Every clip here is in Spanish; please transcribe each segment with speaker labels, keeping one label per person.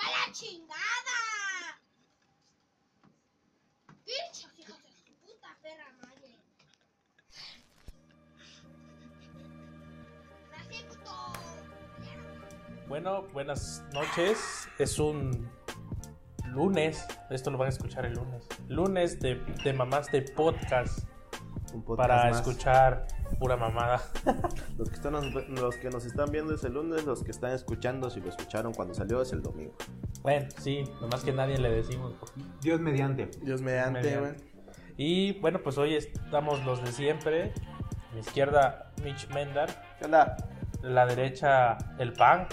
Speaker 1: É chingada! ¡Pinchos, hijos de su puta perra madre! ¡Me acepto!
Speaker 2: Bueno, buenas noches. Es un lunes. Esto lo van a escuchar el lunes. Lunes de, de mamás de podcast
Speaker 3: Un podcast
Speaker 2: para
Speaker 3: más.
Speaker 2: escuchar pura mamada.
Speaker 3: Los que, están, los que nos están viendo es el lunes, los que están escuchando, si lo escucharon cuando salió, es el domingo.
Speaker 2: Bueno, sí, nomás que nadie le decimos.
Speaker 4: Dios mediante.
Speaker 3: Dios mediante,
Speaker 2: Mediante. Y bueno, pues hoy estamos los de siempre. A mi izquierda, Mitch Mendar.
Speaker 3: ¿Qué onda?
Speaker 2: A la derecha, el pan.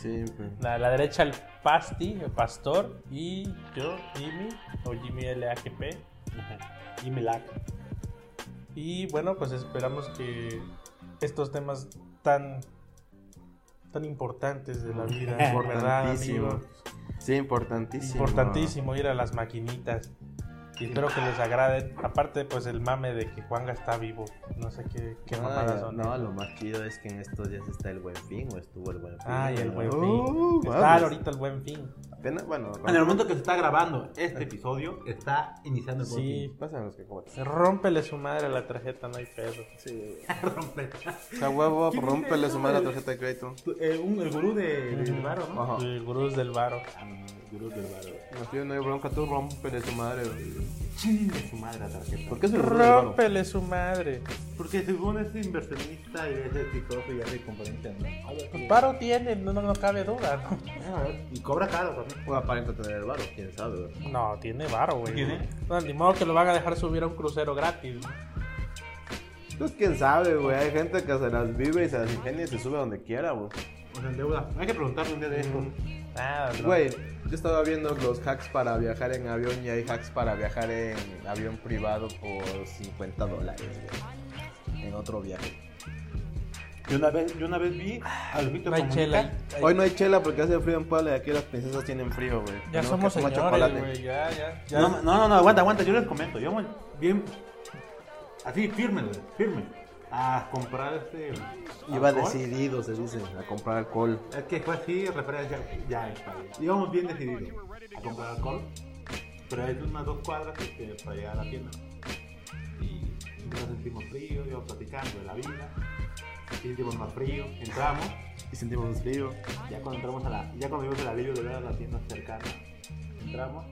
Speaker 3: Sí, pues, güey.
Speaker 2: A la derecha, el pasti, el pastor. Y yo, Jimmy, o Jimmy LAGP.
Speaker 4: Jimmy Lack.
Speaker 2: Y bueno, pues esperamos que estos temas tan tan importantes de la vida, ¿verdad,
Speaker 3: Importantísimo.
Speaker 2: amigo?
Speaker 3: Sí, importantísimo. Ah,
Speaker 2: Importantísimo ir a las maquinitas. Y espero que les agrade. Aparte, pues el mame de que Juanga está vivo. No sé qué, qué
Speaker 3: Ah,
Speaker 2: mamadas son.
Speaker 3: no, lo más chido es que en estos días está el buen fin, o estuvo el buen fin.
Speaker 2: Ay, Ah, el buen fin.
Speaker 3: Oh,
Speaker 2: está
Speaker 3: vamos.
Speaker 2: ahorita el buen fin.
Speaker 3: Apenas, bueno,
Speaker 4: En el momento que se está grabando este episodio, está iniciando el
Speaker 2: Sí.
Speaker 3: pasan los que como-
Speaker 2: Rómpele su madre a la tarjeta, no hay pedo.
Speaker 3: Sí.
Speaker 4: booking. Rompe.
Speaker 3: O sea, huevo,
Speaker 4: ¿Quién
Speaker 3: rompele
Speaker 4: dice
Speaker 3: su madre la
Speaker 4: eso?
Speaker 3: tarjeta de crédito.
Speaker 4: Eh, un- el gurú de,
Speaker 2: El varo, ¿no?
Speaker 3: Ajá.
Speaker 2: El gurús del varo.
Speaker 4: El gurú del varo.
Speaker 3: No, tío, no hay bronca, tú rompele su madre.
Speaker 4: Chingue su madre la tarjeta.
Speaker 3: ¿Por qué es el hermano?
Speaker 2: Rómpele su madre.
Speaker 4: Porque según es inversionista y es exitoso y hace componentes, ¿no?
Speaker 2: Pues, Varo tiene, no, no, no cabe duda. ¿no?
Speaker 4: Y cobra caro también.
Speaker 3: O aparenta tener el varo, quién sabe. güey.
Speaker 2: No, tiene varo, güey.
Speaker 4: ¿Tiene?
Speaker 2: No, ni modo que lo van a dejar subir a un crucero gratis.
Speaker 3: Pues quién sabe, güey. Hay gente que se las vive y se las ingenia y se sube donde quiera, güey.
Speaker 4: O sea, en deuda. Hay que preguntarle un día de esto.
Speaker 2: Nada, bro.
Speaker 3: Güey, yo estaba viendo los hacks para viajar en avión y hay hacks para viajar en avión privado por 50 dólares, güey. En otro viaje.
Speaker 4: Yo una vez, yo una vez vi a Lupito
Speaker 2: No hay
Speaker 4: Comunica.
Speaker 2: chela. ahí.
Speaker 3: Hoy no hay chela porque hace frío en Puebla y aquí las princesas tienen frío, güey.
Speaker 2: Ya
Speaker 3: Tenemos
Speaker 2: somos
Speaker 3: que tomar
Speaker 2: señores,
Speaker 3: chocolate.
Speaker 2: güey. Ya, ya. ya.
Speaker 4: No, no, no, no, aguanta, aguanta, yo les comento. Yo, bueno, bien. Así, firme, güey, firme. A comprar este.
Speaker 3: Iba
Speaker 4: alcohol.
Speaker 3: decidido, se dice, a comprar alcohol.
Speaker 4: Es que fue así, referencia. Ya, está bien. Íbamos bien decididos a comprar alcohol. Pero es unas dos cuadras este, para llegar a la tienda. Y nos sentimos frío, íbamos platicando de la vida. Y sentimos más frío. Entramos.
Speaker 3: Y sentimos frío.
Speaker 4: Ya cuando entramos a la. Ya cuando vimos el alivio de ver a la tienda cercana, entramos.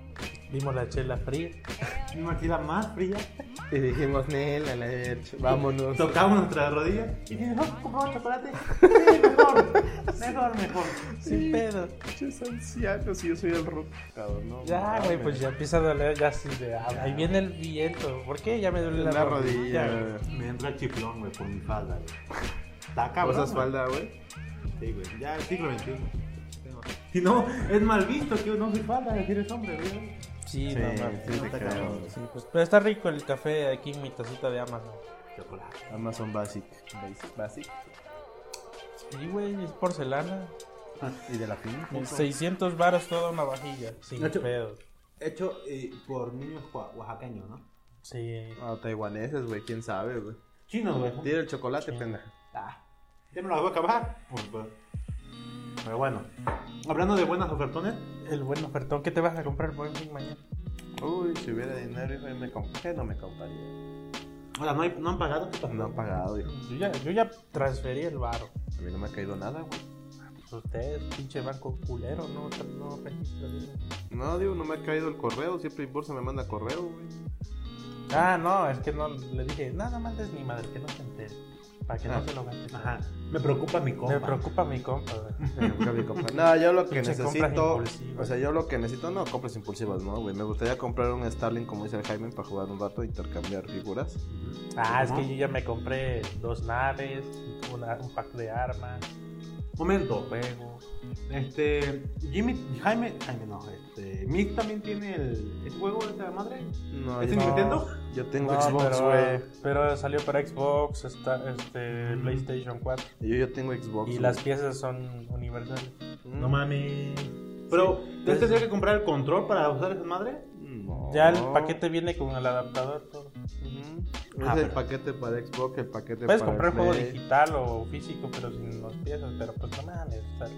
Speaker 2: Dimos la chela fría.
Speaker 4: Mi mochila más fría
Speaker 3: Y dijimos, Nel, a la verga, vámonos.
Speaker 4: Tocamos nuestras rodillas y dices, no, compramos chocolate. Sí, mejor, mejor, mejor.
Speaker 2: Sin pedo.
Speaker 3: Pinches ancianos y yo soy el rock. Cabrón, no
Speaker 2: Ya,
Speaker 3: mames.
Speaker 2: güey, pues ya empieza a doler. Ya sí, de. ah, Ahí viene el viento. ¿Por qué? Ya me duele la,
Speaker 3: La rodilla,
Speaker 2: güey.
Speaker 3: güey.
Speaker 4: Me entra el chiflón, güey, por mi falda, güey. Está cabrón.
Speaker 3: ¿Usas
Speaker 4: güey.
Speaker 3: falda, güey?
Speaker 4: Sí, güey, ya el siglo XXI. Si no, es mal visto que no se falda decir es hombre, güey.
Speaker 2: Sí,
Speaker 3: Sí,
Speaker 2: no mames.
Speaker 3: sí,
Speaker 4: no
Speaker 3: te
Speaker 4: te
Speaker 3: creo.
Speaker 4: acabas.
Speaker 2: Sí, pues, pero está rico el café aquí en mi tacita de Amazon.
Speaker 4: Chocolate.
Speaker 3: Amazon Basic. Basic. Basic.
Speaker 2: Sí, güey, es porcelana.
Speaker 3: Y de la fin.
Speaker 2: 600 varos toda una vajilla. Sin
Speaker 4: Nacho.
Speaker 2: pedo.
Speaker 4: Hecho eh, por niños oa- oaxaqueños, ¿no?
Speaker 2: Sí.
Speaker 3: Ah, taiwaneses, güey, quién sabe, güey.
Speaker 4: Chinos, güey.
Speaker 3: Tira el chocolate, pendeja.
Speaker 4: Ah, ya me lo voy a acabar. Pues, pues. Pero bueno, hablando de buenas ofertones,
Speaker 2: El buen ofertón que te vas a comprar buen fin mañana.
Speaker 3: Uy, si hubiera dinero, hijo, yo me comp- ¿Qué no me compraría?
Speaker 4: ahora no, hay- no han pagado. ¿qué pasó?
Speaker 3: No han pagado, hijo.
Speaker 2: Yo ya, yo ya transferí el varo.
Speaker 3: A mí no me ha caído nada, güey.
Speaker 2: Pues Ustedes, pinche banco culero, no, no registra bien.
Speaker 3: No, digo, no me ha caído el correo. Siempre Impulsa me manda correo, güey.
Speaker 2: Ah, no, es que no le dije, nada más es mi madre, que no se entere. Para que
Speaker 3: Ah.
Speaker 2: no se lo gaste.
Speaker 4: Ajá, me preocupa mi compa.
Speaker 2: Me preocupa mi compa, güey.
Speaker 3: Me busca mi compra. No, yo lo que
Speaker 2: Pinche compras
Speaker 3: necesito.
Speaker 2: impulsivas.
Speaker 3: O sea, yo lo que necesito no compras impulsivas, no, güey. Me gustaría comprar un Starling, como dice el Jaime, para jugar un rato e intercambiar figuras.
Speaker 2: Ah, es
Speaker 4: Ajá.
Speaker 2: que yo ya me compré dos naves, una- un pack de armas,
Speaker 4: Momento,
Speaker 2: juego.
Speaker 4: este, Jimmy, Jaime, Jaime no, este, Mick también tiene el, ese juego de esta madre.
Speaker 3: No,
Speaker 4: ¿Es
Speaker 3: yo,
Speaker 4: en
Speaker 2: no.
Speaker 4: Nintendo?
Speaker 3: yo tengo
Speaker 2: No,
Speaker 3: Xbox, güey.
Speaker 2: pero, pero salió para Xbox, está, este,
Speaker 4: Mm.
Speaker 2: PlayStation 4.
Speaker 3: Yo, yo tengo Xbox.
Speaker 2: Y
Speaker 3: güey.
Speaker 2: las piezas son universales.
Speaker 3: Mm,
Speaker 4: mames. Pero, ¿usted tendría que comprar el control para usar esa madre?
Speaker 3: no.
Speaker 2: Ya el paquete viene con el adaptador, todo.
Speaker 3: Ujú.
Speaker 4: Ah,
Speaker 3: es el
Speaker 4: pero-
Speaker 3: paquete para Xbox, el paquete
Speaker 2: Puedes
Speaker 3: para
Speaker 2: comprar juego
Speaker 3: Play.
Speaker 2: digital o físico, pero sin las piezas, pero pues no mames. o sea,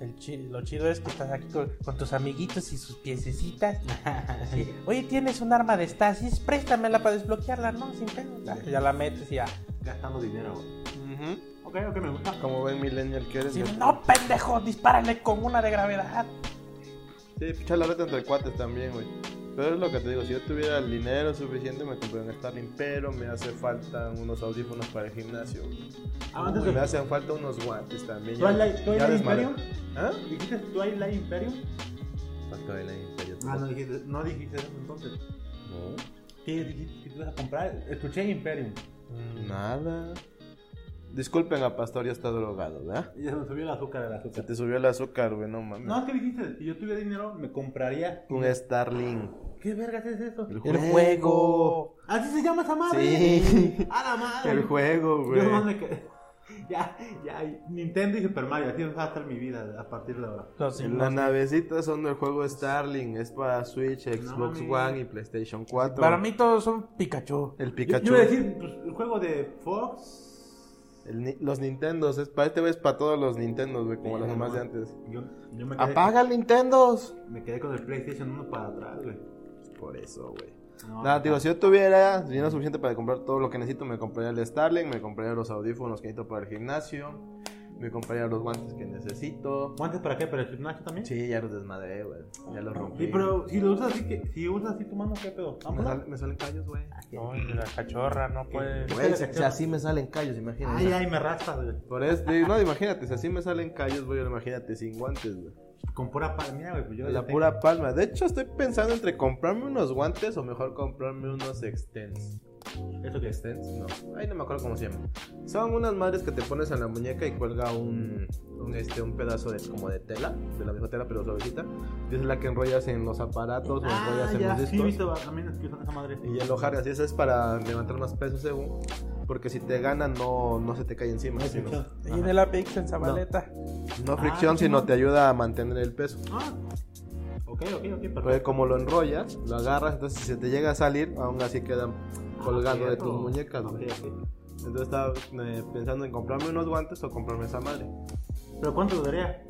Speaker 2: El chi- lo chido es que estás aquí con, con tus amiguitos y sus piececitas. Así, Oye, tienes un arma de Stasis, préstamela para desbloquearla, ¿no? Sin pena. Ya la metes y ya.
Speaker 4: Gastando dinero, güey. Ok, ok, me gusta.
Speaker 3: Como ven, Millennial, que eres?
Speaker 2: Sí,
Speaker 3: neta.
Speaker 2: no, pendejo, dispárale con una de gravedad.
Speaker 3: Sí, pichar la reta entre cuates también, güey. Pero es lo que te digo, si yo tuviera el dinero suficiente me compré un Starlink, pero me hace falta unos audífonos para el gimnasio.
Speaker 4: Ah, antes
Speaker 3: Uy, me
Speaker 4: de...
Speaker 3: hacen falta unos guantes también. ya-
Speaker 4: ¿Twilight,
Speaker 3: ya
Speaker 4: Twilight
Speaker 3: desmadré.
Speaker 4: Imperium?
Speaker 3: ¿Ah?
Speaker 4: ¿Dijiste Twilight Imperium?
Speaker 3: Twilight Imperium.
Speaker 4: Ah, no dijiste, no dijiste eso entonces.
Speaker 3: No,
Speaker 4: ¿Qué dijiste que te ibas a comprar? Escuché Imperium.
Speaker 2: Mm.
Speaker 3: Nada. Disculpen a Pastor, ya está drogado, ¿verdad?
Speaker 4: Y se me subió el azúcar
Speaker 2: Ah,
Speaker 4: el
Speaker 3: Se
Speaker 4: azúcar.
Speaker 3: te subió el azúcar, güey, no mames.
Speaker 4: No, es que dijiste, si yo tuviera dinero, me compraría.
Speaker 3: Un Starlink.
Speaker 4: ¿Qué vergas es eso?
Speaker 2: El juego.
Speaker 4: ¿Así se llama esa madre?
Speaker 3: Sí.
Speaker 4: ¡A la madre!
Speaker 3: El juego, güey.
Speaker 4: Yo no me quedé. Ya, ya, Nintendo y Super Mario, así va a estar mi vida a partir de ahora.
Speaker 2: No, sí,
Speaker 3: Las
Speaker 2: no.
Speaker 3: navecitas son del juego Starling, es para Switch, Xbox
Speaker 4: No, mami.
Speaker 3: One y PlayStation 4.
Speaker 2: Para mí todos son Pikachu.
Speaker 3: el
Speaker 4: Yo,
Speaker 3: Pikachu,
Speaker 4: yo iba a decir, pues, el juego de Fox.
Speaker 3: el ni- los Nintendos, es para este güey es para todos los Nintendos, güey, como
Speaker 4: Sí,
Speaker 3: los
Speaker 4: no
Speaker 3: demás de
Speaker 4: mames.
Speaker 3: antes.
Speaker 4: Yo, yo me quedé.
Speaker 3: Apaga el Nintendos.
Speaker 4: Me quedé con el PlayStation 1 para atrás, güey.
Speaker 3: Por eso, güey.
Speaker 4: No,
Speaker 3: Nada, digo, si yo tuviera dinero suficiente para comprar todo lo que necesito, me compraría el Starling, me compraría los audífonos que necesito para el gimnasio, me compraría los guantes que necesito.
Speaker 4: ¿Guantes para qué? ¿Para el gimnasio también?
Speaker 3: Sí, ya los desmadré, güey. Ya los rompí.
Speaker 4: Sí, pero si lo usas así, que, si usas así tu mano, ¿qué pedo?
Speaker 3: me,
Speaker 4: Vámonos.
Speaker 3: sal- me salen callos, güey.
Speaker 4: Ah,
Speaker 2: No, y la cachorra no puede.
Speaker 4: Bueno.
Speaker 3: Güey, si, si así me salen callos, imagínate.
Speaker 4: Ay, ay, me raspas, güey.
Speaker 3: Por eso, digo, no, imagínate, si así me salen callos, güey, ahora imagínate sin guantes, güey.
Speaker 4: Con pura palma, mira, güey, pues yo.
Speaker 3: La
Speaker 4: tengo-
Speaker 3: pura palma. De hecho, estoy pensando entre comprarme unos guantes o mejor comprarme unos extends.
Speaker 4: ¿Eso qué es?
Speaker 3: ¿Extends? No. Ay, no me acuerdo cómo se llaman. Son unas madres que te pones en la muñeca y cuelga un, un, este, un pedazo de, como de tela, de la misma tela pero suavecita. Y es la que enrollas en los aparatos o
Speaker 4: Ah,
Speaker 3: enrollas en
Speaker 4: ya,
Speaker 3: los
Speaker 4: sí, he
Speaker 3: discos.
Speaker 4: visto también es que usan esa madre.
Speaker 3: y ya lo jarras. Y eso es para levantar más peso según. Porque si te gana no, no se te cae encima.
Speaker 4: No,
Speaker 3: sino-
Speaker 4: fricción.
Speaker 2: Y de la Pix en Zabaleta.
Speaker 3: no
Speaker 4: Ah,
Speaker 3: fricción,
Speaker 4: sí,
Speaker 3: sino
Speaker 4: no.
Speaker 3: te ayuda a mantener el peso.
Speaker 4: Ah, ok, ok, ok, perfecto.
Speaker 3: Porque como lo enrollas, lo agarras, entonces si se te llega a salir, aún así quedan colgando
Speaker 4: Ah,
Speaker 3: de
Speaker 4: cierto.
Speaker 3: tus muñecas,
Speaker 4: Ok,
Speaker 3: güey.
Speaker 4: ok.
Speaker 3: Entonces estaba eh, pensando en comprarme unos guantes o comprarme esa madre.
Speaker 4: ¿Pero cuánto duraría?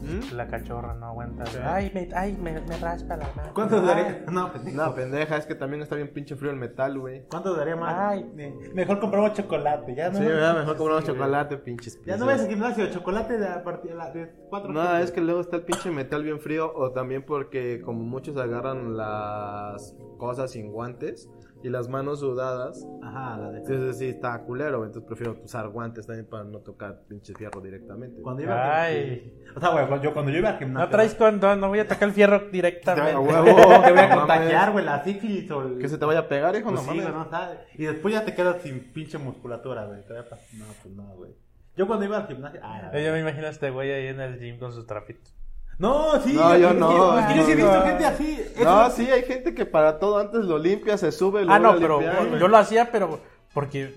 Speaker 4: ¿Mm?
Speaker 2: La cachorra no aguanta. Ay, me, ay, me, me raspa la mano.
Speaker 4: ¿Cuánto duraría?
Speaker 2: Ay,
Speaker 4: No, pues,
Speaker 3: No, pendeja, es que también está bien pinche frío el metal, güey.
Speaker 4: ¿Cuánto duraría más?
Speaker 2: Ay.
Speaker 4: Eh, mejor compramos chocolate, ya no.
Speaker 3: Sí, ¿verdad? Mejor compramos chocolate, pinches
Speaker 4: Ya
Speaker 3: piezas.
Speaker 4: no ves al gimnasio, chocolate de a partir de la- de cuatro.
Speaker 3: No,
Speaker 4: pesos.
Speaker 3: es que luego está el pinche metal bien frío o también porque como muchos agarran las cosas sin guantes y las manos sudadas,
Speaker 4: Ajá, la de.
Speaker 3: entonces sí está culero, güey, entonces prefiero usar guantes también para no tocar pinche fierro directamente.
Speaker 4: Cuando iba al
Speaker 2: Ay.
Speaker 4: gimnasio- O sea, güey, cuando yo, cuando yo iba al gimnasio.
Speaker 2: No traes condón, no voy a atacar el fierro
Speaker 3: A
Speaker 2: directamente.
Speaker 3: Ah, huevo,
Speaker 4: Te voy a
Speaker 3: no mames.
Speaker 4: contagiar, güey, la sífilis o el.
Speaker 3: Que se te vaya a pegar, hijo,
Speaker 4: Pues
Speaker 3: no
Speaker 4: sí,
Speaker 3: mames.
Speaker 4: güey, no sabes. Y después ya te quedas sin pinche musculatura, güey. Te voy a pas- No, pues no, güey. Yo cuando iba al gimnasio. Ah, la-
Speaker 2: Eh, Yo me imagino a este güey ahí en el gym con sus trapitos.
Speaker 4: No, sí.
Speaker 3: No, yo no,
Speaker 4: Es que yo sí he
Speaker 3: no,
Speaker 4: visto
Speaker 3: no.
Speaker 4: gente así. Eso-
Speaker 3: No, sí, hay gente que para todo antes lo limpia, se sube, lo
Speaker 2: Ah, no,
Speaker 3: vuelve a
Speaker 2: pero
Speaker 3: limpiar, güey.
Speaker 2: yo lo hacía, pero porque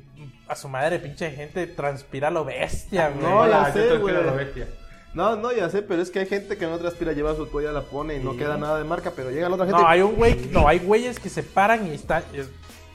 Speaker 2: a su madre, pinche gente, transpira lo bestia, güey.
Speaker 3: Ah, No, ya
Speaker 4: Hola,
Speaker 3: sé,
Speaker 4: yo te
Speaker 3: güey.
Speaker 4: quiero la bestia.
Speaker 3: No, no, ya sé, pero es que hay gente que no transpira, lleva su toalla, la pone y no queda nada de marca, pero llega la otra gente.
Speaker 2: No, hay un güey, no, hay güeyes que se paran y están. es-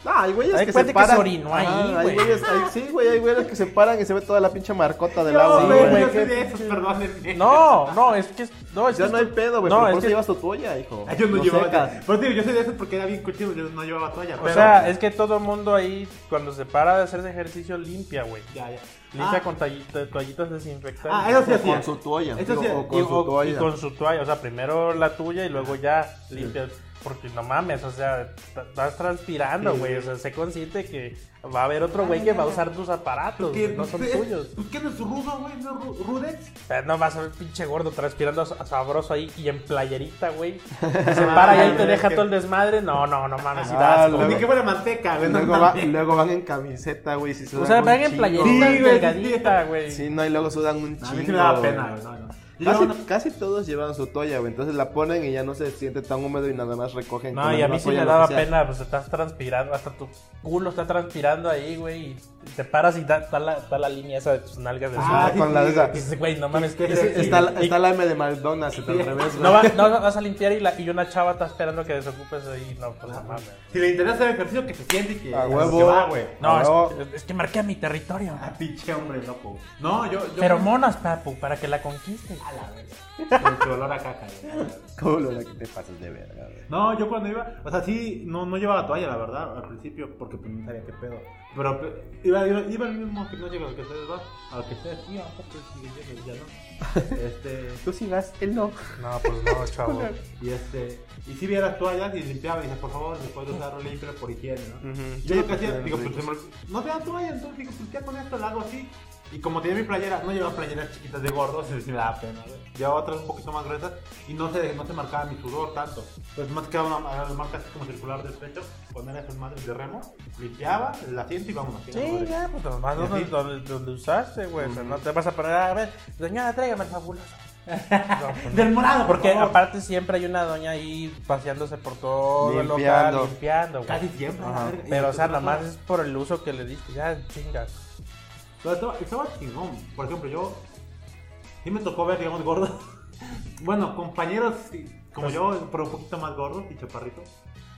Speaker 3: Ah, hay güeyes
Speaker 2: Hay
Speaker 3: que se
Speaker 2: cuate que
Speaker 3: paran.
Speaker 2: se orinó ahí,
Speaker 3: Ajá, hay
Speaker 2: güey.
Speaker 3: güeyes- hay- sí, güey, hay güeyes que se paran y se ve toda la pinche marcota del agua,
Speaker 4: No,
Speaker 2: güey,
Speaker 4: güey,
Speaker 2: güey,
Speaker 4: yo soy
Speaker 2: qué-
Speaker 4: de esos, perdónenme.
Speaker 2: No, no, es que. No, es
Speaker 3: Ya
Speaker 2: que
Speaker 3: no hay pedo, güey,
Speaker 2: No,
Speaker 3: pero
Speaker 2: es
Speaker 3: por eso
Speaker 2: que-
Speaker 3: llevas tu toalla, hijo.
Speaker 4: Ah, Yo no
Speaker 3: No
Speaker 4: llevaba.
Speaker 3: secas.
Speaker 4: Por eso digo, yo soy de esos porque era bien cochino, yo no llevaba toalla.
Speaker 2: O
Speaker 4: pero-
Speaker 2: sea, es que todo el mundo ahí, cuando se para de hacer ese ejercicio, limpia, güey.
Speaker 4: Ya,
Speaker 3: eh,
Speaker 4: ya.
Speaker 2: Limpia
Speaker 4: Ah,
Speaker 2: con toallitas, toallitas desinfectantes.
Speaker 4: Ah, eso sí
Speaker 3: O
Speaker 4: hacía.
Speaker 3: con su toalla,
Speaker 4: Eso
Speaker 3: digo,
Speaker 4: sí,
Speaker 3: o
Speaker 2: y,
Speaker 3: con
Speaker 2: o-
Speaker 3: su
Speaker 2: y
Speaker 3: toalla.
Speaker 2: con su toalla, o sea, primero la tuya y luego ya limpias. Porque no mames, o sea, t- estás transpirando,
Speaker 4: Sí.
Speaker 2: güey. O sea, sé consciente que va a haber otro güey que va a usar tus aparatos,
Speaker 4: ¿qué-
Speaker 2: que no son
Speaker 4: qué-
Speaker 2: tuyos.
Speaker 4: pues, ¿Qué no es rudo, güey? ¿No es ru- rudex?
Speaker 2: Pero no vas a ver pinche gordo transpirando sa- sabroso ahí y en playerita, güey. Y se para y ahí te
Speaker 4: Ay,
Speaker 2: deja
Speaker 4: que-
Speaker 2: todo el desmadre. No, no, no mames, si
Speaker 3: Ah,
Speaker 2: da asco.
Speaker 3: luego-
Speaker 4: Ni que fuera manteca, güey. no
Speaker 3: Luego, va-
Speaker 4: mames.
Speaker 3: luego van en camiseta, güey. Si
Speaker 2: O sea, van en
Speaker 3: playerita.
Speaker 2: playerita
Speaker 4: Sí, güey,
Speaker 2: delgadita, güey.
Speaker 3: Sí, no, y luego sudan un chingo.
Speaker 4: A mí sí me daba
Speaker 3: güey. Ah,
Speaker 4: pena, güey. No, no. Yo
Speaker 3: Casi,
Speaker 4: llevaba una-
Speaker 3: casi todos llevan su toalla, güey. Entonces la ponen y ya no se siente tan húmedo y nada más recogen.
Speaker 2: No,
Speaker 3: con la
Speaker 2: y a
Speaker 3: misma
Speaker 2: mí sí
Speaker 3: toalla
Speaker 2: me
Speaker 3: lo
Speaker 2: daba
Speaker 3: que sea.
Speaker 2: pena, pues estás transpirando, hasta tu culo está transpirando ahí, güey, y te paras y da, da la, da la línea esa de tus nalgas. de
Speaker 4: Ah,
Speaker 3: Ah,
Speaker 2: azul.
Speaker 4: sí,
Speaker 3: con la
Speaker 4: sí,
Speaker 3: de esa.
Speaker 2: Y dices, güey, no mames.
Speaker 4: ¿Qué- qué-
Speaker 2: es-
Speaker 4: qué-
Speaker 2: es-
Speaker 3: Está, la-
Speaker 2: y-
Speaker 3: está la M de McDonald's, está al revés, güey.
Speaker 2: No, va- no vas a limpiar y, la, y una chava está esperando que desocupes ahí. No, pues no mames.
Speaker 4: Si le interesa el ejercicio, que se siente y que
Speaker 3: A
Speaker 4: lo
Speaker 3: huevo.
Speaker 4: que va, güey.
Speaker 2: No, es-
Speaker 3: Ah, No. Ah,
Speaker 2: es, que marqué a mi territorio.
Speaker 4: A pinche hombre loco. No, yo. yo
Speaker 2: Feromonas, papu, para que la conquistes.
Speaker 4: A la verga. Con tu olor a caca, güey.
Speaker 3: ¿Cómo lo la que te pasas de verga, güey?
Speaker 4: No, yo cuando iba, o sea, sí, no, no llevaba toalla, la verdad, al principio, porque pues no sabía qué pedo. Pero pe- iba, iba, iba al mismo gimnasio al que ustedes van, al que ustedes iban, porque sí, yo ya no. Este,
Speaker 3: Tú sí vas, él no.
Speaker 2: No, pues no, chavo.
Speaker 4: y este, y si veía las toallas y limpiaba y dice, por favor, después de usarlo limpio por higiene, ¿no? Yo lo que hacía, digo, pues se me olvidó- no te da toalla, entonces digo, pues ya con esto la hago así. Y como tenía mi playera, no llevaba playeras chiquitas de gordos, y me daba pena, güey. Llevaba otras un poquito más gruesas y no se, no se marcaba mi sudor tanto. Entonces más quedaba una una marca así como circular del pecho, poner esas madres de remo, limpiaba el asiento y vámonos. que la
Speaker 2: Sí,
Speaker 4: madre.
Speaker 2: ya, pues nomás donde, donde, donde usaste, güey. O sea, no te vas a poner a ver, doña, tráigame el fabuloso. No, pues, no.
Speaker 4: Del morado, por
Speaker 2: Porque
Speaker 4: favor.
Speaker 2: aparte siempre hay una doña ahí paseándose por todo el
Speaker 3: Limpiando.
Speaker 2: local, limpiando, güey.
Speaker 4: Casi siempre. la
Speaker 3: Ajá.
Speaker 4: verga. Y pues,
Speaker 2: Pero, o sea,
Speaker 4: entonces,
Speaker 2: nomás es por el uso que le diste. Ya, chingas.
Speaker 4: Pero estaba, estaba chingón. Por ejemplo, yo. Sí me tocó ver, digamos, gordos. Bueno, compañeros sí, como yo, pero un poquito más gordos y chaparritos.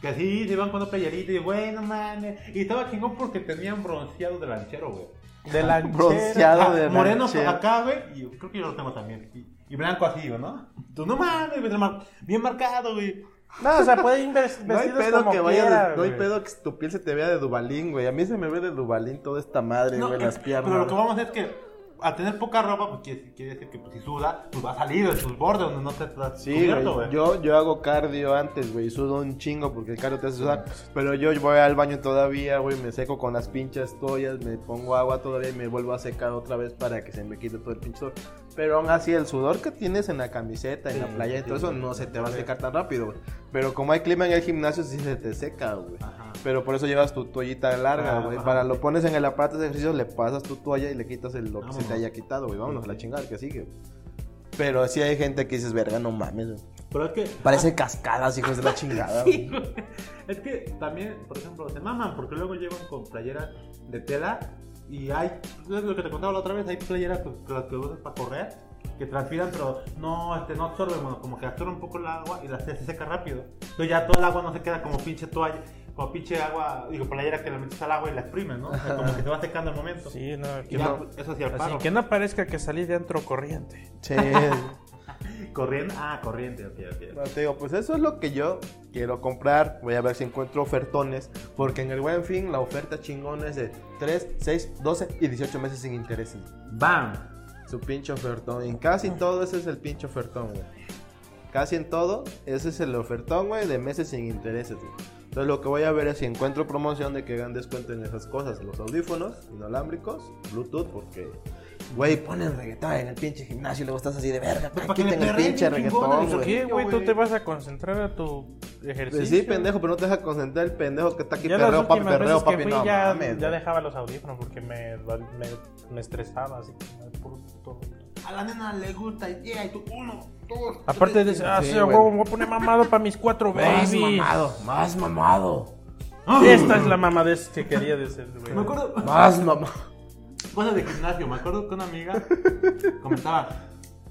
Speaker 4: Que así se iban con una playerita y bueno, man. Y estaba chingón porque tenían bronceado de lanchero, güey.
Speaker 2: De la
Speaker 3: Bronceado de
Speaker 4: moreno
Speaker 3: lanchero.
Speaker 4: acá, güey. Y creo que yo lo tengo también. Y, y blanco así, güey, ¿no? Tú no mames, bien mar- bien marcado, güey.
Speaker 2: No, o sea, puede ir ves-
Speaker 3: No hay
Speaker 2: vestidos
Speaker 3: pedo
Speaker 2: como
Speaker 3: que vaya
Speaker 2: quiera,
Speaker 3: de- no hay
Speaker 2: güey.
Speaker 3: pedo que tu piel se te vea de Dubalín, güey. A mí se me ve de Dubalín toda esta madre,
Speaker 4: No,
Speaker 3: güey,
Speaker 4: eh,
Speaker 3: las piernas.
Speaker 4: Pero lo que vamos a hacer es que al tener poca ropa, pues quiere, quiere decir que pues, si suda, pues va a salir de sus bordes donde no te estás
Speaker 3: Sí, güey. Yo, yo hago cardio antes, güey. Sudo un chingo porque el cardio te hace sudar.
Speaker 4: pues.
Speaker 3: Pero yo voy al baño todavía, güey. Me seco con las pinches toallas. Me pongo agua todavía y me vuelvo a secar otra vez para que se me quite todo el pinche sudor. Pero aún así, el sudor que tienes en la camiseta, en
Speaker 4: Sí,
Speaker 3: la playa y todo
Speaker 4: sí,
Speaker 3: eso,
Speaker 4: sí.
Speaker 3: no se te va a secar tan rápido, güey. Pero como hay clima en el gimnasio, sí se te seca, güey.
Speaker 4: Ajá.
Speaker 3: Pero por eso llevas tu toallita larga,
Speaker 4: Ah,
Speaker 3: güey.
Speaker 4: ajá.
Speaker 3: Para lo pones en el aparato de ejercicio, le pasas tu toalla y le quitas el, lo que se
Speaker 4: Vámonos.
Speaker 3: te haya quitado, güey. Vámonos a la chingada, que sigue. Pero sí hay gente que dices, verga, no mames, güey.
Speaker 4: Pero es que.
Speaker 3: Parecen cascadas, hijos de la chingada. güey.
Speaker 4: Es que también, por ejemplo, se maman porque luego llevan con playeras de tela y hay, es lo que te contaba la otra vez, hay playeras pues, que las que usas para correr que transpiran pero no, este, no absorben, bueno, como que absorben un poco el agua y la se se seca rápido. Entonces ya todo el agua no se queda como pinche toalla, como pinche agua, digo, playera que le metes al agua y la exprimes, ¿no? O sea, como que se va secando al momento.
Speaker 2: Sí, no,
Speaker 4: Y
Speaker 2: que
Speaker 4: ya,
Speaker 2: no.
Speaker 4: pues, eso sí, al
Speaker 2: Así
Speaker 4: paro.
Speaker 2: que no parezca que salí de antro corriente.
Speaker 3: Sí.
Speaker 4: Corriente, ah, corriente, ok, ok.
Speaker 3: Bueno, te digo, pues eso es lo que yo quiero comprar. Voy a ver si encuentro ofertones. Porque en el buen fin la oferta chingona es de 3, 6, 12 y 18 meses sin intereses.
Speaker 4: ¡Bam!
Speaker 3: Su pinche ofertón. En casi todo ese es el pinche ofertón, güey. Casi en todo, ese es el ofertón, güey, de meses sin intereses, güey. Entonces lo que voy a ver es si encuentro promoción de que hagan descuento en esas cosas. Los audífonos inalámbricos, Bluetooth, porque... Güey, ponen reggaetón en el pinche gimnasio y luego estás así de verga. Pues
Speaker 4: Pues, para que
Speaker 3: quiten
Speaker 4: le
Speaker 3: el
Speaker 4: perreen
Speaker 3: pinche
Speaker 4: bien chingón,
Speaker 3: reggaetón,
Speaker 4: eso
Speaker 3: güey.
Speaker 2: ¿Qué, güey? ¿Tú
Speaker 4: güey.
Speaker 2: te vas a concentrar a tu ejercicio?
Speaker 3: Pues sí, pendejo, pero no te deja concentrar el pendejo que está aquí
Speaker 2: Ya las
Speaker 3: perreo, papi,
Speaker 2: últimas
Speaker 3: perreo,
Speaker 2: veces que
Speaker 3: papi,
Speaker 2: fui
Speaker 3: no
Speaker 2: ya,
Speaker 3: mames.
Speaker 2: ya
Speaker 3: güey.
Speaker 2: dejaba los audífonos porque me, me, me estresaba así como de puro puto-
Speaker 4: A la nena le gusta, yeah, y tú, uno, dos.
Speaker 2: Aparte
Speaker 4: tres,
Speaker 2: de ah, sí,
Speaker 3: güey.
Speaker 2: huevo, me voy a poner mamado para mis cuatro babies.
Speaker 3: más mamado,
Speaker 4: ¡Ah!
Speaker 2: Esta es la mamadez que quería decir, güey.
Speaker 4: Me acuerdo,
Speaker 3: más mamado.
Speaker 4: cosas de gimnasio, me acuerdo que una amiga comentaba,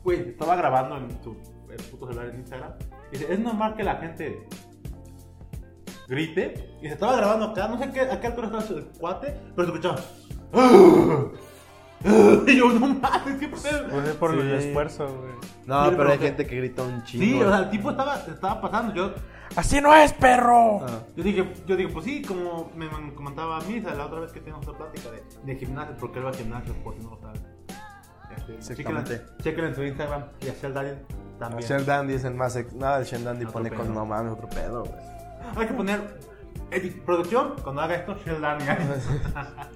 Speaker 4: güey, estaba grabando en su en su puto celular en Instagram, y dice, es normal que la gente grite, y se estaba grabando acá, no sé a qué, a qué altura estaba su cuate, pero se escuchaba, "Ah, ah", y yo, no mames, qué pedo.
Speaker 2: Pues es por el
Speaker 3: Sí.
Speaker 2: esfuerzo, güey.
Speaker 3: No,
Speaker 4: Mira,
Speaker 3: pero hay
Speaker 4: pero-
Speaker 3: gente que grita un chingo.
Speaker 4: Sí, o sea, el tipo estaba, se estaba pasando, yo
Speaker 2: ¡Así no es, perro!
Speaker 3: Ah.
Speaker 4: Yo dije, yo dije, pues sí, como me me comentaba Misa la otra vez que teníamos la plática de, de gimnasio, porque él va a gimnasio, por si no lo saben. Este, Chequen
Speaker 3: Exactamente.
Speaker 4: chequen en su Instagram y a Shell Daniel también.
Speaker 3: Shell Dandy es el más. ex- Nada, el Shell Dandy
Speaker 4: Otro
Speaker 3: pone
Speaker 4: pedo.
Speaker 3: con no mames, otro pedo, güey.
Speaker 4: Hay que poner edit, producción cuando haga esto, Shell Daniel.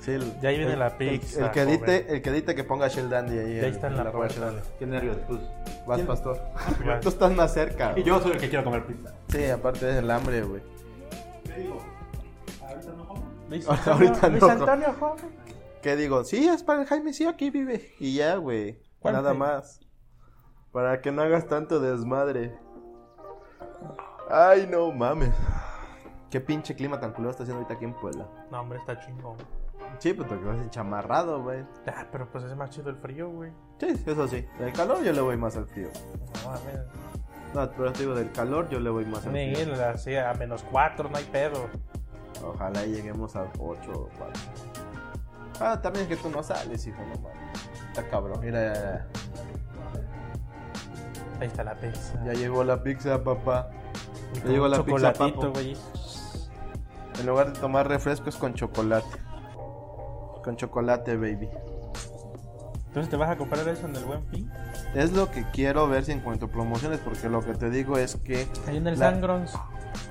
Speaker 3: Sí, el-
Speaker 2: Ya ahí viene
Speaker 3: el-
Speaker 2: la
Speaker 3: el-
Speaker 2: pizza,
Speaker 3: El, que
Speaker 2: joven.
Speaker 3: edite, el que edite que ponga Shell Dandy ahí.
Speaker 2: Ya está en la Ah,
Speaker 3: ropa
Speaker 2: puerta.
Speaker 4: Qué nervios, pues.
Speaker 3: Vas,
Speaker 4: ¿Quién?
Speaker 3: pastor.
Speaker 2: Vas.
Speaker 3: Tú estás más cerca.
Speaker 4: Y
Speaker 3: güey.
Speaker 4: yo soy el que quiero comer pizza.
Speaker 3: Sí, aparte es el hambre, güey.
Speaker 4: ¿Qué digo? Ahorita no como.
Speaker 2: Luis
Speaker 3: Ahorita
Speaker 2: Antonio-
Speaker 3: no,
Speaker 2: Luis
Speaker 3: co-
Speaker 2: Antonio, joven.
Speaker 3: ¿Qué digo? Sí, es para el Jaime, sí, aquí vive. Y ya, güey.
Speaker 2: ¿Cuál
Speaker 3: Nada
Speaker 2: fe?
Speaker 3: más. Para que no hagas tanto desmadre. Ay, no mames. Qué pinche clima tan culero está haciendo ahorita aquí en Puebla.
Speaker 2: No, hombre, está chingón.
Speaker 3: Sí, pues porque vas enchamarrado, güey.
Speaker 2: Ah, pero pues es más chido el frío, güey.
Speaker 3: Sí, eso sí. Del calor yo le voy más al frío.
Speaker 2: No mames.
Speaker 3: No, pero te digo, del calor yo le voy más al
Speaker 2: Ni
Speaker 3: frío.
Speaker 2: en la- sí, a menos cuatro, no hay pedo.
Speaker 3: Ojalá lleguemos a 8 o 4. Ah, también es que tú no sales, hijo, no mames. Está cabrón. Mira, ya,
Speaker 2: Ahí está la pizza.
Speaker 3: ya. Ya llegó la pizza, papá.
Speaker 2: Y
Speaker 3: ya
Speaker 2: con
Speaker 3: llegó
Speaker 2: un
Speaker 3: la pizza,
Speaker 2: chocolatito,
Speaker 3: papo.
Speaker 2: güey.
Speaker 3: En lugar de tomar refresco es con chocolate. Con chocolate, baby.
Speaker 2: Entonces te vas a comprar eso en el buen fin.
Speaker 3: Es lo que quiero ver si encuentro promociones, porque lo que te digo es que
Speaker 2: Ahí en el
Speaker 3: La-
Speaker 2: Sangrons.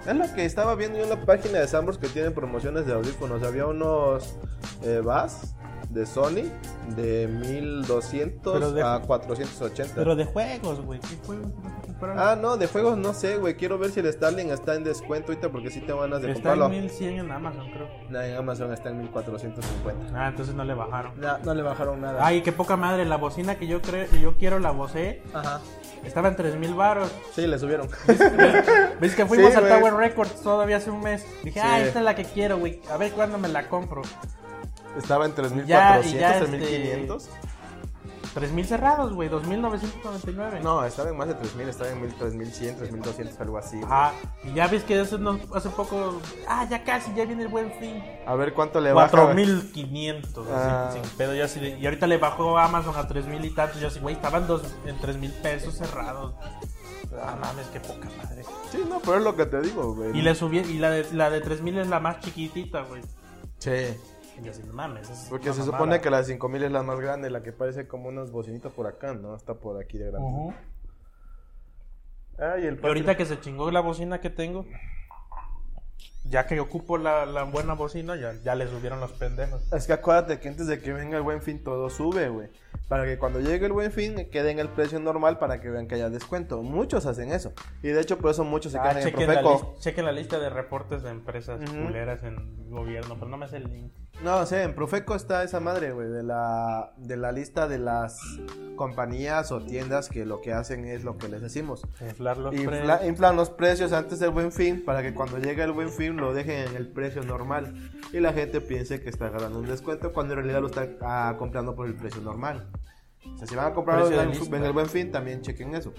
Speaker 3: Es lo que estaba viendo yo en la página de Sambors que tienen promociones de audífonos. Había unos eh, Bass de Sony de 1200
Speaker 2: Pero de-
Speaker 3: a 480.
Speaker 2: Pero de juegos, güey. ¿Qué juegos te vas a comprar?
Speaker 3: Ah, no, de juegos no sé, güey. Quiero ver si el Starling está en descuento ahorita porque si tengo ganas de
Speaker 2: está
Speaker 3: comprarlo.
Speaker 2: en 1100 en Amazon, creo.
Speaker 3: Nah, en Amazon está en 1450.
Speaker 2: Ah, entonces no le bajaron.
Speaker 3: Nah, no le bajaron nada.
Speaker 2: Ay, qué poca madre. La bocina que yo creo que yo quiero, la bocé,
Speaker 3: Ajá.
Speaker 2: estaba en 3000 baros.
Speaker 3: Sí, le subieron.
Speaker 2: ¿Ves que fuimos
Speaker 3: Sí,
Speaker 2: a
Speaker 3: güey.
Speaker 2: Tower Records todavía hace un mes? Dije, ah,
Speaker 3: Sí.
Speaker 2: esta es la que quiero, güey. A ver cuándo me la compro.
Speaker 3: Estaba en
Speaker 2: Ya, y
Speaker 3: 3400,
Speaker 2: ya, este-
Speaker 3: 3500.
Speaker 2: 3000 cerrados, güey. 2999.
Speaker 3: No, estaba en más de 3000, estaba en 3100, 3200, algo así. güey.
Speaker 2: Ajá. Ah, Y ya ves que hace, unos- hace poco. Ah, ya casi, ya viene el buen fin.
Speaker 3: A ver cuánto le baja.
Speaker 2: 4500. así,
Speaker 3: Ah.
Speaker 2: Sin pedo, ya así de- Y ahorita le bajó Amazon a 3000 y tantos. Yo así, güey, estaban dos, en 3000 pesos cerrados. Ah, mames, qué poca madre.
Speaker 3: Sí, no, pero es lo que te digo, güey.
Speaker 2: Y, le subí, y la, de, la de 3000 es la más chiquitita, güey.
Speaker 3: Sí.
Speaker 2: Y yo así, no mames. es
Speaker 3: Porque
Speaker 2: una
Speaker 3: se
Speaker 2: mamada".
Speaker 3: supone que la de 5000 es la más grande, la que parece como unas bocinitas por acá, ¿no? Está por aquí de grande.
Speaker 2: Ujú.
Speaker 3: Ay, el
Speaker 2: Y ahorita que se chingó la bocina que tengo, ya que ocupo la, la buena bocina, ya, ya le subieron los pendejos.
Speaker 3: Es que acuérdate que antes de que venga el buen fin todo sube, güey. Para que cuando llegue el buen fin quede en el precio normal para que vean que haya descuento. Muchos hacen eso. Y de hecho por eso muchos se
Speaker 2: Ah,
Speaker 3: quedan en
Speaker 2: chequen, la
Speaker 3: Profeco.
Speaker 2: lis- chequen la lista de reportes de empresas
Speaker 3: Ujú.
Speaker 2: culeras en gobierno, pero no me hace el link.
Speaker 3: No, sé, en Profeco está esa madre, güey, de la, de la lista de las compañías o tiendas que lo que hacen es lo que les decimos.
Speaker 2: Inflar los
Speaker 3: Infla-
Speaker 2: precios.
Speaker 3: inflan los precios antes del buen fin para que cuando llegue el buen fin lo dejen en el precio normal y la gente piense que está ganando un descuento cuando en realidad lo está ah, comprando por el precio normal. O sea, si van a comprar
Speaker 2: Precio de
Speaker 3: en el,
Speaker 2: lista.
Speaker 3: en el buen fin, también chequen eso.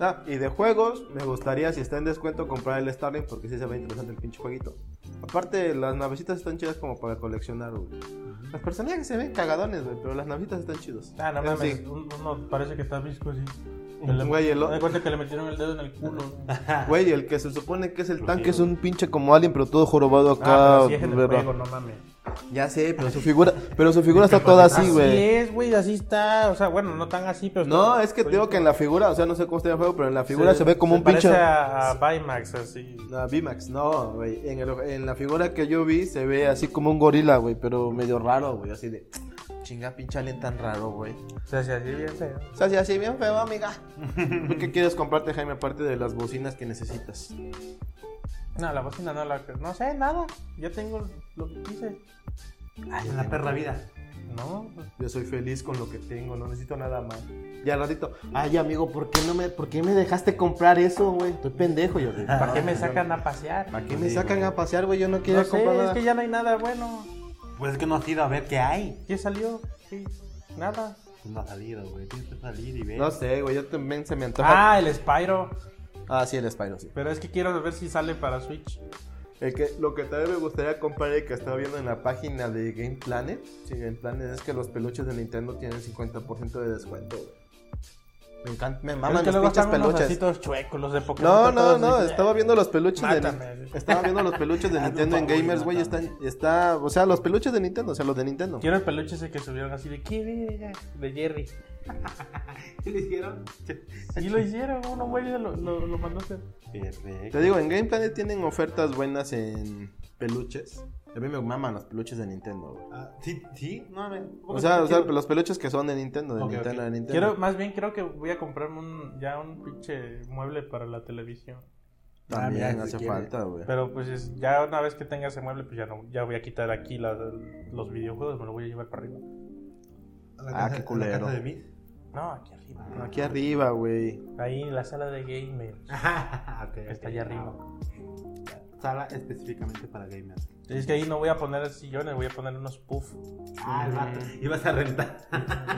Speaker 3: Ah, y de juegos, me gustaría si está en descuento comprar el Starling porque sí se ve interesante el pinche jueguito. Aparte, las navecitas están chidas como para coleccionar, güey. Las personajes se ven cagadones, güey, pero las navecitas están chidas.
Speaker 2: Ah, no
Speaker 3: Eso
Speaker 2: mames,
Speaker 3: sí.
Speaker 2: un- uno parece que está visco así.
Speaker 3: Un güey, el o-
Speaker 2: Me cuenta que le metieron el dedo en el culo.
Speaker 3: Güey, el que se supone que es el
Speaker 4: Rugido.
Speaker 3: tanque es un pinche como alien, pero todo jorobado acá.
Speaker 2: Ah, pero si es en el
Speaker 3: ¿verdad?
Speaker 2: juego, no mames.
Speaker 3: Ya sé, pero su figura, pero su figura está toda así, güey.
Speaker 2: es, güey, así está. O sea, bueno, no tan así, Ah, pero...
Speaker 3: No, es que te digo que en la figura, o sea, no sé cómo está el juego, pero en la figura se, ve como un pinche.
Speaker 2: Parece a, a Baymax, así.
Speaker 3: No, VMAX, no, güey. En, el- en la figura que yo vi se ve así como un gorila, güey, pero medio raro, güey. Así de chinga, pinche alien tan raro, güey.
Speaker 2: O sea, sí, así bien feo.
Speaker 3: O sea, sí, así bien feo, amiga. ¿Tú qué quieres comprarte, Jaime, aparte de las bocinas que necesitas?
Speaker 2: No, la bocina no la... No sé, nada. Yo tengo lo que quise.
Speaker 4: En la perra vida.
Speaker 2: No, pues,
Speaker 3: Yo soy feliz con lo que tengo, no necesito nada más. Y al ratito, ay amigo, ¿por qué no me, por qué me dejaste comprar eso, güey? Estoy pendejo, yo.
Speaker 2: ¿para qué me sacan a pasear?
Speaker 3: ¿Para qué me sacan a pasear, güey? Yo no quiero
Speaker 2: No sé,
Speaker 3: comprar
Speaker 2: es
Speaker 3: nada.
Speaker 2: que ya no hay nada bueno.
Speaker 4: Pues es que no has ido a ver qué hay.
Speaker 2: ¿Qué salió? Sí, nada.
Speaker 4: Pues no has salido, güey. Tienes que salir y ver.
Speaker 3: No sé, güey, yo también se me antoja. Ah,
Speaker 2: Ah, el Spyro.
Speaker 3: sí, el Spyro, sí.
Speaker 2: Pero es que quiero ver si sale para Switch.
Speaker 3: El que, lo que también me gustaría comprar el que estaba viendo en la página de Game Planet. Sí, Game Planet es que los peluches de Nintendo tienen 50% de descuento, güey. Me encanta, me
Speaker 2: Vamos
Speaker 3: maman los pinches peluches.
Speaker 2: todos chuecos, los de Pokémon.
Speaker 3: No, no,
Speaker 2: todos
Speaker 3: no,
Speaker 2: así.
Speaker 3: estaba viendo los peluches
Speaker 2: Mátame.
Speaker 3: de Estaba viendo los peluches de
Speaker 4: Hazme un
Speaker 3: Nintendo en
Speaker 4: favor y
Speaker 3: Gamers, güey,
Speaker 4: mátame.
Speaker 3: están está, o sea, los peluches de Nintendo, o sea, los de Nintendo.
Speaker 2: Quiero el peluche ese que subieron así de qué verga, de Jerry.
Speaker 4: ¿Qué le hicieron?
Speaker 2: Y lo hicieron, uno güey lo, lo, lo mandó a hacer.
Speaker 3: Te
Speaker 4: Perfecto.
Speaker 3: digo, en Game Planet tienen ofertas buenas en peluches. A mí me maman los peluches de Nintendo, güey.
Speaker 4: Ah, sí, sí, no, a ver.
Speaker 3: O sea, o sea, los peluches que son de Nintendo, de
Speaker 4: Ok,
Speaker 3: Nintendo,
Speaker 4: ok.
Speaker 3: de Nintendo.
Speaker 2: Quiero, más bien creo que voy a comprarme un, ya un pinche mueble para la televisión.
Speaker 3: También
Speaker 4: Ah, mira,
Speaker 3: hace
Speaker 4: si quiere.
Speaker 3: falta, güey.
Speaker 2: Pero pues es- ya una vez que tenga ese mueble, pues ya no, ya voy a quitar aquí la- los videojuegos, me lo voy a llevar para arriba.
Speaker 3: Ah, qué culero.
Speaker 4: de mí?
Speaker 2: No, aquí arriba.
Speaker 3: Aquí arriba, güey.
Speaker 2: Ahí en la sala de gamers.
Speaker 4: Ajá, ok, Ah, ok.
Speaker 2: Está allá arriba.
Speaker 4: Sala específicamente para gamers.
Speaker 2: Es que ahí no voy a poner sillones, voy a poner unos puff.
Speaker 4: Ah, el vato. Ibas a rentar.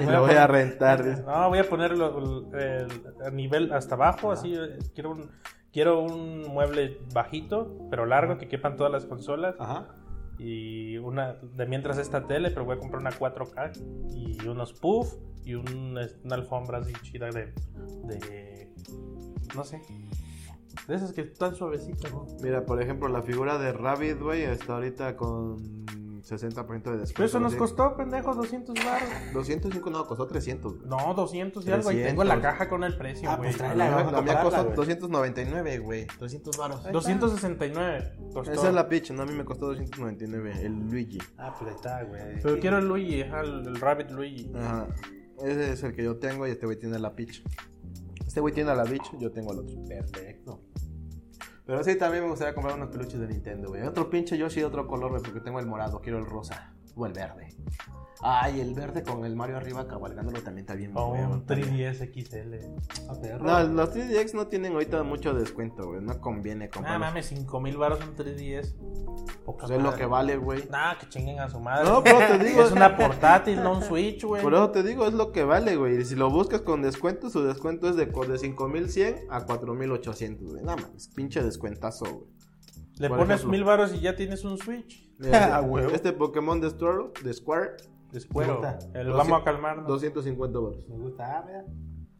Speaker 3: Y lo voy a rentar. dice.
Speaker 2: No, voy a ponerlo el- a nivel hasta abajo, así. eh, Quiero un, quiero un mueble bajito, pero largo, que quepan todas las consolas.
Speaker 4: Ajá.
Speaker 2: Y una, de mientras esta tele, pero voy a comprar una 4K y unos puff y un- una alfombra así chida de, de. No sé. De esas que están suavecitas, ¿no?
Speaker 3: Mira, por ejemplo, la figura de Rabbit, güey, está ahorita con 60% de descuento.
Speaker 2: Pero eso nos
Speaker 3: Sí.
Speaker 2: costó, pendejo, 200 baros.
Speaker 3: 205, no, costó 300. güey.
Speaker 2: No, 200 y algo. Ahí
Speaker 3: 300.
Speaker 2: tengo la caja con el precio,
Speaker 4: Ah,
Speaker 2: güey.
Speaker 4: pues trae
Speaker 3: La,
Speaker 4: la-
Speaker 3: mía-
Speaker 4: vamos a
Speaker 3: la mía
Speaker 4: compararla,
Speaker 3: costó
Speaker 4: güey.
Speaker 3: 299, güey. 200 baros.
Speaker 2: 269 costó.
Speaker 3: Esa es la pitch, no, a mí me costó 299, el Luigi.
Speaker 4: Ah, pues ahí está, güey.
Speaker 2: Pero quiero el Luigi, ajá, el, el Rabbit Luigi.
Speaker 3: Ajá. Ese es el que yo tengo y este güey tiene la pitch. Este güey tiene la pitch, yo tengo el otro.
Speaker 4: Perfecto.
Speaker 3: Pero sí, también me gustaría comprar unos peluches de Nintendo, güey. Otro pinche Yoshi de otro color, güey, porque tengo el morado, quiero el rosa o el verde. Ay, el verde con el Mario arriba cabalgándolo también está bien.
Speaker 2: O
Speaker 3: güey,
Speaker 2: un
Speaker 3: también.
Speaker 2: 3DS XL.
Speaker 4: A perro.
Speaker 3: No, los 3DX no tienen ahorita mucho descuento, güey. No conviene comprar.
Speaker 2: Ah, mames, 5 mil baros un 3DS. Poca
Speaker 3: Pues es lo
Speaker 2: madre.
Speaker 3: que vale, güey.
Speaker 2: Nah, Ah, que chinguen a su madre.
Speaker 3: No, pero te digo-
Speaker 2: Es una portátil, no un Switch, güey.
Speaker 3: Por eso te digo, es lo que vale, güey. Y si lo buscas con descuento, su descuento es de, co- de 5100 a 4800, güey. Nada más, pinche descuentazo, güey.
Speaker 2: Le
Speaker 3: por
Speaker 2: pones
Speaker 3: ejemplo.
Speaker 2: mil baros y ya tienes un Switch.
Speaker 3: Mira,
Speaker 4: Ah,
Speaker 3: este-
Speaker 4: huevo.
Speaker 3: este Pokémon de Squirtle, de Square,
Speaker 2: Después,
Speaker 4: Puta.
Speaker 2: eh, lo
Speaker 3: Doce-
Speaker 2: vamos a calmar. ¿no?
Speaker 3: 250 dólares.
Speaker 4: Me gusta, ah, mira.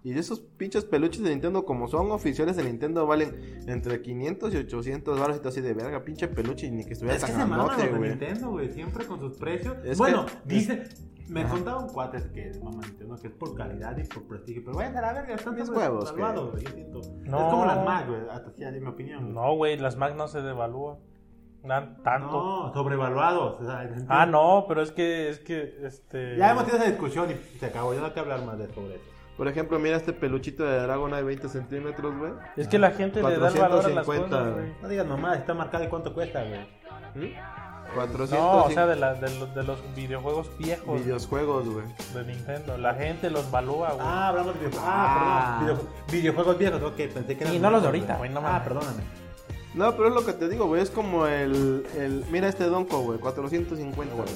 Speaker 3: Y de esos pinches peluches de Nintendo, como son oficiales de Nintendo, valen entre 500 y 800 dólares. Y tú así de verga, pinche peluche, y ni que estuviera
Speaker 4: Es que se
Speaker 3: tan
Speaker 4: maman los
Speaker 3: grandote,
Speaker 4: de
Speaker 3: güey.
Speaker 4: Nintendo, güey. Siempre con sus precios.
Speaker 3: Es
Speaker 4: bueno,
Speaker 3: que-
Speaker 4: dice. Me contaba un cuate que mamá Nintendo, que es por calidad y por prestigio. Pero bueno, a la verga, están
Speaker 3: Mis
Speaker 4: bien
Speaker 3: huevos,
Speaker 4: salvados, güey. Yo siento.
Speaker 2: No.
Speaker 4: Es como las Mac, güey. Hasta así, en mi opinión. güey.
Speaker 2: No, güey, las Mac no se devalúan. Nan- tanto.
Speaker 4: No, sobrevaluados. o sea, en el sentido-
Speaker 2: Ah, no, pero es que, es que, este.
Speaker 4: Ya hemos tenido esa discusión y se acabó. Yo no hay que hablar más de sobre eso.
Speaker 3: Por ejemplo, mira este peluchito de Dragonite 20 centímetros, güey.
Speaker 2: Es que la gente le da el valor a las
Speaker 3: 450,
Speaker 2: cosas,
Speaker 3: güey.
Speaker 2: güey.
Speaker 4: No digas mamá, está marcado y cuánto cuesta, güey.
Speaker 3: ¿Mm? 400
Speaker 2: No, o sea, de, la- de, los, de los videojuegos viejos
Speaker 3: videojuegos, güey.
Speaker 2: de Nintendo. La gente los valúa, güey.
Speaker 4: Ah, hablamos de videojuegos.
Speaker 2: Ah.
Speaker 4: Ah, perdón. Videoju- videojuegos viejos, ok, pensé que
Speaker 2: Y
Speaker 4: eran
Speaker 2: no los de ahorita, güey, no
Speaker 4: Ah,
Speaker 2: mames.
Speaker 4: perdóname.
Speaker 3: No, pero es lo que te digo, güey. Es como el, el. Mira este donko, güey. 450, güey.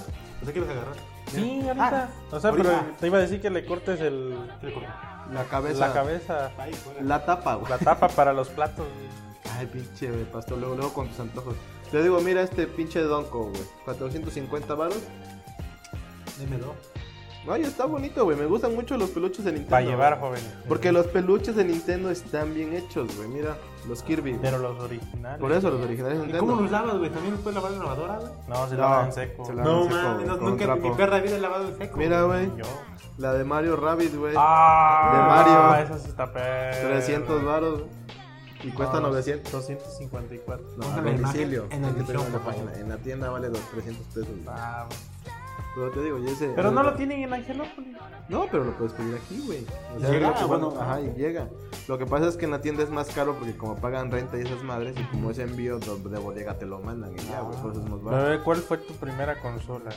Speaker 4: No sé qué los agarrar.
Speaker 2: sí, ahorita.
Speaker 4: Ah,
Speaker 2: o sea, pero
Speaker 4: ahorita.
Speaker 2: te iba a decir que le cortes el,
Speaker 4: ¿Qué le corto?
Speaker 3: La cabeza.
Speaker 2: la cabeza,
Speaker 4: Ahí, fuera.
Speaker 3: La tapa, güey.
Speaker 2: la tapa para los platos. güey.
Speaker 3: Ay, pinche, güey. Pastor, luego, luego con tus antojos. Te digo, mira este pinche donko, güey. 450 varos.
Speaker 4: Dime dos.
Speaker 3: Ay, está bonito, güey. Me gustan mucho los peluches de Nintendo.
Speaker 2: Para llevar,
Speaker 3: güey.
Speaker 2: joven.
Speaker 3: Porque los peluches de Nintendo están bien hechos, güey. Mira, los Kirby. güey.
Speaker 2: Pero los originales.
Speaker 3: Por eso los originales de
Speaker 4: ¿Y
Speaker 3: Nintendo.
Speaker 4: cómo los lavas, güey? ¿También los puedes lavar en lavadora, güey?
Speaker 2: No, se
Speaker 3: No,
Speaker 2: lo dan seco.
Speaker 3: se
Speaker 2: güey.
Speaker 3: lavan en seco, güey,
Speaker 4: no,
Speaker 3: Ah, con un
Speaker 4: nunca mi
Speaker 3: trapo.
Speaker 4: perra vida he lavado en seco.
Speaker 3: Mira, güey.
Speaker 2: Yo.
Speaker 3: La de Mario Rabbit, güey.
Speaker 2: Ah,
Speaker 3: De Mario.
Speaker 2: Esa sí está perra.
Speaker 3: 300 varos. güey. Y cuesta
Speaker 2: No,
Speaker 3: 900.
Speaker 2: 254.
Speaker 3: No,
Speaker 4: Ponga
Speaker 3: a
Speaker 4: la imagen
Speaker 3: domicilio.
Speaker 4: en el
Speaker 3: Aquí tenemos
Speaker 4: show,
Speaker 3: la
Speaker 4: por favor.
Speaker 3: página. En la tienda vale los 300 pesos. güey.
Speaker 2: Ah, güey.
Speaker 3: Pero te digo, yo ese-
Speaker 2: pero no lo tienen en Angelópolis.
Speaker 3: No, pero lo puedes pedir aquí, güey. O sea,
Speaker 4: Llega,
Speaker 3: lo que-
Speaker 4: bueno.
Speaker 3: Ajá, y llega. Lo que pasa es que en la tienda es más caro porque como pagan renta y esas madres, y como es envío de de bodega te lo mandan y ya, güey, por eso es más barato.
Speaker 2: Bebé, ¿cuál fue tu primera consola?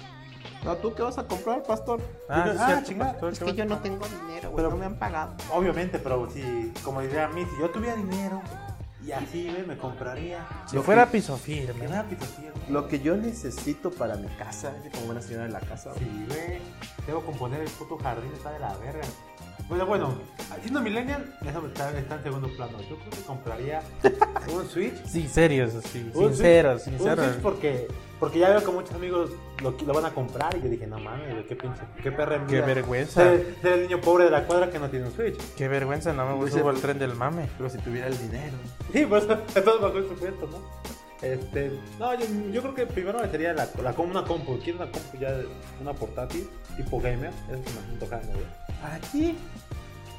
Speaker 3: No, ¿tú qué vas a comprar, pastor?
Speaker 2: Ah,
Speaker 4: Ah,
Speaker 2: cierto,
Speaker 4: chingada.
Speaker 2: pastor,
Speaker 5: Es
Speaker 2: ¿qué
Speaker 5: que
Speaker 2: vas
Speaker 5: yo
Speaker 2: a
Speaker 5: no
Speaker 2: comprar?
Speaker 5: tengo dinero, güey.
Speaker 4: Pero-
Speaker 5: No me han pagado.
Speaker 4: Obviamente, pero si, como diría a mí, si yo tuviera dinero y así, güey, me compraría. pues,
Speaker 2: Si
Speaker 3: Lo que-
Speaker 2: fuera piso firme.
Speaker 4: Me da pitosía, güey.
Speaker 3: Lo que yo necesito para mi casa, dice como una señora de la casa, güey.
Speaker 4: Sí, güey. Debo componer el puto jardín, está de la verga. Bueno, bueno, siendo millennial, eso está, está en segundo plano. Yo creo que compraría un Switch.
Speaker 2: Sí, serios, sí.
Speaker 4: Un
Speaker 2: Sinceros,
Speaker 4: Switch-
Speaker 2: sinceros.
Speaker 4: Un Switch porque, porque ya veo que muchos amigos lo, lo van a comprar y yo dije, no mames, güey, qué pinche, qué perra envidia.
Speaker 2: Qué vergüenza.
Speaker 4: Ser, ser el niño pobre de la cuadra que no tiene un Switch.
Speaker 2: Qué vergüenza, no me gusta
Speaker 3: Dice-
Speaker 2: el tren del mame.
Speaker 3: Pero si tuviera el dinero.
Speaker 4: Sí, pues todo bajo el supuesto, ¿no? Este, no, yo, yo creo que primero sería la, la, com- una compu. Quiero una compu ya, una portátil tipo gamer. Eso se me está tocando, güey.
Speaker 3: ¿Para qué?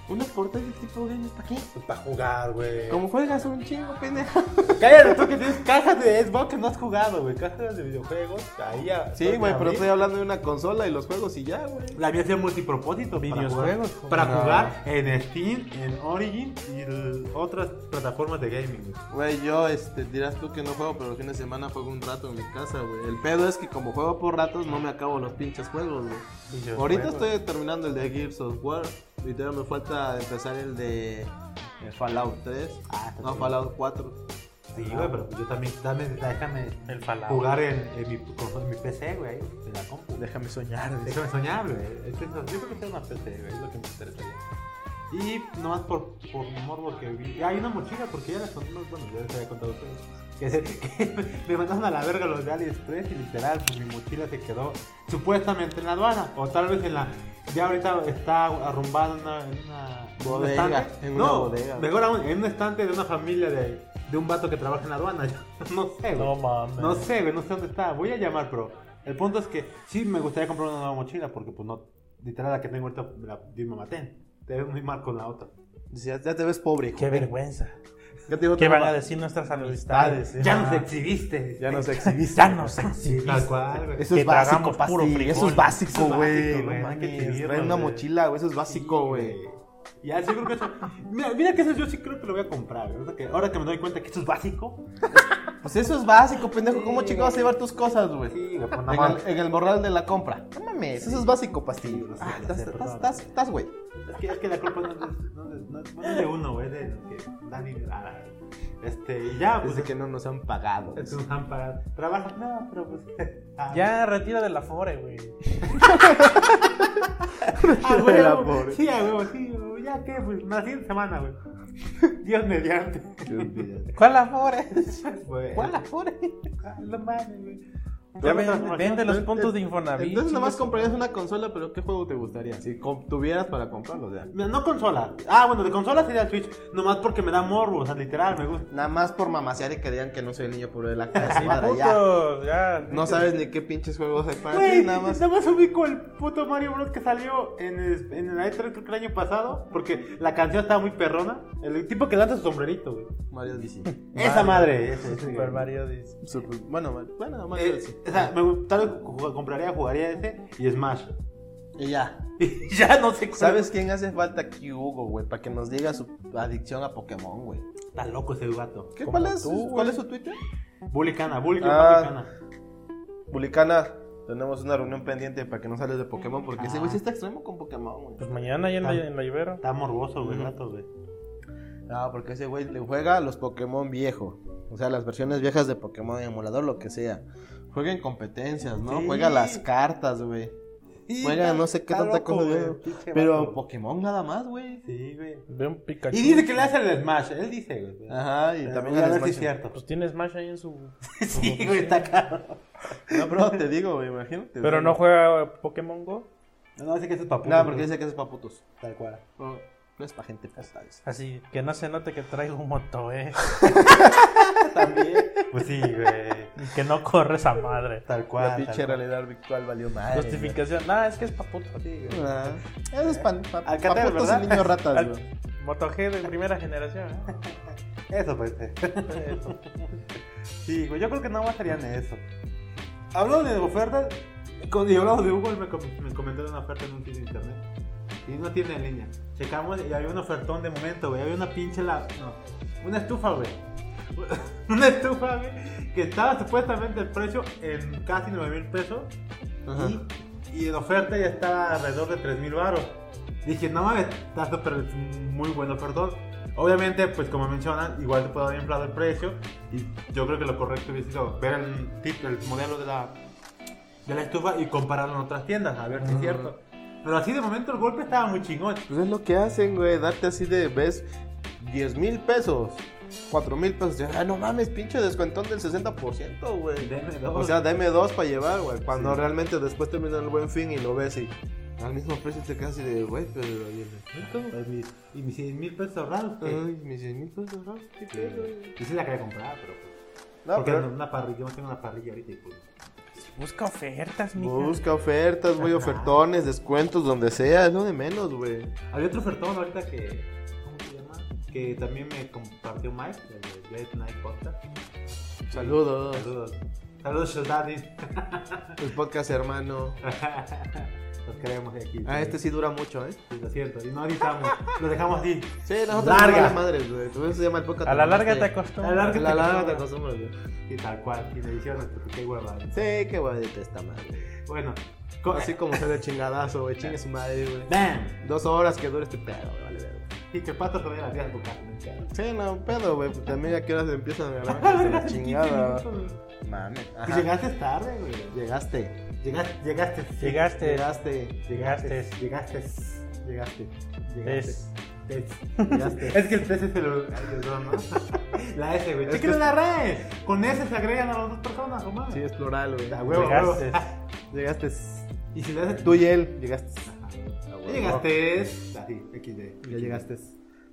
Speaker 3: ¿Una portátil tipo gamer? ¿Para qué?
Speaker 4: Pues para jugar, güey.
Speaker 3: Como juegas un chingo, pendejo.
Speaker 4: Cállate tú que tienes cajas de Xbox que no has jugado, güey. Cajas de videojuegos. Ahí ya.
Speaker 3: Sí, güey, pero estoy
Speaker 4: fue
Speaker 3: hablando de una consola y los juegos y ya, güey.
Speaker 4: La mía es de multipropósito. para
Speaker 2: Videojuegos,
Speaker 4: jugar- Para
Speaker 3: no.
Speaker 4: jugar en Steam, en Origin y el- otras plataformas de gaming, güey.
Speaker 3: Güey, yo, este, dirás tú que no juego, pero los fines de semana juego un rato en mi casa, güey. El pedo es que como juego por ratos, no me acabo los pinches juegos, güey.
Speaker 4: Videojuegos.
Speaker 3: Ahorita estoy terminando el de Gears of War. Y todavía me falta empezar el de eh, Fallout 3.
Speaker 4: Ah, está
Speaker 3: no,
Speaker 4: bien.
Speaker 3: Fallout 4.
Speaker 4: Sí, güey, pero pues yo también, dame, déjame
Speaker 2: El falao.
Speaker 4: jugar en, en mi, con- en mi PC, güey, ahí, en la compu.
Speaker 5: Déjame soñar. dice.
Speaker 4: Déjame soñar, güey. Es que eso- yo creo que sea una PC, güey, es lo que me interesaría. Y nomás por, por morbo que vi. Hay una mochila, porque ya les conté, no, bueno, ya les había contado a ustedes. Que, se- que me mandaron a la verga los de AliExpress y literal, pues mi mochila se quedó supuestamente en la aduana. O tal vez en la. Ya ahorita está arrumbada en una. en una- en un
Speaker 5: Bodega,
Speaker 4: estante.
Speaker 5: en
Speaker 4: no,
Speaker 5: una bodega.
Speaker 4: Mejor aún, en un estante de una familia de, de un vato que trabaja en la aduana. no sé, güey.
Speaker 2: No mames.
Speaker 4: No sé, güey, no sé dónde está. Voy a llamar, pero el punto es que sí me gustaría comprar una nueva mochila porque, pues, no. Literal, la que tengo ahorita me la di y me maté. Te ves muy mal con la otra.
Speaker 5: Dice, ya, ya te ves pobre. hijo.
Speaker 2: Qué vergüenza.
Speaker 4: Ya te digo,
Speaker 2: ¿Qué van a decir nuestras amistades?
Speaker 4: Ya
Speaker 2: Ah,
Speaker 4: nos exhibiste.
Speaker 5: Ya nos exhibiste.
Speaker 2: Ya nos exhibiste.
Speaker 4: Tal cual, güey.
Speaker 5: Eso
Speaker 2: Que
Speaker 5: es básico,
Speaker 2: tragamos puro
Speaker 5: pasti,
Speaker 2: frijol.
Speaker 5: Eso es
Speaker 4: Eso
Speaker 5: básico,
Speaker 4: es
Speaker 5: güey.
Speaker 4: básico,
Speaker 5: No
Speaker 4: güey, hay que
Speaker 5: mames.
Speaker 4: pedirlo,
Speaker 5: Traer una
Speaker 4: güey.
Speaker 5: mochila, güey. Eso es básico, güey.
Speaker 4: Y así creo que eso. Mira, mira que eso yo sí creo que lo voy a comprar. güey. Ahora que- Ahora que me doy cuenta que eso es básico.
Speaker 5: Pues eso es básico, pendejo.
Speaker 4: Sí,
Speaker 5: ¿Cómo chingados
Speaker 4: güey.
Speaker 5: llevar tus cosas, güey?
Speaker 4: Sí, güey, pues, nada
Speaker 5: En
Speaker 4: más.
Speaker 5: el, en el morral de la compra. No mames, eso es básico,
Speaker 4: Sí,
Speaker 5: pastillo.
Speaker 4: lo sé,
Speaker 5: Ah,
Speaker 4: lo
Speaker 5: estás,
Speaker 4: sé,
Speaker 5: estás-
Speaker 4: perdón.
Speaker 5: estás- estás, güey.
Speaker 4: Es que, es que la culpa no es, de- no es de- no es- no es de uno, güey, es de los que dan y ah, Este, y ya, pues.
Speaker 5: Desde que no nos han pagado.
Speaker 4: Es un lámpara. Trabaja. No, pero pues. ah,
Speaker 2: Ya retira de la Fore, güey.
Speaker 4: Ah, güey,
Speaker 5: Era
Speaker 4: güey,
Speaker 5: pobre.
Speaker 4: Sí, ah, güey, sí, güey, ya que, pues, la siguiente semana, güey. Dios mediante.
Speaker 2: ¿Cuál la Fore?
Speaker 4: Güey.
Speaker 5: ¿Cuál la pobre?
Speaker 4: Ah, No mames, güey.
Speaker 2: Ya ven- vende los puntos de Infonavit.
Speaker 5: Entonces nomás
Speaker 2: chicos.
Speaker 5: comprarías una consola, pero ¿qué juego te gustaría? Si com- tuvieras para comprarlo, o sea.
Speaker 4: Mira, no consola. Ah, bueno, de consola sería el Switch. Nomás porque me da morbo, o sea, literal, me gusta.
Speaker 5: Nada más por mamasear y que digan que no soy el niño por de la casa.
Speaker 2: Sí,
Speaker 5: madre, ya.
Speaker 2: putos, ya.
Speaker 5: No sabes ni qué pinches juegos hay
Speaker 2: Ah,
Speaker 5: para ti,
Speaker 4: Güey,
Speaker 5: nada más.
Speaker 4: ubico el puto Mario Bros. que salió en el, en el E3 creo que el año pasado. Porque la canción estaba muy perrona. El tipo que lanza su sombrerito, güey.
Speaker 5: Mario DC.
Speaker 4: Esa madre. ese, ese,
Speaker 2: Super
Speaker 4: güey.
Speaker 2: Mario dice.
Speaker 5: Super- bueno, Mario- bueno, Mario
Speaker 4: Eh,
Speaker 5: DC.
Speaker 4: o sea, me gu- tal vez ju- compraría, jugaría ese y Smash.
Speaker 5: Y ya.
Speaker 4: Y ya no sé cuál.
Speaker 5: ¿Sabes quién hace falta aquí, Hugo, güey? Para que nos diga su adicción a Pokémon, güey.
Speaker 4: Está loco ese gato.
Speaker 5: ¿Qué,
Speaker 2: Como
Speaker 5: ¿Cuál, es,
Speaker 2: tú, güey.
Speaker 5: ¿Cuál es su Twitter?
Speaker 4: Bulicana, Bulicana,
Speaker 5: Ah.
Speaker 4: Bulicana.
Speaker 5: Publicana, Ah. tenemos una reunión pendiente para que no sales de Pokémon, porque ese güey sí está extremo con Pokémon, güey.
Speaker 2: Pues mañana ya en la, en la Ibero.
Speaker 4: Está morboso, güey, el
Speaker 5: Ujú.
Speaker 4: gato, güey.
Speaker 5: No, porque ese güey le juega a los Pokémon viejo. O sea, las versiones viejas de Pokémon emulador, lo que sea. Juega en competencias, ¿no?
Speaker 4: Sí.
Speaker 5: Juega las cartas, güey. Juega no sé qué tanta cosa, güey. Pero Pokémon nada más, güey.
Speaker 4: Sí, güey.
Speaker 2: Ve un Pikachu.
Speaker 4: Y dice que le hace el Smash, él dice, güey.
Speaker 5: Ajá, y
Speaker 4: Pero
Speaker 5: también
Speaker 4: voy a
Speaker 5: al
Speaker 4: ver si es
Speaker 5: Smash.
Speaker 4: cierto.
Speaker 2: Pues tiene Smash ahí en su.
Speaker 4: sí, güey, está caro.
Speaker 5: No, pero te digo, güey, imagínate.
Speaker 2: Pero no juega Pokémon Go.
Speaker 4: No, no, dice que eso es papu.
Speaker 5: No, porque dice que eso es para putos.
Speaker 4: Tal cual.
Speaker 5: No, Oh, no es para gente puta. dice.
Speaker 2: Así que no se note que traigo un moto, eh.
Speaker 4: También. Pues sí, güey.
Speaker 2: Y que no corre esa madre.
Speaker 4: Tal cual.
Speaker 5: La
Speaker 4: tal
Speaker 5: pinche
Speaker 4: cual.
Speaker 5: realidad virtual valió madre. güey.
Speaker 2: Justificación. Nah, es que es pa' puto.
Speaker 4: Sí, güey.
Speaker 5: Ah, Eso es para pa,
Speaker 4: Alcatel,
Speaker 5: pa putos
Speaker 4: ¿verdad?
Speaker 5: y niños ratas,
Speaker 2: Al-
Speaker 5: güey.
Speaker 2: Moto G de primera generación. ¿eh?
Speaker 4: Eso pues.
Speaker 2: Eso.
Speaker 4: Sí, güey, yo creo que nada más serían eso. Hablando de ofertas, cuando yo hablaba de Google me, com- me comentaron una oferta en un sitio de internet. Y no tiene en línea. Checamos y había un ofertón de momento, güey. Había una pinche la. No, una estufa, güey. una estufa, güey. Que estaba supuestamente el precio en casi 9 mil pesos.
Speaker 5: Ajá.
Speaker 4: Y, y en oferta ya estaba alrededor de 3 mil baros. Dije, no mames, está súper muy bueno ofertón. Obviamente, pues como mencionan, igual te puede haber inflado el precio. Y yo creo que lo correcto hubiese sido ver el, tip- el modelo de la, de la estufa y compararlo en otras tiendas, a ver si es
Speaker 5: Ajá.
Speaker 4: cierto. Pero así de momento el golpe estaba muy chingón.
Speaker 5: Pues es lo que hacen, güey. Darte así de, ves, 10 mil pesos, 4 mil pesos. Ah, no mames, pinche descuentón del 60%, güey.
Speaker 4: Deme dos.
Speaker 5: O sea, dame dos para llevar, güey. Cuando realmente después termina el buen fin y lo ves y al mismo precio te quedas así de, güey, pero ¿y el descuento?
Speaker 4: Pues, mis- y mis 100 mil pesos ahorrados. que-
Speaker 5: Ay, mis 10 mil pesos, ¿no? ¿Qué
Speaker 4: que-
Speaker 5: pedo, güey?
Speaker 4: Yo sí la quería comprar, pero. pues,
Speaker 5: No,
Speaker 4: porque
Speaker 5: pero-
Speaker 4: en una parrilla, yo no tengo una parrilla ahorita y pues.
Speaker 2: Busca ofertas, mija.
Speaker 5: Busca ofertas, güey,
Speaker 4: Ajá.
Speaker 5: ofertones, descuentos, donde sea, es lo de menos, güey.
Speaker 4: Había otro ofertón ahorita que. ¿Cómo se llama? Que también me compartió Mike, el de Late Night Podcast.
Speaker 5: Saludos.
Speaker 4: Saludos. Saludos, Sholdaddy.
Speaker 5: El podcast hermano.
Speaker 4: Los queremos de aquí.
Speaker 5: Ah, este sí dura mucho, ¿eh?
Speaker 4: Sí, Lo siento, y no editamos, lo dejamos así.
Speaker 5: Sí, nosotros
Speaker 4: Larga.
Speaker 5: no vale madres, güey. Tú se llama el podcast.
Speaker 2: A la
Speaker 5: nomás
Speaker 2: larga
Speaker 5: te-
Speaker 2: te acostumbras.
Speaker 4: A la larga
Speaker 5: A la larga te
Speaker 4: te
Speaker 5: acostumbras, güey.
Speaker 4: Y tal cual, sin ediciones, porque qué hueva.
Speaker 5: Sí, qué guadita esta madre.
Speaker 4: Bueno, co-
Speaker 5: Así como se de chingadazo, güey. Chingue su madre, güey.
Speaker 4: ¡Bam!
Speaker 5: Dos horas que dura este pedo, güey. Vale, verga.
Speaker 4: Y que patas se vayan a tirar tu casa.
Speaker 5: Sí, no, pedo, güey. pues También ya que horas empiezan a grabar la chingada. Mames.
Speaker 4: Pues llegaste tarde, güey.
Speaker 5: Llegaste.
Speaker 4: Llegaste, llegaste.
Speaker 2: Llegaste.
Speaker 4: Llegaste. Llegaste.
Speaker 2: Llegaste.
Speaker 4: Llegaste. Llegaste.
Speaker 2: Es-
Speaker 4: Tes. Es que el tes es el. Ay, perdón, ¿no? La S, güey.
Speaker 5: Es que
Speaker 4: Chequen
Speaker 5: es-
Speaker 4: la red. Con S se agregan a las dos personas, o más.
Speaker 5: Sí, es plural, güey.
Speaker 4: A huevo, a huevo.
Speaker 2: Llegaste.
Speaker 5: Llegaste.
Speaker 4: Y si le haces tú.
Speaker 5: Tú y él llegaste.
Speaker 4: Ya llegaste. Así, XD.
Speaker 5: Ya llegaste.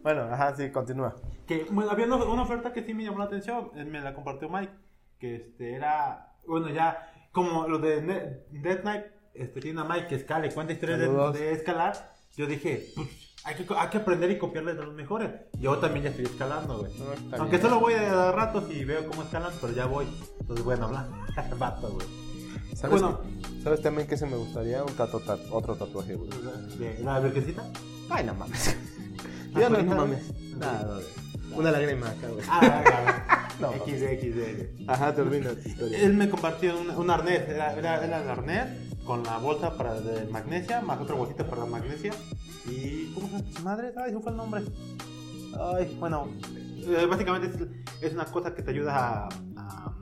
Speaker 5: Bueno, ajá, sí, continúa.
Speaker 4: Que bueno, había una, una oferta que sí me llamó la atención, eh, me la compartió Mike, que este era, bueno ya, como lo de Ne- Death Knight, este, tiene a Mike que escale, cuenta historias de,
Speaker 5: Saludos.
Speaker 4: de escalar, yo dije, "Pues, hay que, co- hay que aprender y copiarle de los mejores. Yo también ya estoy escalando, güey.
Speaker 5: No, está
Speaker 4: Aunque
Speaker 5: bien.
Speaker 4: solo voy a ratos y veo cómo escalan, pero ya voy. Entonces, bueno, habla, vato, güey.
Speaker 5: ¿Sabes,
Speaker 4: Bueno.
Speaker 5: qué- ¿Sabes también que se me gustaría? Un tato- ta- otro tatuaje, güey.
Speaker 4: De- ¿La virgencita?
Speaker 5: Ay, no mames. Ya no, no mames. Nada, güey. Una lágrima acá, güey.
Speaker 4: Ah, ah, ah,
Speaker 5: No.
Speaker 4: XD, XD.
Speaker 5: Ajá, termina tu historia.
Speaker 4: Él me compartió un, un arnés, era, era- era el arnés con la bolsa para de magnesia, más otra bolsita para la magnesia. Y. ¿Cómo se llama? su madre? Ay, se me fue el nombre. Ay, bueno. eh, Básicamente es, es una cosa que te ayuda a, a,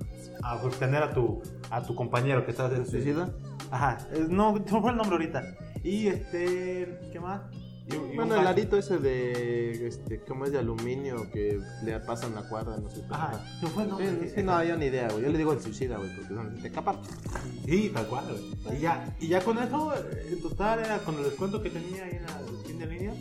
Speaker 4: a sostener a tu, a tu compañero que está en
Speaker 5: ¿Suicida?
Speaker 4: Ajá, eh, no, se me fue el nombre ahorita. Y este. ¿Qué más? Y- y un
Speaker 5: Bueno, el
Speaker 4: gas.
Speaker 5: arito ese de. Este, ¿Cómo es de aluminio que le pasan la cuerda? No sé. qué.
Speaker 4: Ajá, se me fue el nombre.
Speaker 5: Sí, sí, no, yo ni idea, güey. Yo le digo el suicida, güey, porque son- te escapa.
Speaker 4: Sí, tal cual, güey. Y ya, y ya con eso, eh, en total, era con el descuento que tenía ahí en la tienda en línea,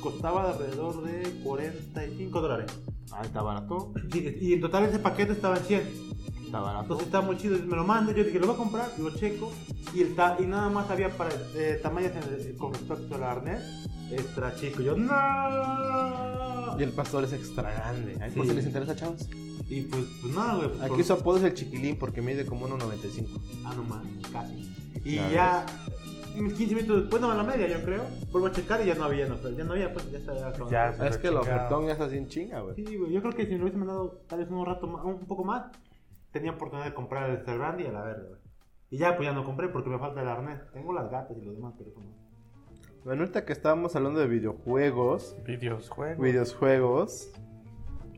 Speaker 4: costaba alrededor de 45 dólares.
Speaker 5: Ah, está barato.
Speaker 4: Y, y en total ese paquete estaba en 100.
Speaker 5: Está barato.
Speaker 4: Entonces estaba muy chido, me lo manda, yo dije, lo voy a comprar, lo checo, y, el ta- y nada más había para eh, tamaños en- con respecto al arnés, extra chico. Y yo, no.
Speaker 5: Y el pastor es extra grande. ¿Ahí
Speaker 4: Sí.
Speaker 5: por si les interesa, chavos?
Speaker 4: Y pues, pues nada, güey. pues,
Speaker 5: Aquí
Speaker 4: por-
Speaker 5: su apodo es el chiquilín porque mide como 1.95.
Speaker 4: Ah, no mames, casi. Y
Speaker 5: Ya
Speaker 4: ya, unos 15 minutos después, no, a la media, yo creo. Vuelvo a checar y ya no había, no, ya no había, pues ya estaba. con-
Speaker 2: Ya. Se
Speaker 5: Es
Speaker 2: lo
Speaker 5: que el
Speaker 2: chingaba.
Speaker 5: ofertón es así en chinga, güey.
Speaker 4: Sí, güey, yo creo que si me lo hubiesen mandado tal vez un rato más, un poco más, tenía oportunidad de comprar el Star Brandy y a la verde, güey. Y ya, pues ya no compré porque me falta el arnés. Tengo las gatas y los demás, pero eso no.
Speaker 5: Bueno, ahorita que estábamos hablando de videojuegos,
Speaker 2: Videojuegos.
Speaker 5: videojuegos.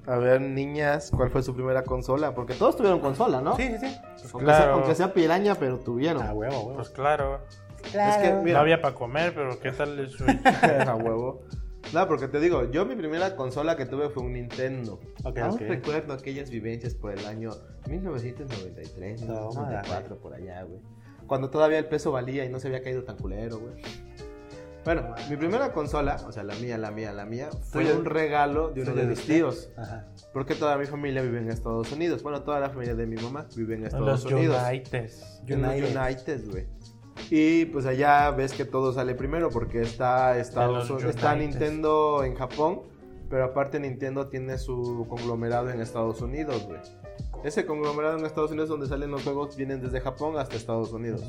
Speaker 5: A ver, niñas, ¿cuál fue su primera consola? Porque todos tuvieron consola, ¿no?
Speaker 4: Sí, sí, sí.
Speaker 5: Aunque,
Speaker 2: Pues Claro.
Speaker 5: sea, aunque sea piraña, pero tuvieron.
Speaker 4: Ah, huevo, huevo.
Speaker 2: Pues claro.
Speaker 5: Es que, mira,
Speaker 2: No había para comer, pero ¿qué tal el Switch?
Speaker 5: a huevo. No, porque te digo, yo mi primera consola que tuve fue un Nintendo.
Speaker 2: Ah,
Speaker 4: Ok,
Speaker 5: Aún
Speaker 4: ok.
Speaker 5: recuerdo aquellas vivencias por el año 1993,
Speaker 4: No,
Speaker 5: 1994, por allá, güey. Cuando todavía el peso valía y no se había caído tan culero, güey. Bueno, mi primera consola, o sea, la mía, la mía, la mía, fue
Speaker 4: Soy-
Speaker 5: un regalo de uno
Speaker 4: soy
Speaker 5: de
Speaker 4: de
Speaker 5: mis
Speaker 4: usted.
Speaker 5: tíos.
Speaker 4: Ajá.
Speaker 5: Porque toda mi familia vive en Estados Unidos. Bueno, toda la familia de mi mamá vive en
Speaker 2: Los
Speaker 5: Estados Unidos.
Speaker 2: United.
Speaker 5: En los
Speaker 4: United.
Speaker 5: United, güey. Y pues allá ves que todo sale primero porque está Estados
Speaker 2: En los
Speaker 5: está
Speaker 2: United.
Speaker 5: Nintendo en Japón, pero aparte Nintendo tiene su conglomerado en Estados Unidos, güey. Ese conglomerado en Estados Unidos donde salen los juegos vienen desde Japón hasta Estados Unidos.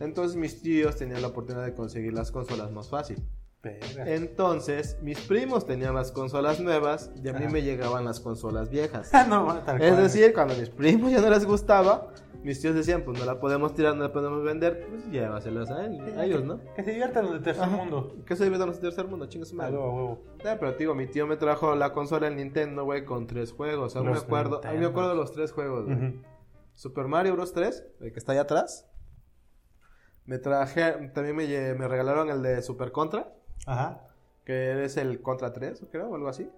Speaker 5: Entonces mis tíos tenían la oportunidad de conseguir las consolas más fácil. Eh,
Speaker 2: Verga.
Speaker 5: Entonces mis primos tenían las consolas nuevas y a mí
Speaker 4: Ajá.
Speaker 5: me llegaban las consolas viejas.
Speaker 4: no, bueno, tal
Speaker 5: Es
Speaker 4: cual,
Speaker 5: decir, cuando a mis primos ya no les gustaba, mis tíos decían, pues no la podemos tirar, no la podemos vender, pues llévaselas a, él,
Speaker 4: güey.
Speaker 5: a ellos, ¿no?
Speaker 4: Que se diviertan los del tercer
Speaker 5: Ajá.
Speaker 4: mundo.
Speaker 5: ¿Qué se debe de los tercer mundo? Chingas su
Speaker 4: A
Speaker 5: madre.
Speaker 4: huevo, a huevo.
Speaker 5: Ah, pero te digo, mi tío me trajo la consola en Nintendo, güey, con tres juegos. Aún me
Speaker 2: Los
Speaker 5: acuerdo, aún me
Speaker 2: Nintendo.
Speaker 5: acuerdo de los tres juegos, güey.
Speaker 2: Ujú.
Speaker 5: Super Mario Bros. 3, el que está allá atrás. Me traje, también me, lle- me regalaron el de Super Contra,
Speaker 4: Ajá.
Speaker 5: que es el Contra 3, creo, o algo así.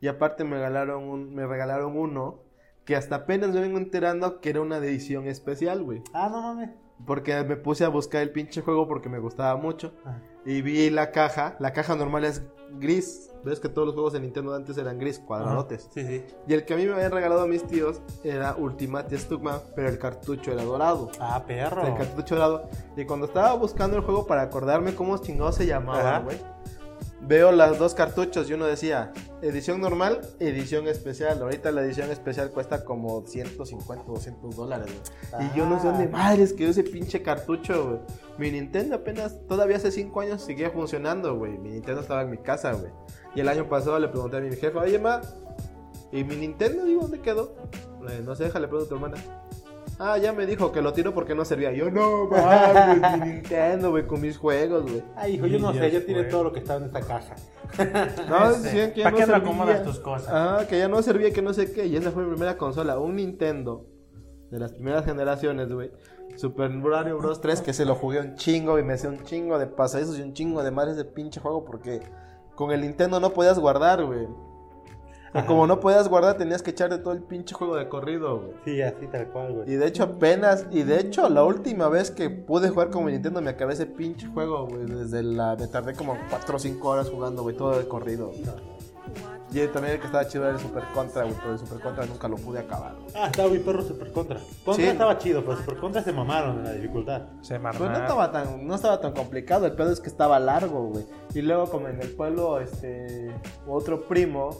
Speaker 5: Y aparte me regalaron, un- me regalaron uno que hasta apenas me vengo enterando que era una edición especial, güey.
Speaker 4: Ah, no mames.
Speaker 5: Porque me puse a buscar el pinche juego porque me gustaba mucho.
Speaker 4: Ah.
Speaker 5: Y vi la caja. La caja normal es gris. Ves que todos los juegos de Nintendo de antes eran gris, cuadradotes.
Speaker 4: Sí, sí.
Speaker 5: Y el que a mí me habían regalado mis tíos era Ultimate Stugman, pero el cartucho era dorado.
Speaker 4: Ah, perro.
Speaker 5: El Este, cartucho dorado. Y cuando estaba buscando el juego para acordarme cómo chingado se llamaba,
Speaker 4: Ajá.
Speaker 5: güey. Veo las dos cartuchos y uno decía edición normal, edición especial. Ahorita la edición especial cuesta como 150, 200 dólares, güey. Y yo no
Speaker 4: Ah.
Speaker 5: sé dónde madres quedó ese pinche cartucho, güey. Mi Nintendo apenas, todavía hace 5 años seguía funcionando, güey. Mi Nintendo estaba en mi casa, güey. Y el año pasado le pregunté a mi jefa, oye, ma, ¿y mi Nintendo? Digo, ¿dónde quedó? Eh, no sé, déjale, pregunto a tu hermana. Ah, ya me dijo que lo tiro porque no servía. Yo no, mames, mi Nintendo, güey, con mis juegos, güey.
Speaker 4: Ay, hijo, yo no
Speaker 2: Y
Speaker 4: sé,
Speaker 2: ya
Speaker 4: yo tiré
Speaker 2: fue.
Speaker 4: todo lo que estaba en esta casa.
Speaker 5: No,
Speaker 2: Este,
Speaker 5: decían que
Speaker 2: ¿pa'
Speaker 5: no Ah,
Speaker 2: qué no
Speaker 5: servía.
Speaker 2: acomodas tus cosas?
Speaker 5: Ajá, que ya no servía, que no sé qué. Y esa fue mi primera consola, un Nintendo. De las primeras generaciones, güey. Super Mario Bros. 3, que se lo jugué un chingo y me hacía un chingo de pasadizos y un chingo de madres de pinche juego porque con el Nintendo no podías guardar, güey. O como no podías guardar, tenías que echar de todo el pinche juego de corrido, güey.
Speaker 4: Sí, así tal cual, güey.
Speaker 5: Y de hecho apenas, y de hecho la última vez que pude jugar con mi Nintendo me acabé ese pinche juego, güey. Desde la, me tardé como 4 o 5 horas jugando, güey, todo de corrido. güey. Y también el que estaba chido era el Super Contra, güey, pero el Super Contra nunca lo pude acabar. güey.
Speaker 4: Ah, estaba mi perro Super Contra. Contra
Speaker 5: Sí.
Speaker 4: estaba chido, pero Super Contra se mamaron en la dificultad.
Speaker 2: Se
Speaker 5: Pues no
Speaker 2: marca.
Speaker 5: estaba tan, no estaba tan complicado, el pedo es que estaba largo, güey. Y luego como en el pueblo, este, otro primo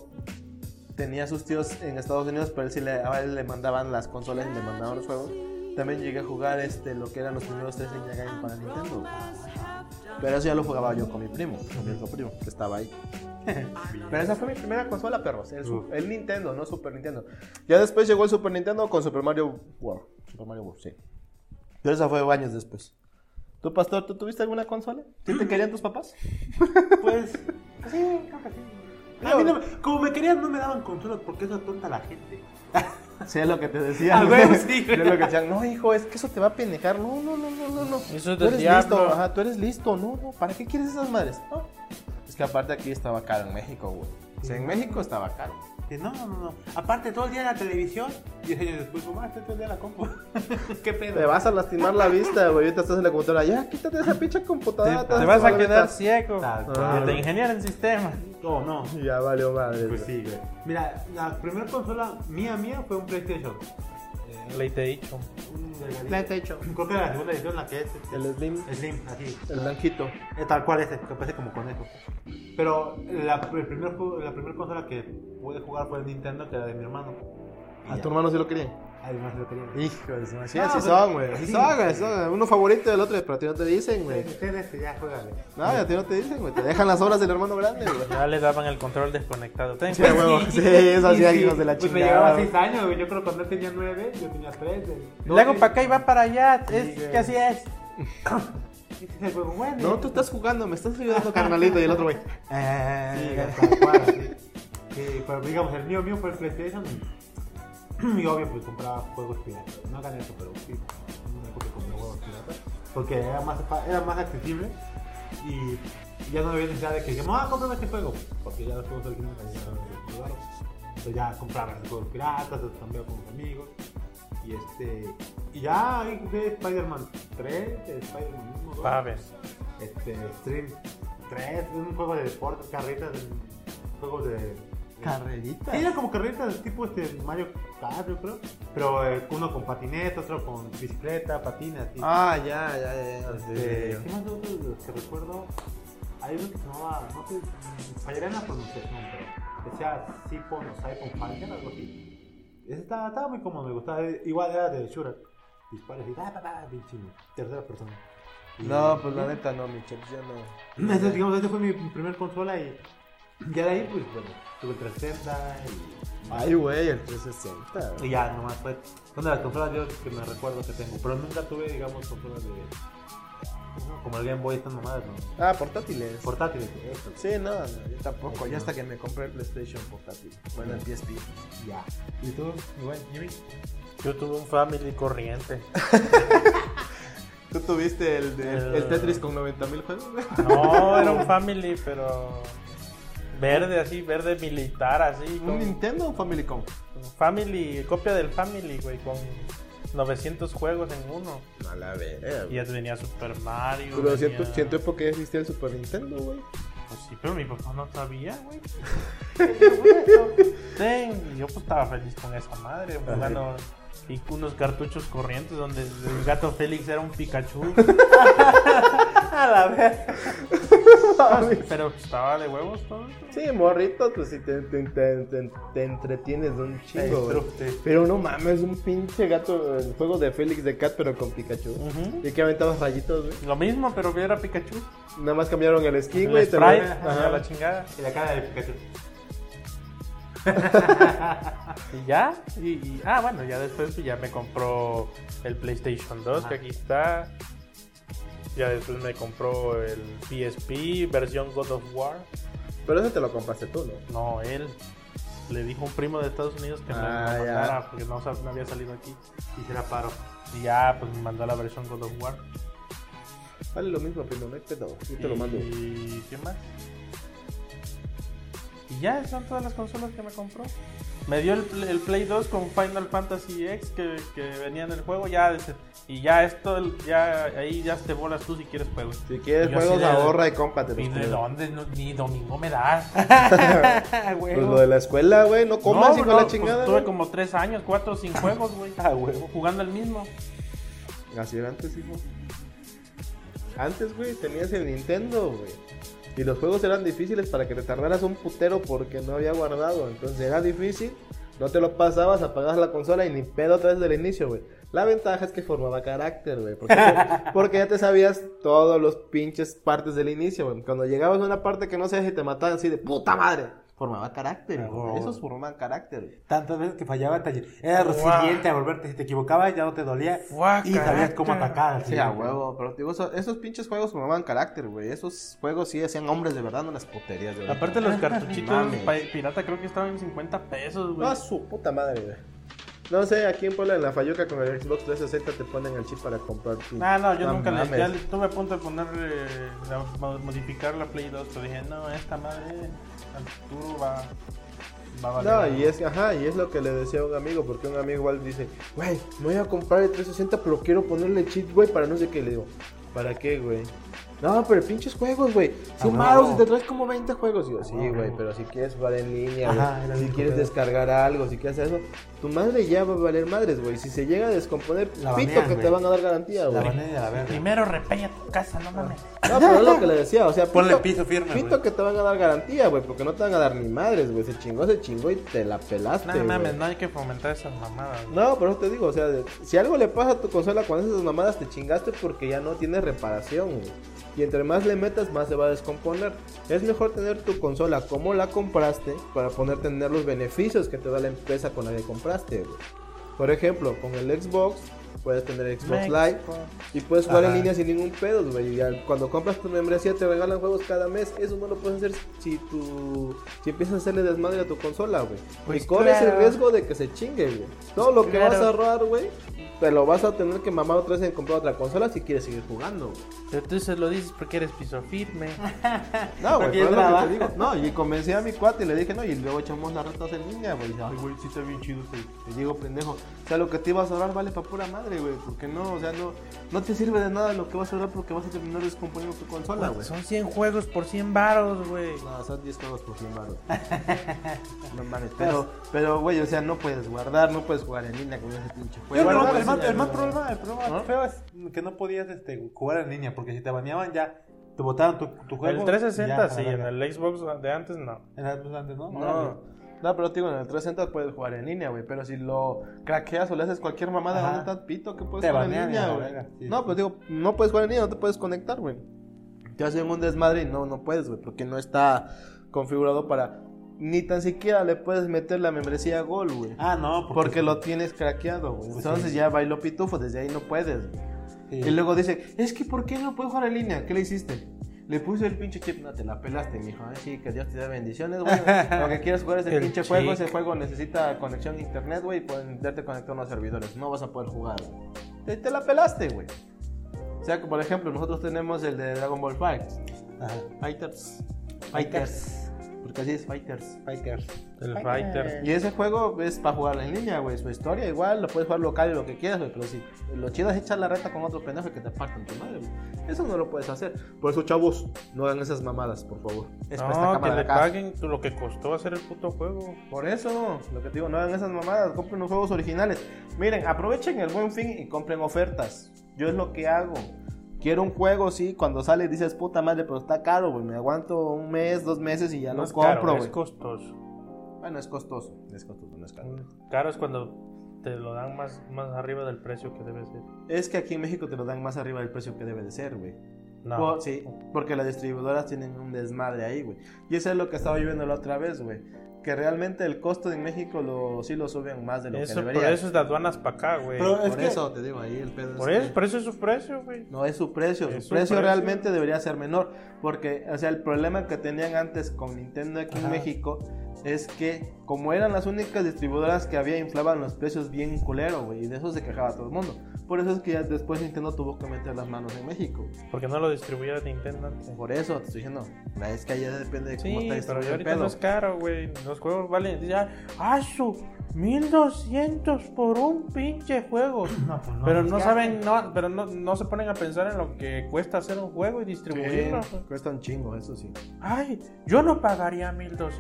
Speaker 5: tenía sus tíos en Estados Unidos, pero él sí le, a él le mandaban las consolas y le mandaban los juegos. También llegué a jugar este, lo que eran los primeros tres Ninja Gaiden para Nintendo. güey. Pero eso ya lo jugaba yo con mi primo, con mi otro primo, que estaba ahí. Pero esa fue mi primera consola, perros. El, su-
Speaker 4: Uf.
Speaker 5: el Nintendo, no Super Nintendo. Ya después llegó el Super Nintendo con Super Mario World. Super Mario World, sí. Pero esa fue años después. ¿Tú, pastor, tú tuviste alguna consola? ¿Sí te querían tus papás?
Speaker 4: Pues, sí, creo que sí. A mí no me- como me querían, no me daban consolas porque eso tonta la gente.
Speaker 5: Sí, es lo que te decían.
Speaker 4: Ah,
Speaker 5: güey,
Speaker 4: güey, sí, güey.
Speaker 5: Es lo que decían. No, hijo, es que eso te va a pendejar. No, no, no, no, no. no.
Speaker 2: Eso es
Speaker 5: tú
Speaker 2: del
Speaker 5: eres
Speaker 2: diablo.
Speaker 5: listo. Ajá, tú eres listo. No, no. ¿Para qué quieres esas madres? No. Es que aparte aquí estaba caro en México, güey. O sea, en México estaba caro.
Speaker 4: Que No, no, no. Aparte, todo el día en la televisión. Diez años después, mamá, estoy todo el día en la compu. ¿Qué pedo?
Speaker 5: Te vas a lastimar la vista, güey. Ahorita estás en la computadora. Ya, quítate esa pinche
Speaker 2: Te,
Speaker 5: computadora.
Speaker 2: te vas a quedar
Speaker 5: quedarse
Speaker 2: ciego.
Speaker 4: Tal
Speaker 2: Que
Speaker 4: cual.
Speaker 2: te ingeniaron sistemas.
Speaker 4: No, no.
Speaker 5: Ya valió madre.
Speaker 4: Pues
Speaker 5: güey.
Speaker 4: sí, güey. Mira, la primera consola mía, mía, fue un PlayStation. Eh,
Speaker 2: Le te he dicho.
Speaker 4: un delgadito.
Speaker 5: PlayStation.
Speaker 4: Creo que era la segunda edición la que es. este,
Speaker 5: El Slim,
Speaker 4: Slim, así.
Speaker 5: el blanquito.
Speaker 4: Eh, Tal cual ese, que parece como conejo. Pero la, el primer, juego- la primera consola que pude jugar fue el Nintendo, que era de mi hermano. Y
Speaker 5: A
Speaker 4: ya.
Speaker 5: tu hermano sí lo querían.
Speaker 4: Además lo tenía.
Speaker 5: Hijo de su madre. Sí,
Speaker 4: Ah,
Speaker 5: así
Speaker 4: pues,
Speaker 5: son, güey. Así
Speaker 4: sí.
Speaker 5: son, güey. así son. Uno favorito del otro, pero a ti no te dicen, güey.
Speaker 4: Ustedes ya juegan.
Speaker 5: No, a ti no te dicen, güey. Te dejan las obras del hermano grande, güey.
Speaker 2: Ya le daban el control desconectado. Ten,
Speaker 5: Sí, huevo. Sí, es así, hijos de la
Speaker 4: pues me
Speaker 5: chingada.
Speaker 4: llevaba
Speaker 5: güey.
Speaker 4: 6 años, güey. Yo creo que cuando él tenía 9, yo tenía 3.
Speaker 2: Luego para acá y va para allá. Es
Speaker 4: Sí, güey.
Speaker 2: que así es.
Speaker 4: Bueno,
Speaker 5: No, tú estás jugando, me estás ayudando, carnalito. Y el otro, güey.
Speaker 4: Sí,
Speaker 2: Eh.
Speaker 4: tal cual, sí. Sí, pero digamos, el mío mío fue el PlayStation. Y obvio, pues compraba juegos piratas. No gané eso, pero sí. Una época compré juegos piratas. Porque era más, fa- era más accesible. Y ya no había necesidad de que digamos, ah, cómprame este juego. Porque ya los juegos originales ya no los jugaron. Entonces ya compraba los juegos piratas, los cambiaba con mis amigos. Y este. Y ya ahí jugué Spider-Man 3, Spider-Man 1, 2
Speaker 2: Paves.
Speaker 4: este, Stream 3, un juego de deportes, carretas, juegos de...
Speaker 5: Carrerita.
Speaker 4: Sí, era como carretas tipo este Mario Kart, yo creo, pero eh, uno con patineta, otro con bicicleta, patina, así.
Speaker 5: Ah, ya, ya, ya, ya. sí,
Speaker 4: Este,
Speaker 5: sí,
Speaker 4: ¿Qué más de otros de los que recuerdo? Hay uno que se llamaba, no sé, mm, fallaré en la pronunciación, pero decía Sipon o Saipon Falcon, algo así. Ese estaba, estaba muy cómodo, me gustaba. eh, Igual era de Shura. Disparos y da, da, da, bien chino. Tercera persona.
Speaker 5: sí.
Speaker 4: Y-
Speaker 5: No, pues la neta no, mi chef, yo no.
Speaker 4: Esa, digamos, esa fue mi primer consola y ya de ahí, pues bueno, tuve el 360
Speaker 5: Ay, güey, el 360.
Speaker 4: y, y ya nomás fue una de las consolas yo que me recuerdo que tengo, pero nunca tuve, digamos, consolas de. Como el Game Boy, estas mamadas, ¿no?
Speaker 5: Ah, portátiles.
Speaker 4: Portátiles, eso,
Speaker 5: Sí, no, no, yo tampoco. Ya Este, hasta que me compré el PlayStation portátil. Bueno, el PSP.
Speaker 4: ya. ¿Y tú, igual, Jimmy?
Speaker 2: Yo tuve un family corriente.
Speaker 5: ¿Tú tuviste el, de-
Speaker 2: El-
Speaker 5: el Tetris con 90.000 juegos? güey?
Speaker 2: No, era un family, pero. Verde así, verde militar así.
Speaker 5: ¿Un
Speaker 2: con-
Speaker 5: Nintendo o un Family Com?
Speaker 2: Family, copia del Family, güey, con 900 juegos en uno.
Speaker 5: A la
Speaker 2: Y ya venía Super Mario.
Speaker 5: Pero
Speaker 2: venía-
Speaker 5: siento, siento porque ya existía el Super Nintendo, güey.
Speaker 2: Pues sí, pero mi papá no sabía, güey. Ten, y yo pues estaba feliz con esa madre, jugando. Y unos cartuchos corrientes donde el gato Félix era un Pikachu. A la vez. Pero estaba de huevos todo.
Speaker 5: Sí, morrito, pues sí, te, te, te- te- te entretienes de un chingo, güey.
Speaker 2: Destructe.
Speaker 5: Pero no mames, un pinche gato, el juego de Félix de Cat, pero con Pikachu.
Speaker 2: Ujú.
Speaker 5: Y que aventabas rayitos, güey.
Speaker 2: Lo mismo, pero era Pikachu.
Speaker 5: Nada más cambiaron el skin,
Speaker 2: El
Speaker 5: güey. y te
Speaker 2: sprite,
Speaker 5: volvías-
Speaker 2: ajá,
Speaker 5: Ajá.
Speaker 2: la chingada.
Speaker 4: Y la cara de Pikachu.
Speaker 2: Y ya, y, y- ah, bueno, ya después pues, ya me compró el PlayStation 2, que
Speaker 4: Ajá.
Speaker 2: aquí está. Ya después me compró el PSP, versión God of War.
Speaker 3: Pero ese te lo compraste tú, ¿no?
Speaker 2: No, él le dijo a un primo de Estados Unidos que me lo
Speaker 3: Ah, ya.
Speaker 2: mandara porque no, sab- no había salido aquí.
Speaker 4: Hiciera paro.
Speaker 2: Y ya, pues me mandó la versión God of War.
Speaker 3: Vale lo mismo, primo, no hay pedo. Yo te lo mando.
Speaker 2: ¿Y qué más? Y ya, son todas las consolas que me compró. Me dio el, pl- el Play 2 con Final Fantasy X que, que venía en el juego. Ya, dice, y ya esto, ya ahí ya te bolas tú si quieres juegos.
Speaker 3: Si quieres
Speaker 2: Yo así
Speaker 3: juegos,
Speaker 2: de-
Speaker 3: ahorra y cómprate.
Speaker 2: ¿Y de dónde? No- ni domingo me das.
Speaker 3: Pues lo de la escuela, güey, no comas, hijo de la
Speaker 2: pues,
Speaker 3: chingada.
Speaker 2: tuve
Speaker 3: güey.
Speaker 2: como tres años, cuatro sin juegos, güey.
Speaker 3: Ah, huevo.
Speaker 2: Jugando el mismo.
Speaker 3: Así era antes, hijo. Antes, güey, tenías el Nintendo, güey. Y los juegos eran difíciles para que te tardaras un putero porque no había guardado. Entonces era difícil, no te lo pasabas, apagabas la consola y ni pedo otra vez del inicio, güey. La ventaja es que formaba carácter, güey. Porque, porque ya te sabías todos los pinches partes del inicio, güey. Cuando llegabas a una parte que no sabías y te mataban así de puta madre. Formaba carácter,
Speaker 4: Ah,
Speaker 3: güey.
Speaker 4: huevo.
Speaker 3: Esos forman carácter, güey.
Speaker 4: Tantas veces que fallaba, te- era
Speaker 2: Guau.
Speaker 4: resiliente a volverte. Si te equivocabas, ya no te dolía.
Speaker 2: Guau,
Speaker 4: y sabías cómo
Speaker 2: carácter.
Speaker 4: atacar. al
Speaker 3: Sí, a
Speaker 4: siguiente.
Speaker 3: huevo, pero te digo, eso- esos pinches juegos formaban carácter, güey. Esos juegos sí hacían hombres de verdad, no las puterías de verdad.
Speaker 2: Aparte los cartuchitos
Speaker 3: Mames.
Speaker 2: pa- pirata creo que estaban en 50 pesos, güey.
Speaker 3: No, Ah, su puta madre, güey. No sé, aquí en Puebla, en la Fayuca, con el Xbox 360 te ponen el chip para comprar tu...
Speaker 2: No, Ah, no, yo
Speaker 3: No
Speaker 2: nunca le,
Speaker 3: mames.
Speaker 2: ya le- estuve a punto de poner, eh, la- mo- modificar la Play 2, pero dije, no, esta madre al futuro va, va a
Speaker 3: No,
Speaker 2: valer.
Speaker 3: y es, ajá, y es lo que le decía a un amigo, porque un amigo igual dice, güey, me voy a comprar el 360, pero quiero ponerle chip, güey, para no sé qué. Le digo, ¿para qué, güey? No, pero pinches juegos, güey.
Speaker 4: Ah,
Speaker 3: Si
Speaker 4: no.
Speaker 3: malos y te traes como 20 juegos. Y yo, sí,
Speaker 4: no.
Speaker 3: güey, pero si quieres jugar en línea,
Speaker 4: Ajá,
Speaker 3: güey,
Speaker 4: era el
Speaker 3: si
Speaker 4: único
Speaker 3: quieres
Speaker 4: pedo.
Speaker 3: descargar algo, si quieres hacer eso, tu madre ya va a valer madres, güey. Si se llega a descomponer,
Speaker 4: La
Speaker 3: pito
Speaker 4: banean,
Speaker 3: que
Speaker 4: güey.
Speaker 3: te van a dar garantía,
Speaker 4: La
Speaker 3: güey.
Speaker 4: banana y la verga.
Speaker 2: Primero repella tu casa, no mames.
Speaker 3: No, pero es lo que le decía, o sea,
Speaker 4: Ponle piso firme,
Speaker 3: Pito
Speaker 4: güey.
Speaker 3: que te van a dar garantía, güey, porque no te van a dar ni madres, güey. Se chingó, se chingó y te la pelaste.
Speaker 2: No
Speaker 3: güey.
Speaker 2: mames, no hay que fomentar esas mamadas. güey.
Speaker 3: No, pero eso te digo, o sea, de- si algo le pasa a tu consola con esas mamadas, te chingaste porque ya no tiene reparación, güey. Y entre más le metas, más se va a descomponer. Es mejor tener tu consola como la compraste para poder tener los beneficios que te da la empresa con la que compraste, güey. Por ejemplo, con el Xbox, puedes tener Xbox
Speaker 2: Mex-
Speaker 3: Live y puedes jugar
Speaker 4: Ajá.
Speaker 3: en línea sin ningún pedo, güey. Y ya Cuando compras tu membresía, te regalan juegos cada mes. Eso no lo puedes hacer si tu, si empiezas a hacerle desmadre a tu consola, güey.
Speaker 2: Pues
Speaker 3: y corres
Speaker 2: claro.
Speaker 3: el riesgo de que se chingue, güey. Todo lo que
Speaker 2: Claro.
Speaker 3: vas a ahorrar, güey, te lo vas a tener que mamar otra vez en comprar otra consola si quieres seguir jugando, güey.
Speaker 2: Pero tú se lo dices porque eres piso firme.
Speaker 3: Ah, No, güey,
Speaker 4: Porque
Speaker 3: pero
Speaker 4: es
Speaker 3: es lo que
Speaker 4: brava.
Speaker 3: te digo. No, y convencí a mi cuate y le dije, no, y luego echamos las ratas en línea, güey. Y dice, Ay, güey, sí está bien chido, güey. Y digo, pendejo, o sea, lo que te ibas a ahorrar vale para pura madre, güey. Porque no, o sea, no, no te sirve de nada lo que vas a ahorrar porque vas a terminar descomponiendo tu consola, güey.
Speaker 2: Son 100 juegos por 100 varos, güey.
Speaker 3: No, son 10 juegos por 100 baros. no mames, pero, pero, güey, o sea, no puedes guardar, no puedes jugar en línea con ese pinche
Speaker 4: Yo
Speaker 3: juego.
Speaker 4: creo
Speaker 3: Guardar,
Speaker 4: que el, más,
Speaker 3: sí,
Speaker 4: el más
Speaker 3: no.
Speaker 4: problema, el problema
Speaker 2: ¿No?
Speaker 4: feo es pues, eh, que no podías este, jugar en línea, porque si te baneaban ya, te botaban tu, tu juego.
Speaker 2: el
Speaker 4: ya, a
Speaker 2: 360
Speaker 4: la
Speaker 2: sí, en
Speaker 4: verga.
Speaker 2: el Xbox de antes no.
Speaker 4: En el Atlas antes, ¿no? Órale.
Speaker 3: No. No, pero te digo, en el 360 puedes jugar en línea, güey. Pero si lo craqueas o le haces cualquier mamada,
Speaker 4: Ajá.
Speaker 3: van a estar pito que puedes
Speaker 4: Te
Speaker 3: jugar
Speaker 4: banean
Speaker 3: en
Speaker 4: y
Speaker 3: línea,
Speaker 4: la
Speaker 3: güey.
Speaker 4: verga, sí.
Speaker 3: No, pues digo, no puedes jugar en línea, no te puedes conectar, güey. Te hacen un desmadre y no, no puedes, güey, porque no está configurado para. Ni tan siquiera le puedes meter la membresía Gol, güey.
Speaker 4: Ah, no, porque,
Speaker 3: Porque lo tienes craqueado, güey.
Speaker 4: Pues
Speaker 3: Entonces
Speaker 4: sí.
Speaker 3: ya bailó pitufo, desde ahí no puedes. güey.
Speaker 4: sí.
Speaker 3: Y luego dice, es que ¿por qué no puedo jugar en línea? ¿Qué le hiciste? Le puse el pinche chip, no te la pelaste, mijo. Ay, sí, que Dios te dé bendiciones, güey. Lo que quieras jugar ese
Speaker 2: El
Speaker 3: pinche
Speaker 2: chip.
Speaker 3: juego, ese juego necesita conexión a internet, güey, y poderte conectar a unos servidores. No vas a poder jugar, güey. Te, te la pelaste, güey. O sea, que por ejemplo, nosotros tenemos el de Dragon Ball Fighters.
Speaker 4: Ajá.
Speaker 3: Fighters. Fighters. Porque así es, Fighters. Fighters.
Speaker 2: El Fighter.
Speaker 3: Y ese juego es para jugar en línea, güey. Su historia igual, lo puedes jugar local y lo que quieras, güey. Pero si lo chido es echar la reta con otro pendejo que te partan tu madre, güey. Eso no lo puedes hacer. Por eso, chavos, no hagan esas mamadas, por favor. Es para esta
Speaker 2: No, que
Speaker 3: cámara
Speaker 2: le
Speaker 3: de acá.
Speaker 2: paguen lo que costó hacer el puto juego.
Speaker 3: Por eso, lo que te digo, no hagan esas mamadas, compren los juegos originales. Miren, aprovechen el buen fin y compren ofertas. Yo es lo que hago. Quiero un juego, sí, cuando sale dices, puta madre, pero está caro, güey. Me aguanto un mes, dos meses y ya
Speaker 2: no
Speaker 3: lo
Speaker 2: es caro,
Speaker 3: compro,
Speaker 2: es
Speaker 3: güey.
Speaker 2: costoso.
Speaker 3: Bueno, es costoso. Es costoso, no es caro.
Speaker 2: Mm, Caro es cuando te lo dan más, más arriba del precio que debe ser.
Speaker 3: Es que aquí en México te lo dan más arriba del precio que debe de ser, güey.
Speaker 2: No.
Speaker 3: Por- sí, porque las distribuidoras tienen un desmadre ahí, güey. Y eso es lo que estaba yo viendo la otra vez, güey. que realmente el costo en México lo, sí lo suben más de lo
Speaker 2: Eso,
Speaker 3: que
Speaker 2: por
Speaker 3: debería.
Speaker 2: eso es de aduanas para acá, güey.
Speaker 4: Pero- es
Speaker 3: Por
Speaker 4: que-
Speaker 3: eso te digo ahí el pedo. es
Speaker 2: Por
Speaker 3: que-
Speaker 2: eso, por eso es su precio, güey.
Speaker 3: No es su precio,
Speaker 2: Es
Speaker 3: su
Speaker 2: su
Speaker 3: precio
Speaker 2: precio.
Speaker 3: realmente debería ser menor, porque, o sea, el problema que tenían antes con Nintendo aquí en
Speaker 2: Ajá.
Speaker 3: México es que como eran las únicas distribuidoras que había, inflaban los precios bien culero, güey, y de eso se quejaba todo el mundo. Por eso es que ya después Nintendo tuvo que meter las manos en México.
Speaker 2: Porque no lo distribuía Nintendo antes.
Speaker 3: Por eso te estoy diciendo, la es que allá depende de
Speaker 2: Sí,
Speaker 3: cómo
Speaker 2: pero
Speaker 3: está
Speaker 2: ya
Speaker 3: distribuido el
Speaker 2: ahorita
Speaker 3: pedo.
Speaker 2: no es caro, güey. Los juegos valen ya, ¡ah, su! 1200 por un pinche juego.
Speaker 4: No, pues
Speaker 2: pero no saben, no, pero no, no se ponen a pensar en lo que cuesta hacer un juego y distribuirlo.
Speaker 3: Sí, cuesta un chingo, eso sí.
Speaker 2: Ay, yo no pagaría 1200.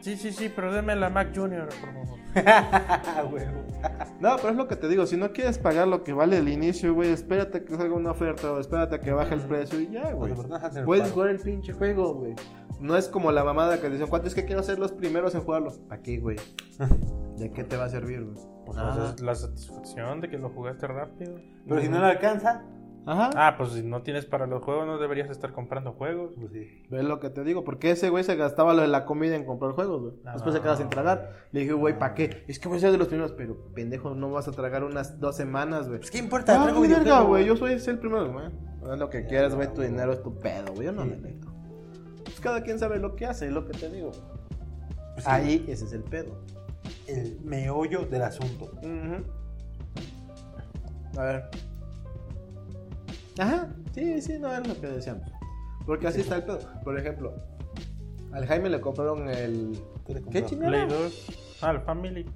Speaker 2: sí, sí, sí, pero denme la Mac Junior, por favor.
Speaker 4: Ah, huevo.
Speaker 3: No, pero es lo que te digo, si no quieres pagar lo que vale el inicio, güey, espérate que salga una oferta o espérate que baje el precio y ya, güey.
Speaker 4: Bueno, pero no hacen el
Speaker 3: Puedes
Speaker 4: paro.
Speaker 3: jugar el pinche juego, güey. No es como la mamada que dicen, ¿cuánto es que quiero ser los primeros en jugarlo? ¿Para qué, güey? ¿De qué te va a servir, güey?
Speaker 2: Pues
Speaker 3: Nada.
Speaker 2: esa es la satisfacción de que lo jugaste rápido.
Speaker 4: Pero si no le alcanza,
Speaker 3: Ajá.
Speaker 2: Ah, pues si no tienes para los juegos, no deberías estar comprando juegos.
Speaker 4: pues sí.
Speaker 3: Es lo que te digo, porque ese güey se gastaba lo de la comida en comprar juegos, güey. Después se
Speaker 4: Ah.
Speaker 3: quedaba sin tragar. Le dije, güey, ¿para qué? Es que voy a ser de los primeros, pero pendejo, no vas a tragar unas dos semanas, güey.
Speaker 4: Pues qué importa,
Speaker 3: Ah,
Speaker 4: traigo
Speaker 3: qué verga,
Speaker 4: videojuego,
Speaker 3: güey, yo soy soy el primero, güey. Haz lo que quieras, güey, tu dinero es tu pedo, güey, yo no me meto. Pues cada quien sabe lo que hace, es lo que te digo.
Speaker 4: Pues sí,
Speaker 3: Ahí ese es el pedo.
Speaker 4: el meollo del asunto.
Speaker 3: A ver. Ajá, sí, sí, no es lo que decíamos. Porque así está el pedo. Por ejemplo, al Jaime le compraron el.
Speaker 4: ¿Qué le
Speaker 3: ¿Qué
Speaker 4: compraron?
Speaker 3: chingada?
Speaker 2: Play 2. Ah, el Family.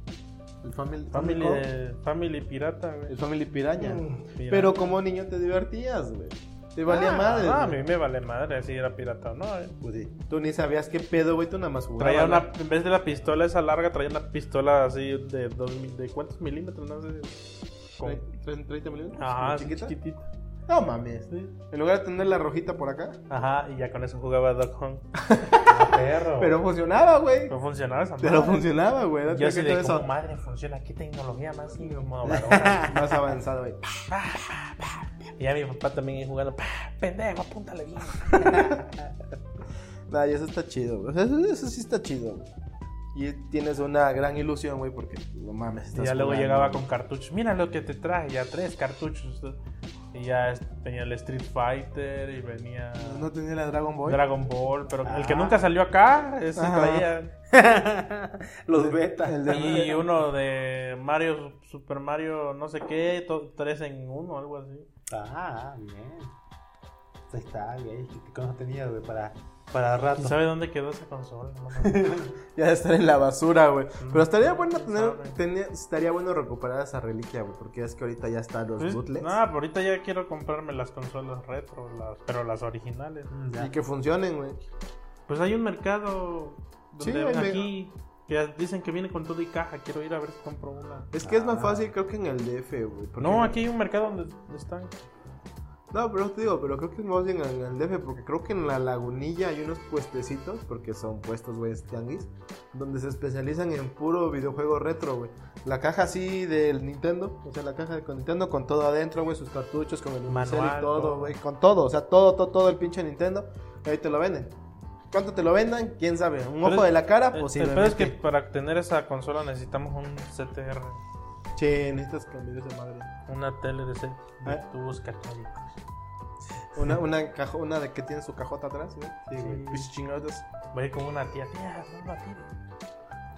Speaker 3: El Family,
Speaker 2: Family,
Speaker 3: Co-
Speaker 2: de- Mm, family Pirata, güey.
Speaker 3: El Family Piraña.
Speaker 2: Pirata.
Speaker 3: Pero como niño te divertías, güey. Te valía
Speaker 2: Ah,
Speaker 3: madre.
Speaker 2: no, a
Speaker 3: güey.
Speaker 2: mí me vale madre si era pirata o no. eh.
Speaker 4: Pues sí.
Speaker 3: Tú ni sabías qué pedo, güey, tú nada más jugabas.
Speaker 2: Traía
Speaker 3: güey.
Speaker 2: una, en vez de la pistola esa larga, traía una pistola así de, dos, mil- de cuántos milímetros, no sé. Con,
Speaker 3: Tre- tre- 30 milímetros.
Speaker 2: ajá,
Speaker 3: ¿Muy chiquita?
Speaker 2: chiquitita.
Speaker 3: No mames.
Speaker 2: Sí.
Speaker 3: En lugar de tener la rojita por acá.
Speaker 2: Ajá, y ya con eso jugaba Doc Hunt.
Speaker 4: perro.
Speaker 3: Pero funcionaba, güey.
Speaker 2: No funcionaba esa madre.
Speaker 3: Pero funcionaba, güey. date
Speaker 2: Yo así
Speaker 3: cuenta
Speaker 2: de
Speaker 3: de
Speaker 2: como "Oh, madre funciona, qué tecnología más innovadora.
Speaker 3: Más avanzado, güey.
Speaker 2: y ya mi papá también ahí jugando, "Pa, pendejo, apúntale bien.
Speaker 3: Nah, y eso está chido, güey. O sea, eso, eso sí está chido, güey. Y tienes una gran ilusión, güey, porque no mames.
Speaker 2: Y
Speaker 3: estás
Speaker 2: ya luego
Speaker 3: jugando,
Speaker 2: llegaba
Speaker 3: güey.
Speaker 2: con cartuchos. Mira lo que te traje, ya tres cartuchos. Y ya tenía el Street Fighter y venía
Speaker 3: No tenía la Dragon Ball.
Speaker 2: Dragon Ball. Pero el que
Speaker 4: Ah.
Speaker 2: nunca salió acá, ese
Speaker 3: Ajá.
Speaker 2: traía.
Speaker 4: Los beta.
Speaker 3: El de-
Speaker 2: Y uno de Mario, Super Mario, no sé qué, to- tres en uno, algo así.
Speaker 4: Ah, bien. Ahí está, güey. ¿Qué cosas tenías, güey? Para, para rato.
Speaker 2: ¿Y sabe dónde quedó esa consola? No mames.
Speaker 3: Ya de estar en la basura, güey.
Speaker 2: Mm.
Speaker 3: Pero estaría bueno
Speaker 2: Sabe.
Speaker 3: tener, tener- Estaría bueno recuperar esa reliquia, güey. Porque es que ahorita ya están los
Speaker 2: Pues,
Speaker 3: bootlegs.
Speaker 2: no, pero ahorita ya quiero comprarme las consolas retro, las, pero las originales.
Speaker 4: Mm, ya.
Speaker 3: Y que funcionen, güey.
Speaker 2: Pues hay un mercado
Speaker 3: Sí,
Speaker 2: donde
Speaker 3: hay me-
Speaker 2: aquí que dicen que viene con todo y caja. Quiero ir a ver si compro una.
Speaker 3: Es que es más
Speaker 4: Ah.
Speaker 3: fácil, creo que en el DF, güey. porque-
Speaker 2: No, aquí hay un mercado donde están.
Speaker 3: No, pero te digo, pero creo que es más bien en el DF, porque creo que en la lagunilla hay unos puestecitos, porque son puestos, güey, tianguis, donde se especializan en puro videojuego retro, güey. La caja así del Nintendo, o sea, la caja con Nintendo con todo adentro, güey, sus cartuchos, con el unicel
Speaker 2: Manual,
Speaker 3: y todo,
Speaker 2: todo.
Speaker 3: güey, con todo, o sea, todo, todo, todo el pinche Nintendo, y ahí te lo venden. ¿Cuánto te lo vendan? ¿Quién sabe? ¿Un
Speaker 2: Pero
Speaker 3: ojo
Speaker 2: es-
Speaker 3: de la cara? pues
Speaker 2: Eh,
Speaker 3: Posiblemente.
Speaker 2: El pedo es que para tener esa consola necesitamos un CTR,
Speaker 3: Che, necesitas cambiar esa madre.
Speaker 2: una tele de, C, de
Speaker 3: ¿Eh?
Speaker 2: tubos católicos.
Speaker 3: Una, una, cajo- una de que tiene su cajota atrás, güey. Sí, güey.
Speaker 2: Sí.
Speaker 3: Pinches chingados.
Speaker 2: Voy a ir con una tía. Tía, no la tele.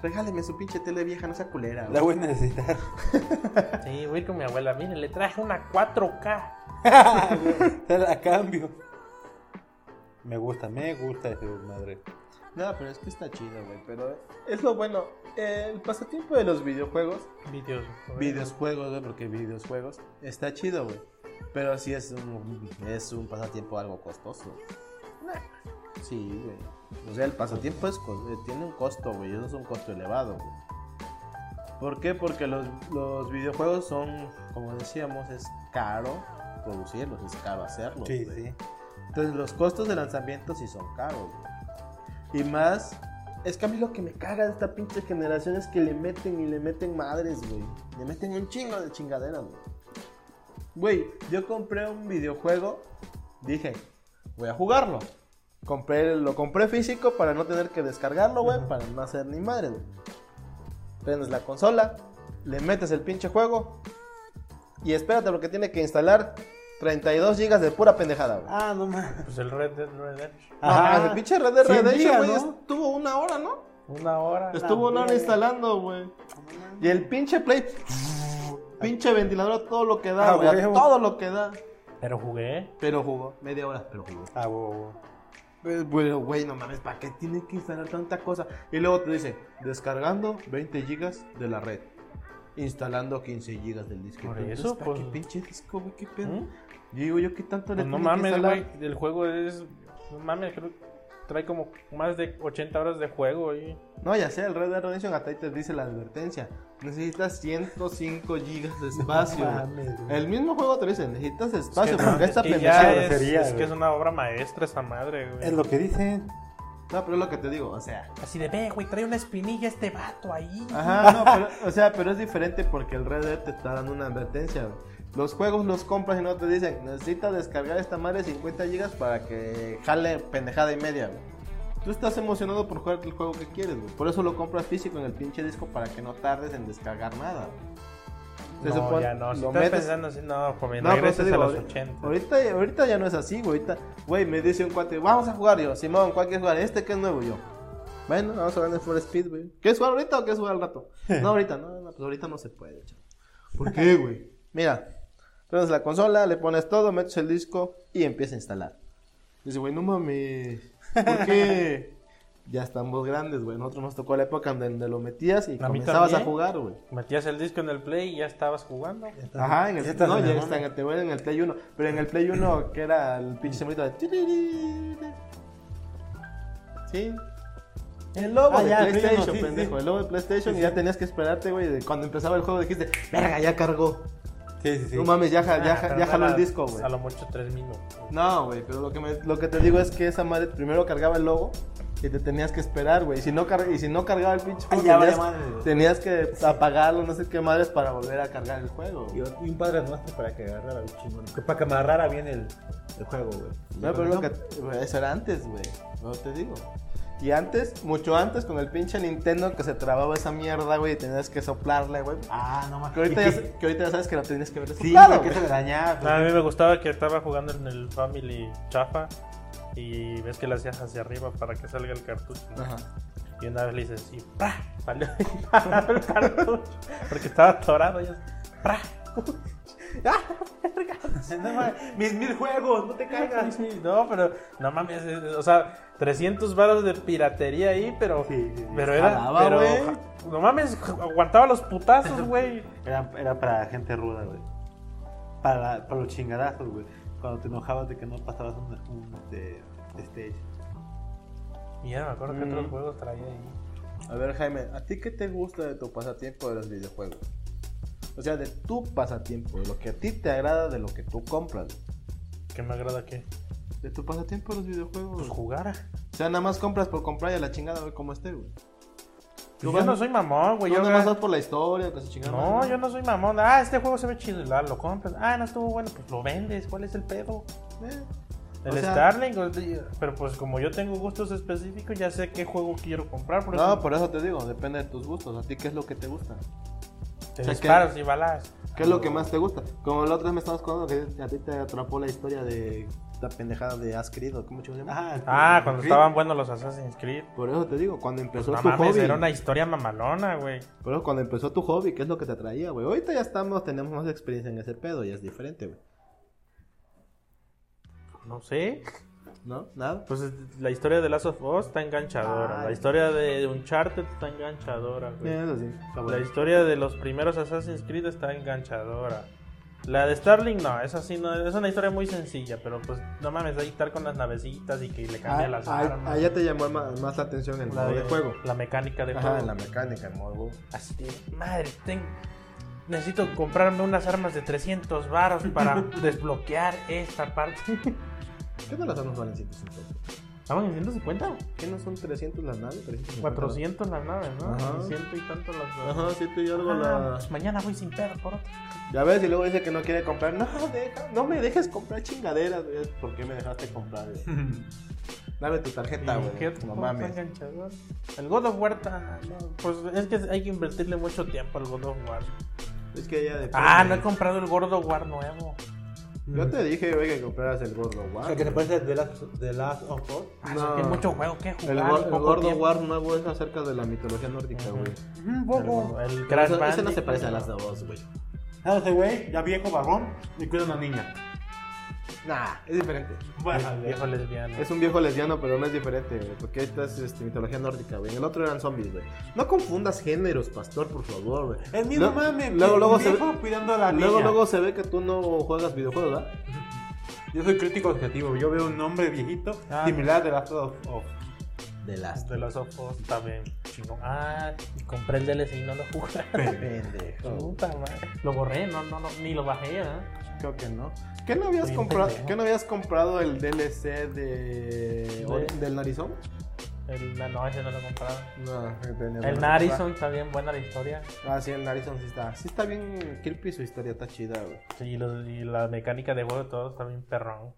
Speaker 3: Regáleme su pinche tele vieja, no sea culera.
Speaker 4: La voy a necesitar.
Speaker 2: Sí, voy a ir con mi abuela. Mire, le traje una 4K.
Speaker 4: Te la cambio. Me gusta, me gusta
Speaker 5: este
Speaker 4: ese madre.
Speaker 3: No, pero es que está chido, güey. Pero es lo bueno. El pasatiempo de los videojuegos.
Speaker 2: Videos.
Speaker 3: Videojuegos, güey, porque videojuegos. Está chido, güey. Pero sí es un, es un pasatiempo algo costoso. Sí, güey. O sea, el pasatiempo es, cos- tiene un costo, güey. Eso es un costo elevado, güey. ¿Por qué? Porque los, los videojuegos son, como decíamos, es caro producirlos, es caro hacerlos.
Speaker 4: Sí,
Speaker 3: güey.
Speaker 4: sí.
Speaker 3: Entonces los costos de lanzamiento sí son caros. güey. Y más, es que a mí lo que me caga de esta pinche generación es que le meten y le meten madres, güey. Le meten un chingo de chingaderas, güey. Güey, yo compré un videojuego, dije, voy a jugarlo. Compré, lo compré físico para no tener que descargarlo, güey, para no hacer ni madre, güey. Prendes la consola, le metes el pinche juego y espérate lo que tiene que instalar 32 gigas de pura pendejada, güey.
Speaker 5: Ah, no mames.
Speaker 2: Pues el Red Dead Redemption.
Speaker 3: Ah, el pinche Red Dead
Speaker 5: Cien
Speaker 3: Redemption,
Speaker 5: gigas,
Speaker 3: güey,
Speaker 5: ¿no?
Speaker 3: estuvo una hora, ¿no?
Speaker 2: Una hora.
Speaker 3: Estuvo una hora
Speaker 5: verga.
Speaker 3: instalando, güey. Y el pinche Play, pinche ventilador, a todo lo que da,
Speaker 5: Ah,
Speaker 3: güey, a
Speaker 5: huevo.
Speaker 3: todo lo que da.
Speaker 2: Pero jugué.
Speaker 3: Pero jugó, media hora, pero jugó.
Speaker 5: Ah, huevo.
Speaker 3: Pues, Bueno, güey, no mames, ¿para qué tiene que instalar tanta cosa? Y luego te dice, descargando 20 gigas de la red, instalando 15 gigas del disco.
Speaker 2: Por
Speaker 3: Entonces,
Speaker 2: eso,
Speaker 3: ¿pa'
Speaker 2: pues-
Speaker 3: qué pinche disco, güey? ¿Qué pedo?
Speaker 2: ¿Mm?
Speaker 3: Yo digo, ¿yo qué tanto le
Speaker 2: Pues no
Speaker 3: tiene que
Speaker 2: mames,
Speaker 3: instalar?
Speaker 2: güey. El juego es. No mames, creo que trae como más de 80 horas de juego ahí.
Speaker 3: No, ya sé, el Red Dead Redemption hasta ahí te dice la advertencia. Necesitas 105 gigas de espacio. güey.
Speaker 5: mames, güey.
Speaker 3: el mismo juego te dice, necesitas espacio,
Speaker 2: Es que no,
Speaker 3: porque esta
Speaker 2: es que
Speaker 3: pendeja...
Speaker 2: ya
Speaker 5: pendeja
Speaker 2: es,
Speaker 5: grosería,
Speaker 2: es que
Speaker 5: güey.
Speaker 2: es una obra maestra esa madre, güey.
Speaker 5: Es lo que dicen.
Speaker 3: No, pero es lo que te digo, o sea...
Speaker 2: Así de, ve, güey, trae una espinilla este vato ahí.
Speaker 3: Ajá, no, pero, o sea, pero es diferente porque el Red Dead te está dando una advertencia. güey. Los juegos los compras y no te dicen, necesitas descargar esta madre 50 gigas para que jale pendejada y media, güey. Tú estás emocionado por jugar el juego que quieres, güey. Por eso lo compras físico en el pinche disco para que no tardes en descargar nada. güey. Se
Speaker 2: no,
Speaker 3: supone-
Speaker 2: ya no. Si
Speaker 3: lo
Speaker 2: estás
Speaker 3: metes-
Speaker 2: pensando así, no, joven,
Speaker 3: No, pero te
Speaker 2: regresas
Speaker 3: digo,
Speaker 2: a los
Speaker 3: ahori-
Speaker 2: 80.
Speaker 3: Ahorita, ahorita ya no es así, güey. Ahorita, güey, me dice un cuate, vamos a jugar yo. Simón, ¿cuál quieres jugar? Este que es nuevo yo. Bueno, vamos a ganar for Speed, güey. ¿Quieres jugar ahorita o quieres jugar al rato? No, ahorita, no, no, pues ahorita no se puede, chaval. ¿Por qué, güey? Mira, prendes la consola, le pones todo, metes el disco y empieza a instalar. Dice, güey, no mames. ¿Por qué? ya estamos grandes, güey. Nosotros nos tocó la época en donde lo metías y
Speaker 2: A mí
Speaker 3: comenzabas a
Speaker 2: también.
Speaker 3: jugar, güey.
Speaker 2: Metías el disco en el play y ya estabas jugando.
Speaker 3: Ajá, en el,
Speaker 5: Ya estás
Speaker 3: no,
Speaker 5: en
Speaker 3: ya
Speaker 5: la
Speaker 3: está en
Speaker 5: mano.
Speaker 3: el, te voy en el Play 1. Pero en el Play 1, que era el pinche sembrito de. tiririri. Sí. El logo
Speaker 5: Ah,
Speaker 3: de
Speaker 5: ya, el Play
Speaker 3: PlayStation,
Speaker 5: 1, sí,
Speaker 3: pendejo.
Speaker 5: sí.
Speaker 3: El logo de PlayStation y ya tenías que esperarte, güey. de Cuando empezaba el juego dijiste, verga, ya cargó.
Speaker 5: Sí, sí, sí.
Speaker 3: No mames, ya, ja- ya,
Speaker 2: Ah,
Speaker 3: ja-
Speaker 2: pero
Speaker 3: ya jaló el
Speaker 2: nada,
Speaker 3: disco, güey.
Speaker 2: A lo mucho tres minutos.
Speaker 3: No, güey, pero lo que, me- lo que te digo es que esa madre primero cargaba el logo y te tenías que esperar, güey. Y, si no car- y si no cargaba el pinche
Speaker 5: Ay,
Speaker 3: juego,
Speaker 5: ya vale
Speaker 3: tenías,
Speaker 5: madre, güey.
Speaker 3: tenías que apagarlo, no sé qué madres, para volver a cargar el juego. güey.
Speaker 5: Y otro- y un padre nuestro para que agarrara un chingón. que Para que amarrara bien el, el juego, güey.
Speaker 3: No, pero lo que, güey, eso era antes, güey. No te digo. Y antes, mucho antes, con el pinche Nintendo que se trababa esa mierda, güey, y tenías que soplarle, güey.
Speaker 5: Ah, no mames.
Speaker 3: Que ahorita,
Speaker 5: Y
Speaker 3: ya,
Speaker 5: que-
Speaker 3: que ahorita ya sabes que lo tienes que ver
Speaker 5: Sí,
Speaker 3: soplado,
Speaker 5: güey, que
Speaker 3: güey.
Speaker 5: se le dañaba.
Speaker 2: No, Ah, a mí me gustaba que estaba jugando en el Family Chafa y ves que le hacías hacia arriba para que salga el cartucho. ¿no?
Speaker 3: Ajá.
Speaker 2: Y una vez le hice y ¡pra! Salió disparado el cartucho porque estaba atorado. Y yo, ¡pra!
Speaker 5: No mames, Mis mil juegos, no te caigas.
Speaker 2: Sí, sí, No, pero no mames, es- es- o sea, 300 varos de piratería ahí, pero.
Speaker 5: Sí, Ah, sí, sí.
Speaker 2: Pero era.
Speaker 3: Jalaba,
Speaker 2: pero,
Speaker 3: güey.
Speaker 2: ja- no mames, aguantaba los putazos, güey.
Speaker 5: Era, era para gente ruda, güey. Para, para los chingadazos, güey. Cuando te enojabas de que no pasabas un, un, este, stage.
Speaker 2: Y ya no me acuerdo que
Speaker 3: Mm.
Speaker 2: otros juegos traía ahí.
Speaker 3: A ver, Jaime, ¿a ti qué te gusta de tu pasatiempo de los videojuegos? O sea, de tu pasatiempo, de lo que a ti te agrada, de lo que tú compras. güey.
Speaker 2: ¿Qué me agrada qué?
Speaker 3: De tu pasatiempo de los videojuegos.
Speaker 2: Pues jugar.
Speaker 3: o sea, nada más compras por comprar y a la chingada a ver cómo esté, güey.
Speaker 2: Yo,
Speaker 3: vas-
Speaker 2: no soy mamón, güey.
Speaker 3: Tú
Speaker 2: yo
Speaker 3: Pues nada más
Speaker 2: ga-
Speaker 3: vas por la historia, que se chingada.
Speaker 2: No, yo no soy mamón. Ah, este juego se ve chido. la- Lo compras. Ah, no estuvo bueno. Pues lo vendes. ¿Cuál es el pedo?
Speaker 3: Eh.
Speaker 2: El
Speaker 3: O sea-
Speaker 2: Starlink. o el- Pero pues como yo tengo gustos específicos, ya sé qué juego quiero comprar. Por
Speaker 3: No, pues,
Speaker 2: eso
Speaker 3: por eso te digo, depende de tus gustos. ¿A ti qué es lo que te gusta?
Speaker 2: te
Speaker 3: o sea,
Speaker 2: disparos y balas.
Speaker 3: ¿Qué es lo que más te gusta? Como la otra vez me estabas contando que a ti te atrapó la historia de la pendejada de Has querido, ¿cómo chingados se llama?
Speaker 5: Ah,
Speaker 2: Ah, cuando
Speaker 5: sí.
Speaker 2: estaban buenos los Assassin's Creed. Pues
Speaker 3: Por eso te digo, cuando empezó
Speaker 2: No
Speaker 3: tu
Speaker 2: mames,
Speaker 3: hobby.
Speaker 2: era una historia mamalona, güey.
Speaker 3: Por eso cuando empezó tu hobby, ¿qué es lo que te atraía, güey? Ahorita ya estamos, tenemos más experiencia en ese pedo, ya es diferente, güey.
Speaker 2: No sé.
Speaker 3: ¿No? ¿Nada?
Speaker 2: Pues es- la historia de Last of Us está enganchadora.
Speaker 3: Ay.
Speaker 2: La historia de Uncharted está enganchadora, güey.
Speaker 3: Eh, Eso sí. está
Speaker 2: La
Speaker 3: bueno.
Speaker 2: historia de los primeros Assassin's Creed está enganchadora. La de Starling no, esa sí no, es una historia muy sencilla, pero pues no mames, ahí estar con las navecitas y que le
Speaker 3: Ah,
Speaker 2: cambia las
Speaker 3: ah,
Speaker 2: armas.
Speaker 3: ah, ya te llamó ma- más, la atención el
Speaker 2: la
Speaker 3: modo de juego.
Speaker 2: La mecánica de
Speaker 3: Ajá,
Speaker 2: juego.
Speaker 3: la mecánica, el modo. de juego.
Speaker 2: Así de, madre, ten- necesito comprarme unas armas de 300 varos para desbloquear esta parte.
Speaker 3: ¿Qué no las armas valen 150?
Speaker 2: ¿Estaban en 150?
Speaker 3: ¿Qué no son 300 las naves? 350.
Speaker 2: 400 las naves, ¿no?
Speaker 3: Ajá.
Speaker 2: 100 y tanto las
Speaker 3: Ajá, siete y
Speaker 2: Ah,
Speaker 3: algo la...
Speaker 2: pues mañana voy sin pedo por otro.
Speaker 3: Ya ves, y luego dice que no quiere comprar. No, deja, no me dejes comprar chingaderas, güey. ¿Por qué me dejaste comprar? güey?
Speaker 5: Dame tu tarjeta,
Speaker 2: Y
Speaker 5: güey.
Speaker 2: qué
Speaker 5: No
Speaker 2: tan
Speaker 5: mames.
Speaker 2: enganchador. El God of War, ta- no, pues es que hay que invertirle mucho tiempo al God of War.
Speaker 5: Es que ya depende.
Speaker 2: Ah, no he comprado el God of War nuevo. Mm.
Speaker 5: Yo te dije, güey, que compraras el Gordo
Speaker 4: O
Speaker 3: Ah,
Speaker 5: War.
Speaker 4: sea, que te
Speaker 5: güey.
Speaker 4: parece The Last, The Last of Us.
Speaker 2: Ah,
Speaker 5: No.
Speaker 2: es que hay mucho juego que jugar.
Speaker 5: El, Gor- el
Speaker 2: poco
Speaker 5: Gordo
Speaker 2: tiempo.
Speaker 5: War nuevo es acerca de la mitología nórdica,
Speaker 2: Ujú.
Speaker 5: güey.
Speaker 4: Un poco.
Speaker 2: El, el
Speaker 5: Pero
Speaker 2: Crash
Speaker 5: eso- Ese no
Speaker 2: Bandicoot.
Speaker 5: se parece a las de vos, güey.
Speaker 4: Ah, ese güey, ya viejo, barrón, y cuida a una niña.
Speaker 5: Nah, es diferente.
Speaker 2: El viejo lesbiano.
Speaker 5: Es un viejo lesbiano, pero no es diferente, güey. Porque esta es este, mitología nórdica, güey. En el otro eran zombies, güey. No confundas géneros, pastor, por favor, güey.
Speaker 4: El mismo
Speaker 5: Lo-
Speaker 4: mame,
Speaker 5: Luego,
Speaker 4: un
Speaker 5: luego se ve.
Speaker 4: viejo cuidando a la
Speaker 5: Luego,
Speaker 4: niña.
Speaker 5: luego se ve que tú no juegas videojuegos, ¿verdad?
Speaker 4: Yo soy crítico objetivo, yo veo un hombre viejito
Speaker 2: Ah.
Speaker 4: similar a The Last of Us.
Speaker 5: De las
Speaker 2: De los ojos también. Chingón. Ah, y compré el DLC y no lo jugué.
Speaker 5: pendejo.
Speaker 2: Puta madre. Lo borré, no, no, no, ni lo bajé, ¿eh?
Speaker 5: Creo que no. ¿Qué no habías
Speaker 2: Bien
Speaker 5: comprado?
Speaker 2: pendejo.
Speaker 5: ¿Qué no habías comprado el DLC de
Speaker 2: De-
Speaker 5: del narizón?
Speaker 2: El, no, ese no lo he comprado.
Speaker 5: No,
Speaker 2: El Narison está bien buena la historia.
Speaker 5: Ah, sí, el narizón sí está. Sí está bien creepy su historia, está chida, güey.
Speaker 2: Sí, y, los- y la mecánica de juego todo está bien perrón.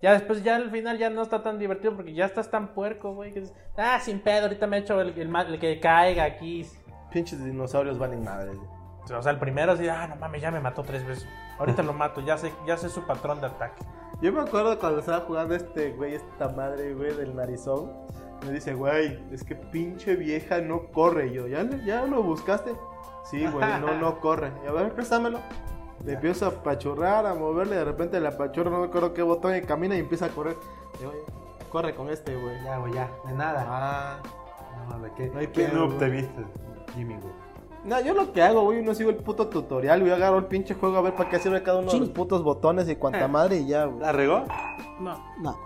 Speaker 2: Ya después, ya al final ya no está tan divertido porque ya estás tan puerco, güey. que dices, ah, sin pedo, ahorita me echo el, el ma- el que caiga aquí.
Speaker 5: Pinches dinosaurios valen madre. güey.
Speaker 2: O sea, el primero así, ah, no mames, ya me mató tres veces. Ahorita lo mato, ya sé, ya sé su patrón de ataque.
Speaker 5: Yo me acuerdo cuando estaba jugando este güey, esta madre, güey, del narizón. Me dice, güey, es que pinche vieja no corre. Y Yo, ¿ya, le- ya lo buscaste? Sí, güey, no, no corre. Y a ver, préstamelo. Le empiezo a apachurrar, a moverle. De repente le apachurro, no me acuerdo qué botón, y camina y empieza a correr. Digo, "Oye, corre con este, güey.
Speaker 4: Ya, güey, ya, de nada.
Speaker 5: Ah.
Speaker 4: No, de qué,
Speaker 5: No hay
Speaker 4: qué
Speaker 5: pedo,
Speaker 4: noob
Speaker 5: güey.
Speaker 4: te viste, Jimmy, güey.
Speaker 5: No, yo lo que hago, güey, no sigo el puto tutorial, güey. Agarro el pinche juego a ver para qué sirve cada uno de los putos botones y cuanta madre y ya, güey.
Speaker 4: ¿La regó?
Speaker 2: No,
Speaker 5: No.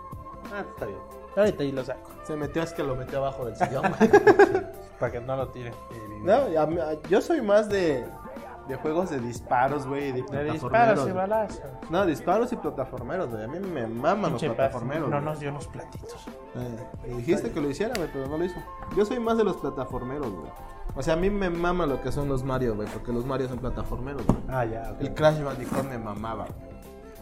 Speaker 4: Ah, está bien.
Speaker 2: ahorita y lo saco.
Speaker 5: Se metió, es que lo metió abajo del sillón.
Speaker 2: Para que no lo tire.
Speaker 5: No, a mí- a- yo soy más de, de juegos de disparos, güey. De,
Speaker 2: Le
Speaker 5: plataformeros,
Speaker 2: disparas y
Speaker 5: güey.
Speaker 2: balazos.
Speaker 5: No, disparos y plataformeros, güey. A mí me maman los
Speaker 2: Pinche
Speaker 5: plataformeros.
Speaker 2: No
Speaker 5: güey.
Speaker 2: nos dio los platitos.
Speaker 5: Eh, me dijiste que lo hiciera, güey, pero no lo hizo. Yo soy más de los plataformeros, güey. O sea, a mí me mama lo que son los Mario, güey, porque los Mario son plataformeros, güey.
Speaker 4: Ah, ya, ok.
Speaker 5: El Crash Bandicoot me mamaba. güey.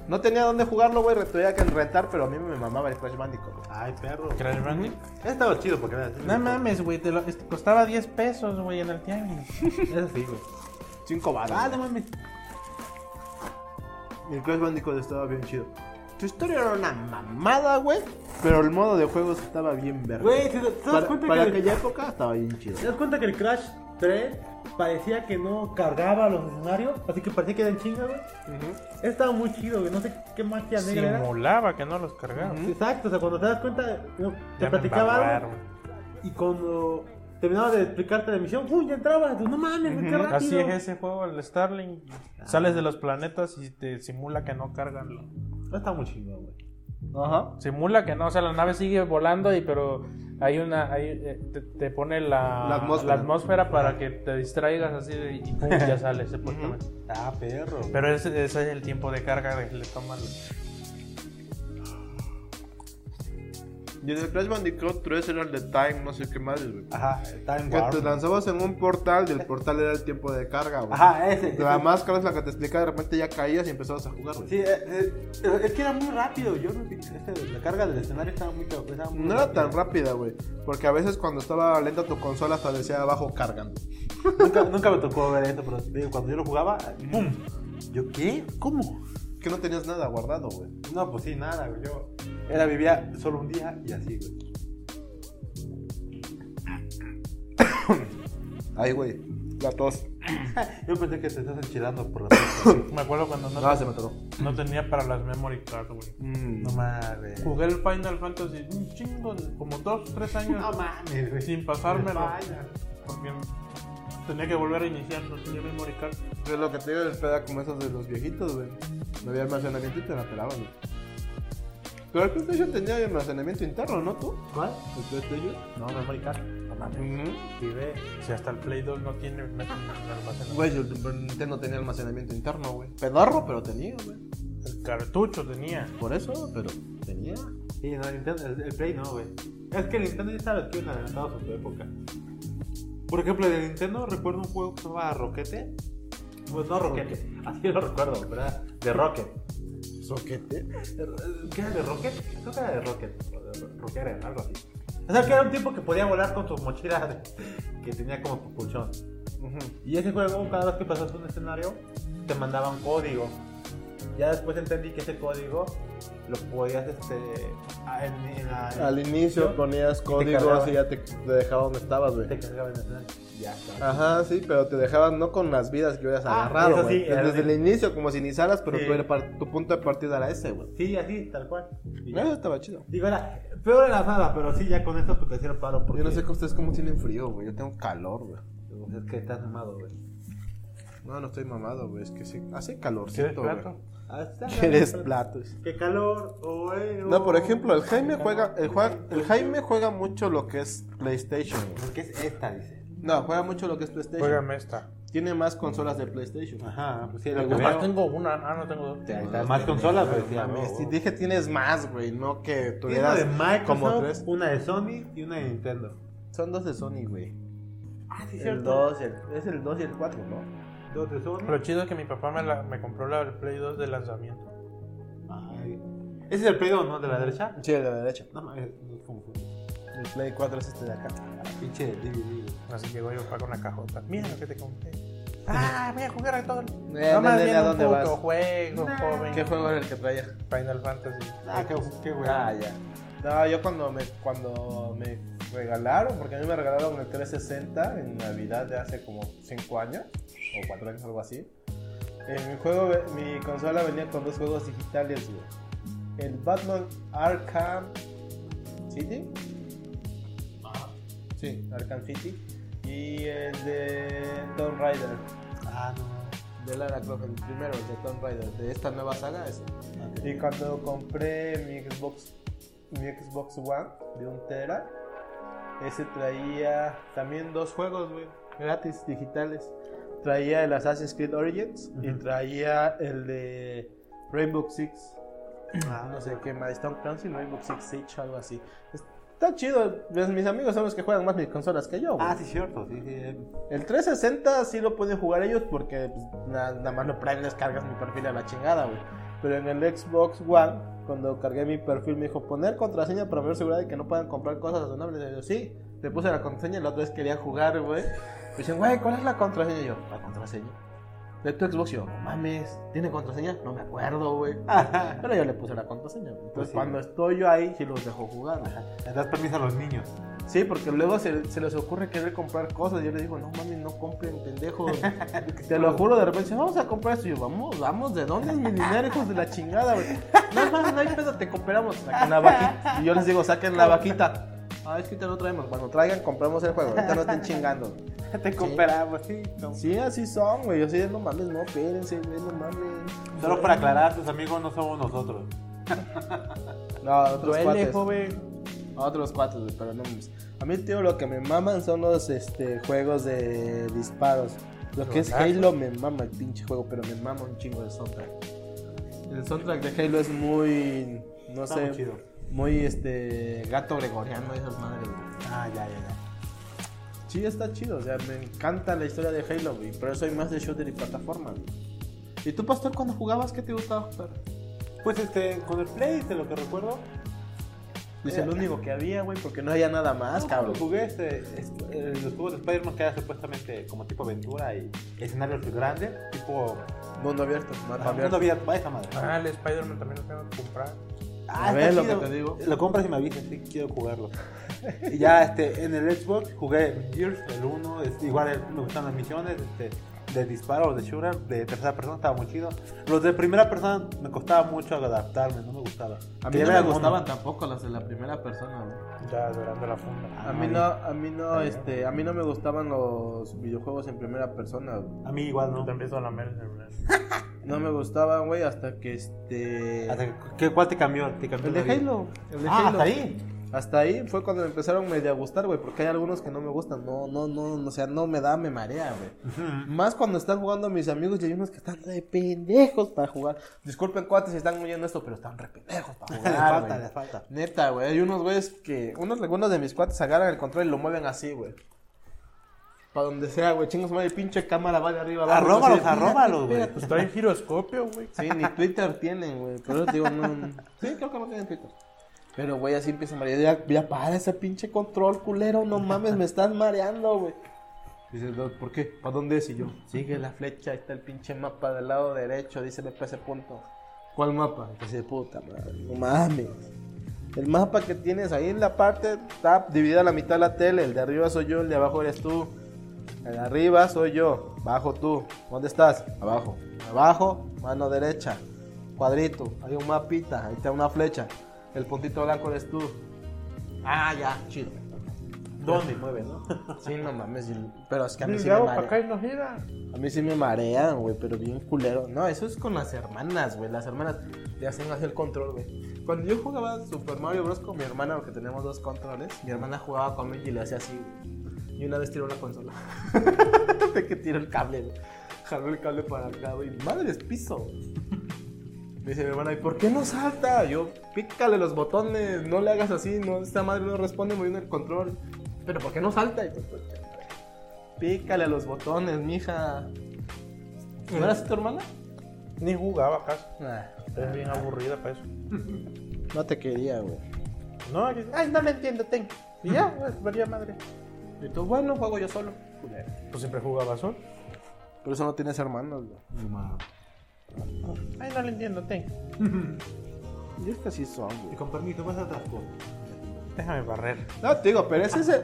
Speaker 5: No tenía dónde jugarlo, güey, re- tenía que rentar, pero a mí me mamaba el Crash Bandicoot. güey.
Speaker 4: Ay, perro.
Speaker 2: Crash Bandicoot.
Speaker 4: Ha estado chido porque era
Speaker 2: No mames, güey, te lo- este, costaba 10 pesos, güey, en el tianguis.
Speaker 4: Eso sí, güey.
Speaker 5: Cinco balas.
Speaker 4: Ah, no mames.
Speaker 5: El Crash Bandicoot estaba bien chido. Su historia era una mamada, güey. Pero el modo de juego estaba bien verde.
Speaker 4: Güey, ¿te, te das
Speaker 5: para,
Speaker 4: cuenta
Speaker 5: para
Speaker 4: que
Speaker 5: aquella época estaba bien chido.
Speaker 4: ¿Te das cuenta que el Crash 3 parecía que no cargaba los escenarios? Así que parecía que era en chinga, güey. Estaba muy chido, güey. No sé qué magia negra era.
Speaker 2: Simulaba que no los cargaba.
Speaker 4: Exacto, o sea, cuando te das cuenta, no, te
Speaker 2: Ya me
Speaker 4: platicaba algo.
Speaker 2: embarraron.
Speaker 4: Y cuando terminaba de explicarte la misión, ¡pum! Ya entrabas. Tú, no mames, güey, qué rápido.
Speaker 2: Así es ese juego, el Starling. Sales de los planetas y te simula que no cargan. lo-
Speaker 4: No está muy chido, güey.
Speaker 5: Ajá.
Speaker 2: Simula que no, o sea, la nave sigue volando y pero hay una, hay, eh, te, te pone la,
Speaker 5: La atmósfera.
Speaker 2: atmósfera para que te distraigas así de- y pum, ya sales supuestamente.
Speaker 4: Ah, perro. güey.
Speaker 2: Pero ese, ese es el tiempo de carga que le toman.
Speaker 5: Y el Crash Bandicoot 3 era el de Time, no sé qué más, güey.
Speaker 4: Ajá, está en
Speaker 5: Que te
Speaker 4: Warp.
Speaker 5: lanzabas en un portal, del portal era el tiempo de carga, güey.
Speaker 4: Ajá, ese. ese.
Speaker 5: La máscara es la que te explica, de repente ya caías y empezabas a jugar, güey.
Speaker 4: Sí, eh, eh, es que era muy rápido. Yo no este, la carga del escenario estaba muy, estaba muy
Speaker 5: No era
Speaker 4: rápida.
Speaker 5: tan rápida, güey. Porque a veces cuando estaba lenta tu consola hasta decía abajo cargando.
Speaker 4: Nunca, nunca me tocó ver esto, pero te digo, cuando yo lo jugaba, ¡pum! ¿Yo qué? ¿Cómo?
Speaker 5: Que no tenías nada guardado, güey.
Speaker 4: No, pues sí, nada, güey. Yo era vivía solo un día y así, güey.
Speaker 5: Ay, güey. La tos.
Speaker 4: Yo pensé que te estás enchilando por la pizza.
Speaker 2: Me acuerdo cuando no,
Speaker 5: Ah, se me atoró.
Speaker 2: no tenía para las memory card, güey.
Speaker 5: Mm.
Speaker 4: No mames.
Speaker 2: Jugué el Final Fantasy un chingo, como dos, tres años.
Speaker 4: No mames, güey.
Speaker 2: sin pasármelo.
Speaker 4: Vaya.
Speaker 2: Porque tenía que volver a iniciar, no tenía memory card.
Speaker 5: Es lo que te digo, el peda como esos de los viejitos, güey. No había almacenamiento y te la pelaban, güey. Pero el PlayStation tenía almacenamiento interno, ¿no tú?
Speaker 4: ¿Cuál?
Speaker 5: El PlayStation.
Speaker 4: No, memory card. No mames.
Speaker 2: Vive. Si hasta el Play 2 no tiene no tiene almacenamiento.
Speaker 5: Güey, el Super Nintendo tenía almacenamiento interno, güey. Pedorro, pero tenía, güey.
Speaker 2: El cartucho tenía.
Speaker 5: Por eso, pero tenía.
Speaker 4: Sí, no, el, Nintendo, el, el Play no, güey. Es que el Nintendo ya estaba bien adelantado a su época. Por ejemplo, de Nintendo recuerdo un juego que se llamaba Roquete. Pues no Roquete, así lo recuerdo, ¿verdad? De Rocket. ¿Soquete? ¿Qué era de Rocket? Creo que era de Rocket. o de Rockera, algo así. O sea, que era un tipo que podía volar con su mochila de- que tenía como propulsión. Y ese juego, cada vez que pasabas un escenario, te mandaba un código. Ya después entendí que ese código lo podías, este, a- en, en la-
Speaker 3: Al inicio ponías códigos
Speaker 4: cargaba.
Speaker 3: y ya te, te dejaba donde estabas, güey.
Speaker 4: te cargaba en el escenario. Ya está.
Speaker 3: Ajá, sí, pero te dejaban no con las vidas que hubieras
Speaker 4: Ah,
Speaker 3: agarrado,
Speaker 4: eso sí,
Speaker 3: güey.
Speaker 4: era
Speaker 3: desde
Speaker 4: de-
Speaker 3: el inicio, como si iniciaras, pero
Speaker 4: Sí.
Speaker 3: tu, era par- tu punto de partida era ese, güey.
Speaker 4: Sí, así, tal cual. Y ya.
Speaker 3: Eso estaba chido.
Speaker 4: Digo, era peor era nada, pero sí, ya con esto pues, te hicieron paro. Porque,
Speaker 3: Yo no sé cómo ustedes cómo tienen frío, güey. Yo tengo calor, güey.
Speaker 4: Pues, Es que estás amado, güey.
Speaker 3: No, no estoy mamado, güey. Es que sí, hace
Speaker 2: ¿Quieres
Speaker 3: calorcito, güey.
Speaker 2: plato?
Speaker 4: Hasta
Speaker 3: Quieres platos.
Speaker 4: Ah, Qué calor, oh, güey, oh.
Speaker 3: No, por ejemplo, el Jaime juega, el, juega- el Jaime juega mucho lo que es PlayStation, güey.
Speaker 4: Porque es esta, dice.
Speaker 3: No, juega mucho lo que es PlayStation.
Speaker 2: Juégame esta.
Speaker 3: Tiene más consolas de PlayStation.
Speaker 4: Ajá, pues sí,
Speaker 3: El
Speaker 4: lo que
Speaker 3: Pero-
Speaker 2: Además
Speaker 4: veo.
Speaker 2: tengo una. Ah, no tengo dos.
Speaker 4: Ahí está, Más consolas, pues sí, a
Speaker 3: Mames,
Speaker 4: huevo.
Speaker 3: si dije tienes más, güey, no que
Speaker 4: Tiene una
Speaker 3: tuvieras
Speaker 4: de Microsoft,
Speaker 3: como tres.
Speaker 4: una de Sony y una de Nintendo.
Speaker 3: Son dos de Sony, güey.
Speaker 4: Ah, sí,
Speaker 3: El 2 y el, es el 2 y el 4, ¿no?
Speaker 4: Dos de Sony.
Speaker 2: Lo chido es que mi papá me, la, me compró la del Play 2 de lanzamiento.
Speaker 4: Ay. Ese es el Play 2, ¿no? De la derecha.
Speaker 3: Sí, el de la derecha.
Speaker 4: No mames, me confundí.
Speaker 3: El Play 4 es este de acá.
Speaker 4: Pinche DVD. güey.
Speaker 2: Así llegó yo papá con la cajota. Mira lo que te compré. Ah, voy a jugar a todo.
Speaker 3: Eh,
Speaker 2: no más
Speaker 3: dale,
Speaker 2: bien
Speaker 3: ¿a
Speaker 2: un
Speaker 3: dónde
Speaker 2: puto
Speaker 3: vas?
Speaker 2: juego,
Speaker 4: Nah.
Speaker 2: joven.
Speaker 3: ¿Qué juego era el que traía?
Speaker 2: Final Fantasy.
Speaker 4: Ah, qué, qué güey.
Speaker 3: ya. No, yo cuando me, cuando me regalaron, porque a mí me regalaron el 360 en Navidad de hace como 5 años, o 4 años, algo así. Eh, mi, juego, ve- mi consola venía con dos juegos digitales, güey. El Batman Arkham City. Sí, Arkham City. Y el de Tomb Raider.
Speaker 4: Ah, no.
Speaker 3: De Lara Croft, el primero, el de Tomb Raider, de esta nueva saga. ese. Y cuando compré mi Xbox, mi Xbox One de un Tera, ese traía también dos juegos, güey, gratis, digitales. Traía el Assassin's Creed Origins y
Speaker 4: Ujú.
Speaker 3: traía el de Rainbow Six.
Speaker 4: Ah,
Speaker 3: No sé qué, Madison Council, Rainbow Six Siege, algo así. Está chido, pues, mis amigos son los que juegan más mis consolas que yo. güey.
Speaker 4: Ah, sí, cierto. Sí, sí. eh.
Speaker 3: El 360 sí lo pueden jugar ellos porque pues, na- nada más lo prendes, cargas mi perfil a la chingada, güey. Pero en el Xbox One, cuando cargué mi perfil, me dijo poner contraseña para ver seguridad de que no puedan comprar cosas razonables. Y yo, sí, le puse la contraseña y la otra vez quería jugar, güey. Me dicen, güey, ¿cuál es la contraseña? Y yo, la contraseña. De tu Xbox, y yo, no mames, ¿tiene contraseña? No me acuerdo, güey. Pero yo le puse la contraseña, güey. Entonces,
Speaker 4: Pues sí.
Speaker 3: cuando estoy yo ahí, sí los dejo jugar, güey.
Speaker 4: Le das permiso a los niños.
Speaker 3: Sí, porque luego se, se les ocurre querer comprar cosas. Yo les digo, no mami, no compren, pendejos. Te lo juro, de repente, vamos a comprar esto. Y yo, vamos, vamos, ¿de dónde es mi dinero, hijos de la chingada, güey? No, no, no hay pedo, te compramos. Saquen la vaquita. Y yo les digo, saquen la vaquita. Ah, es que te lo traemos. Cuando traigan, compramos el juego. Ahorita no estén chingando. güey.
Speaker 4: Te compramos, sí. no.
Speaker 3: Sí, así son, güey. Yo sí, no mames, no, espérense, güey, no mames.
Speaker 4: Solo para aclarar, tus amigos no somos nosotros.
Speaker 3: No, otros
Speaker 2: Duele,
Speaker 3: cuates.
Speaker 2: joven.
Speaker 3: Otros cuates, güey, pero no mames. A mí, tío, lo que me maman son los este, juegos de disparos. Lo que es
Speaker 2: Juegazos.
Speaker 3: Halo me mama el pinche juego, pero me mama un chingo el soundtrack. El soundtrack de Halo es muy. No
Speaker 4: Está
Speaker 3: sé.
Speaker 4: muy chido.
Speaker 3: Muy este. Gato gregoriano, esas madres, güey.
Speaker 4: Ah, ya, ya, ya.
Speaker 3: Sí, está chido, o sea, me encanta la historia de Halo, güey. Pero soy más de shooter y plataforma, güey. ¿Y tú, Pastor, cuando jugabas, qué te gustaba jugar?
Speaker 4: Pues este, con el Play, de lo que recuerdo,
Speaker 3: Es
Speaker 4: Eh,
Speaker 3: el único que había, güey, porque no había nada más,
Speaker 4: No,
Speaker 3: cabrón.
Speaker 4: cuando Jugué este, es- eh, los juegos de Spider-Man que era supuestamente como tipo aventura y escenarios grandes, tipo
Speaker 3: Mundo abierto, mapa
Speaker 4: ah, mundo
Speaker 3: abierto.
Speaker 4: abierto, va esa madre.
Speaker 2: Ah, el Spider-Man también lo tengo que comprar.
Speaker 4: Ah,
Speaker 3: A ver,
Speaker 4: está
Speaker 3: lo
Speaker 4: chido.
Speaker 3: que te digo.
Speaker 4: Lo compras y me avisas, sí, quiero jugarlo. y ya este, en el Xbox jugué Gears, el 1, este, igual el- me gustan las misiones este, de disparo, de shooter, de tercera persona, estaba muy chido. Los de primera persona me costaba mucho adaptarme, no me gustaba.
Speaker 3: A mí no
Speaker 4: Quería
Speaker 3: me
Speaker 4: ver alguno.
Speaker 3: gustaban tampoco las de la primera persona. güey.
Speaker 2: Ya, durante la funda.
Speaker 3: A mí
Speaker 4: Ah,
Speaker 3: no, a mí no,
Speaker 4: También.
Speaker 3: este, a mí no me gustaban los videojuegos en primera persona. güey.
Speaker 4: A mí igual
Speaker 2: Yo
Speaker 4: no.
Speaker 2: te empiezo a lamer el celular.
Speaker 3: No me gustaban, güey, hasta que este.
Speaker 4: Hasta que- ¿qué- ¿Cuál te cambió? ¿Te cambió
Speaker 3: El de
Speaker 4: la vida?
Speaker 3: Halo. El de
Speaker 4: Ah,
Speaker 3: Halo.
Speaker 4: hasta ahí.
Speaker 3: Hasta ahí fue cuando me empezaron medio a gustar, güey, porque hay algunos que no me gustan. No, no, no, no, o sea, no me da, me marea, güey. Más cuando están jugando mis amigos y hay unos que están re pendejos para jugar. Disculpen, cuates, si están oyendo esto, pero están re pendejos para jugar.
Speaker 4: Les falta,
Speaker 3: güey.
Speaker 4: les falta.
Speaker 3: Neta, güey, hay unos güeyes que. Unos, algunos de mis cuates agarran el control y lo mueven así, güey. Para donde sea, güey. Chingas madre, pinche cámara va de arriba abajo.
Speaker 4: Arróbalos,
Speaker 3: no sé.
Speaker 4: arróbalos, güey.
Speaker 2: Pues trae giroscopio, güey.
Speaker 3: Sí, ni Twitter tienen, güey. Por eso te digo, no. no. Sí, creo que no tienen Twitter. Pero, güey, así empieza a marear. Ya, ya para ese pinche control, culero. No mames, me estás mareando, güey. Dice, "No, ¿por qué? ¿Para dónde es? Y yo, sigue la flecha, ahí está el pinche mapa del lado derecho. Dice, me ese punto. ¿Cuál mapa? Dice, puta madre, no mames. El mapa que tienes ahí en la parte está dividida a la mitad la tele. El de arriba soy yo, el de abajo eres tú. El de arriba soy yo, abajo tú. ¿Dónde estás? Abajo. Abajo, mano derecha. Cuadrito, hay un mapita, ahí está una flecha. El puntito blanco eres tú. Ah, ya, chido.
Speaker 4: ¿Dónde? Mueve, ¿no?
Speaker 3: Sí, no mames, yo- pero es que a mí sí me
Speaker 2: Luego para acá
Speaker 3: marea.
Speaker 2: y nos gira.
Speaker 3: A mí sí me marean, güey, pero bien culero. No, eso es con las hermanas, güey. Las hermanas te hacen hacer el control, güey. Cuando yo jugaba Super Mario Bros. con mi hermana, porque tenemos dos controles, mi hermana jugaba conmigo y le hacía así, güey. Y una vez tiró la consola. de que tiró el cable, güey. Jaló el cable para acá, güey. Madre, es piso. güey. Me dice mi hermana, ¿y por qué no salta? Yo, pícale los botones, no le hagas así, no, esta madre no responde moviendo el control. Pero ¿por qué no salta? Y yo, "Puta madre". Pícale a los botones, mija. ¿No era así tu hermana?
Speaker 2: Ni jugaba acaso. Es bien aburrida para eso.
Speaker 3: Ah. no te quería, güey.
Speaker 2: No, aquí- ay, no le entiendo, ten. Y ya, pues, valía madre.
Speaker 3: Y tú, bueno, juego yo solo. culero.
Speaker 2: Pues siempre jugaba solo.
Speaker 3: Por eso no tienes hermanos, güey.
Speaker 4: No mames.
Speaker 2: Ay, no le entiendo, ten.
Speaker 3: Yo es que sí son,
Speaker 4: Y
Speaker 3: güey.
Speaker 4: con permiso, vas a atasco.
Speaker 2: Déjame barrer.
Speaker 3: No, te digo, pero ese es el...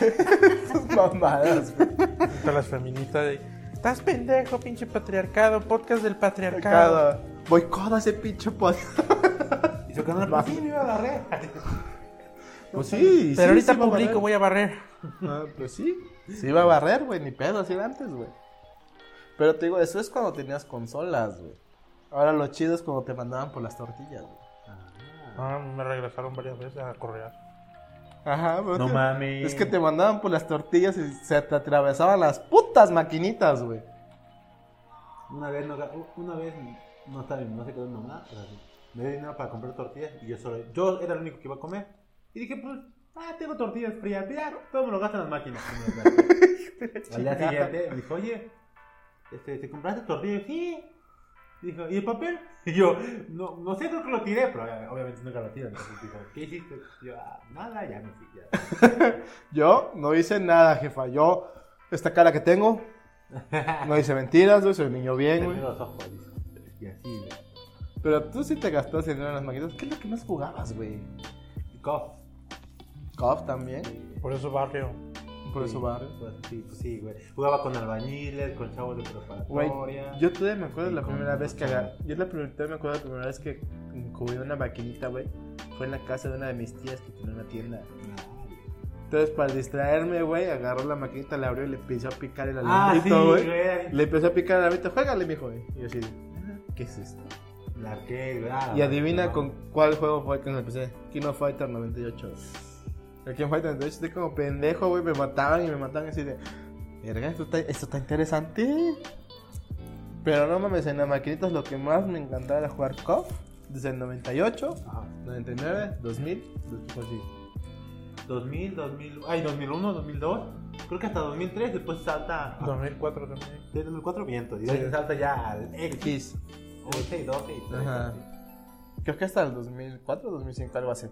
Speaker 3: Esas mamadas, güey.
Speaker 2: Todas las feministas de. Estás pendejo, pinche patriarcado. Podcast del patriarcado.
Speaker 3: Cada... Boicota ese pinche podcast.
Speaker 4: Y sacando el pasillo a la red.
Speaker 3: Pues sí,
Speaker 2: Pero ahorita publico, voy a barrer.
Speaker 3: Ah, pues sí. Sí iba a barrer, güey, ni pedo, así era antes, güey. Pero te digo, eso es cuando tenías consolas, güey. Ahora lo chido es cuando te mandaban por las tortillas, güey.
Speaker 2: Ah, me regresaron varias veces a correr.
Speaker 3: Ajá, pero
Speaker 4: No
Speaker 3: te-
Speaker 4: mames.
Speaker 3: Es que te mandaban por las tortillas y se te atravesaban las putas maquinitas, güey.
Speaker 4: Una vez, no, una vez, no está bien, no se quedó mi mamá, pero sí, me dio dinero para comprar tortillas y yo solo, yo era el único que iba a comer. Y dije, pues, ah, tengo tortillas frías, ya, todo me lo gastan las máquinas. Al día siguiente me dijo, oye, este, ¿te compraste tortillas? Sí. Dijo, ¿y el papel? Y yo, no, no sé, creo que lo tiré, pero eh, obviamente nunca lo tiré. Entonces dijo, ¿qué hiciste? Y yo, ah, nada, ya me fui, ya.
Speaker 3: Yo no hice nada, jefa. Yo, esta cara que tengo, no hice mentiras, güey, soy un niño bien,
Speaker 4: Cerré
Speaker 3: güey.
Speaker 4: los ojos, dijo. Y así, güey.
Speaker 3: Pero tú sí te gastas dinero en las maquinitas. ¿Qué es lo que más jugabas, güey?
Speaker 4: Cof.
Speaker 3: Cof también,
Speaker 2: Por eso barrio.
Speaker 3: por
Speaker 4: Sí,
Speaker 3: eso barrio.
Speaker 4: Pues sí, pues sí, güey. Jugaba con albañiles, con chavos de
Speaker 3: Güey,
Speaker 4: preparatoria.
Speaker 3: yo todavía me acuerdo
Speaker 4: Y
Speaker 3: la
Speaker 4: con
Speaker 3: primera vez que
Speaker 4: mucha-
Speaker 3: aga- Yo la primera, todavía me acuerdo la primera vez que jugué una maquinita, güey. Fue en la casa de una de mis tías que tenía una tienda. Entonces, para distraerme, güey, agarró la maquinita, la abrió y le empezó a picar el
Speaker 4: Ah, sí,
Speaker 3: alambrito,
Speaker 4: güey.
Speaker 3: güey. le empezó a picar el alambrito, juégale, mijo. Y yo así, de, "Ah, ¿qué es esto?
Speaker 4: La arcade, güey. Ah,
Speaker 3: Y
Speaker 4: la-
Speaker 3: adivina
Speaker 4: la-
Speaker 3: con cuál juego fue que me empecé. Kino Fighter 98. güey. El Kino Fighter 98 estoy como pendejo, güey. Me mataban y me mataban así de. Verga, esto está, esto está interesante. Pero no mames, en las maquinitas lo que más me encantaba era jugar KOF. Desde el 98,
Speaker 4: Ajá.
Speaker 3: 99, 2000, después sí.
Speaker 4: 2000, 2000, ay, 2001, 2002. Creo que hasta 2003, después salta.
Speaker 2: Ah.
Speaker 4: a-
Speaker 2: 2004 también.
Speaker 4: Sí, 2004 viento.
Speaker 3: Sí.
Speaker 4: Y después salta ya al X.
Speaker 3: X.
Speaker 4: 11 y 12 y 13.
Speaker 3: Ajá. Creo que hasta el 2004, 2005, algo así.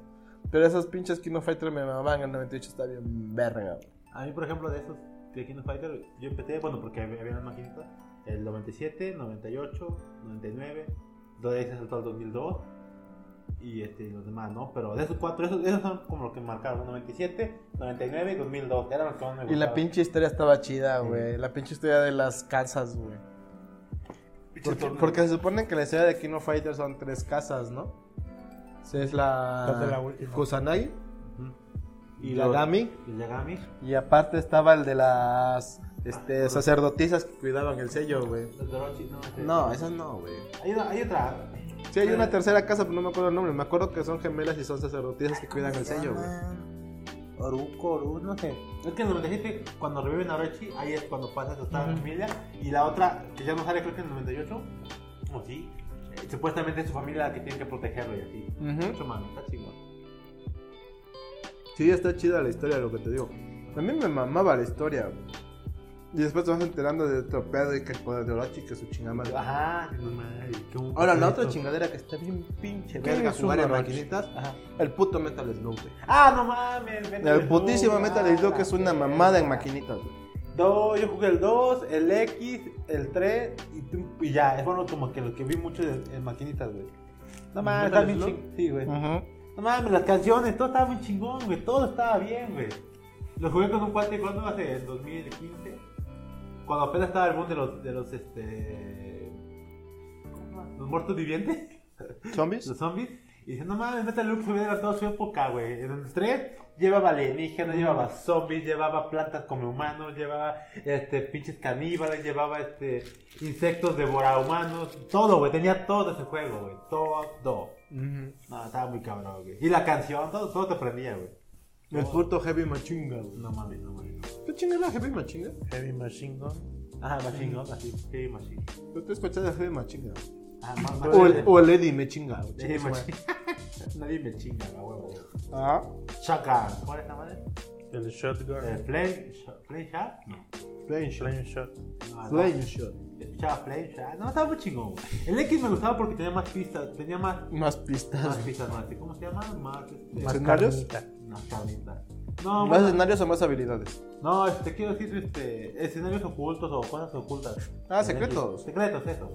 Speaker 3: Pero esos pinches Kino Fighter me mamaban. El 98 está bien verga, güey.
Speaker 4: A mí, por ejemplo, de esos de King of Fighter, yo empecé, bueno, porque había había una maquinita, el 97, 98, 99, donde se saltó al 2002, y este, los demás, ¿no? Pero de esos cuatro, esos, esos son como los que marcaron, 97, 99 y 2002, eran los que más me
Speaker 3: Y la
Speaker 4: gustaban.
Speaker 3: pinche historia estaba chida,
Speaker 4: Sí.
Speaker 3: güey. La pinche historia de las casas, güey.
Speaker 4: Pinche
Speaker 3: Porque,
Speaker 4: torneo.
Speaker 3: porque se supone que la historia de Kino Fighter son tres casas, ¿no? Sí, es
Speaker 2: La de la
Speaker 3: la
Speaker 2: última.
Speaker 3: Kusanagi,
Speaker 4: Ujú.
Speaker 3: y
Speaker 4: los-
Speaker 3: Yagami.
Speaker 4: Y el Yagami,
Speaker 3: Y aparte estaba el de las este, sacerdotisas que cuidaban el sello, güey.
Speaker 4: los Dorochi, no, este-
Speaker 3: No, esas no, güey.
Speaker 4: Hay, una- hay otra.
Speaker 3: Sí, hay una tercera casa, pero no me acuerdo el nombre. Me acuerdo que son gemelas y son sacerdotisas que cuidan el sello, güey.
Speaker 4: Oruko, Oru, no sé. Es que en el 97, cuando reviven a Orochi, ahí es cuando pasa esa otra familia. Y la otra, que ya no sale, creo que en el 98, o sí, eh, supuestamente es su familia la que tiene que protegerlo y así.
Speaker 3: Ujú.
Speaker 4: Mucho mami, está chingón.
Speaker 3: Sí, está chida la historia, lo que te digo. A mí me mamaba la historia, güey. Y después te vas enterando de otro pedo y que el poder de Orochi, que su chingada madre.
Speaker 4: Ajá, no mames. qué un-
Speaker 3: Ah, Ahora, la otra chingadera que está bien pinche
Speaker 2: ¿Qué
Speaker 3: verga
Speaker 2: es
Speaker 3: jugar
Speaker 2: un
Speaker 3: en
Speaker 2: Orochi?
Speaker 3: maquinitas. El puto Metal Slug, güey.
Speaker 4: Ah, no mames. Metal
Speaker 3: El
Speaker 4: Slug,
Speaker 3: putísimo Metal
Speaker 4: ah,
Speaker 3: Slug es una
Speaker 4: la
Speaker 3: mamada en
Speaker 4: verga.
Speaker 3: maquinitas, güey.
Speaker 4: Do- yo jugué el 2, el X, el 3 y, tú- y ya. Es bueno como que lo que vi mucho en, en maquinitas, güey. No mames,
Speaker 3: ¿Metal
Speaker 4: está bien
Speaker 3: Slug?
Speaker 4: chingón. Sí, güey.
Speaker 3: Ajá.
Speaker 4: No mames, las canciones, todo estaba bien chingón, güey. Todo estaba bien, güey. Lo jugué con un cuate cuando hace el 2015. Cuando apenas estaba el boom de los, de los, este. ¿cómo se llama? Los muertos vivientes.
Speaker 3: ¿Zombies?
Speaker 4: los zombies. Y dice, no mames, Metal Slug se hubiera adelantado a su época, güey. En el 3 llevaba alienígenas, llevaba zombies, llevaba plantas como humanos, llevaba este, pinches caníbales, llevaba este, insectos devorahumanos. Todo, güey. Tenía todo ese juego, güey. Todo. No, estaba muy cabrón, güey. Y la canción, todo, todo te prendía, güey.
Speaker 3: El puto Heavy Machinga, güey.
Speaker 4: No mames, no mames.
Speaker 3: ¿Qué chingada Heavy Machinga?
Speaker 2: Heavy Machine Gun.
Speaker 4: Ajá, machine, ¿no? Así, sí, machine.
Speaker 3: ¿Tú te escuchas de Heavy Machinga?
Speaker 4: Ajá, más, más.
Speaker 3: O el, o el Eddie me chinga, güey.
Speaker 4: Sí, machine. Nadie me chinga, la huevo.
Speaker 3: Ah.
Speaker 4: Shotgun. ¿Cuál es la madre?
Speaker 2: El Shotgun.
Speaker 4: Eh, Flame, Flame Shot. No.
Speaker 3: Flame Shot.
Speaker 2: Flame Shot.
Speaker 4: No, no.
Speaker 3: Flame Shot.
Speaker 4: Escuchaba Flame, ah, no, estaba muy chingón. güey. El X me gustaba porque tenía más pistas, tenía más,
Speaker 3: Más
Speaker 4: más
Speaker 3: pistas.
Speaker 4: pistas, más, ¿cómo se llama? Más, este,
Speaker 3: Más-
Speaker 4: más,
Speaker 3: ¿Escenarios?
Speaker 2: carnita.
Speaker 4: carnitas. No,
Speaker 3: ¿Más
Speaker 4: bueno,
Speaker 3: escenarios o más habilidades?
Speaker 4: no, este, quiero decir, este, escenarios ocultos o cosas ocultas.
Speaker 3: Ah,
Speaker 4: Del
Speaker 3: secretos.
Speaker 4: X. Secretos, eso.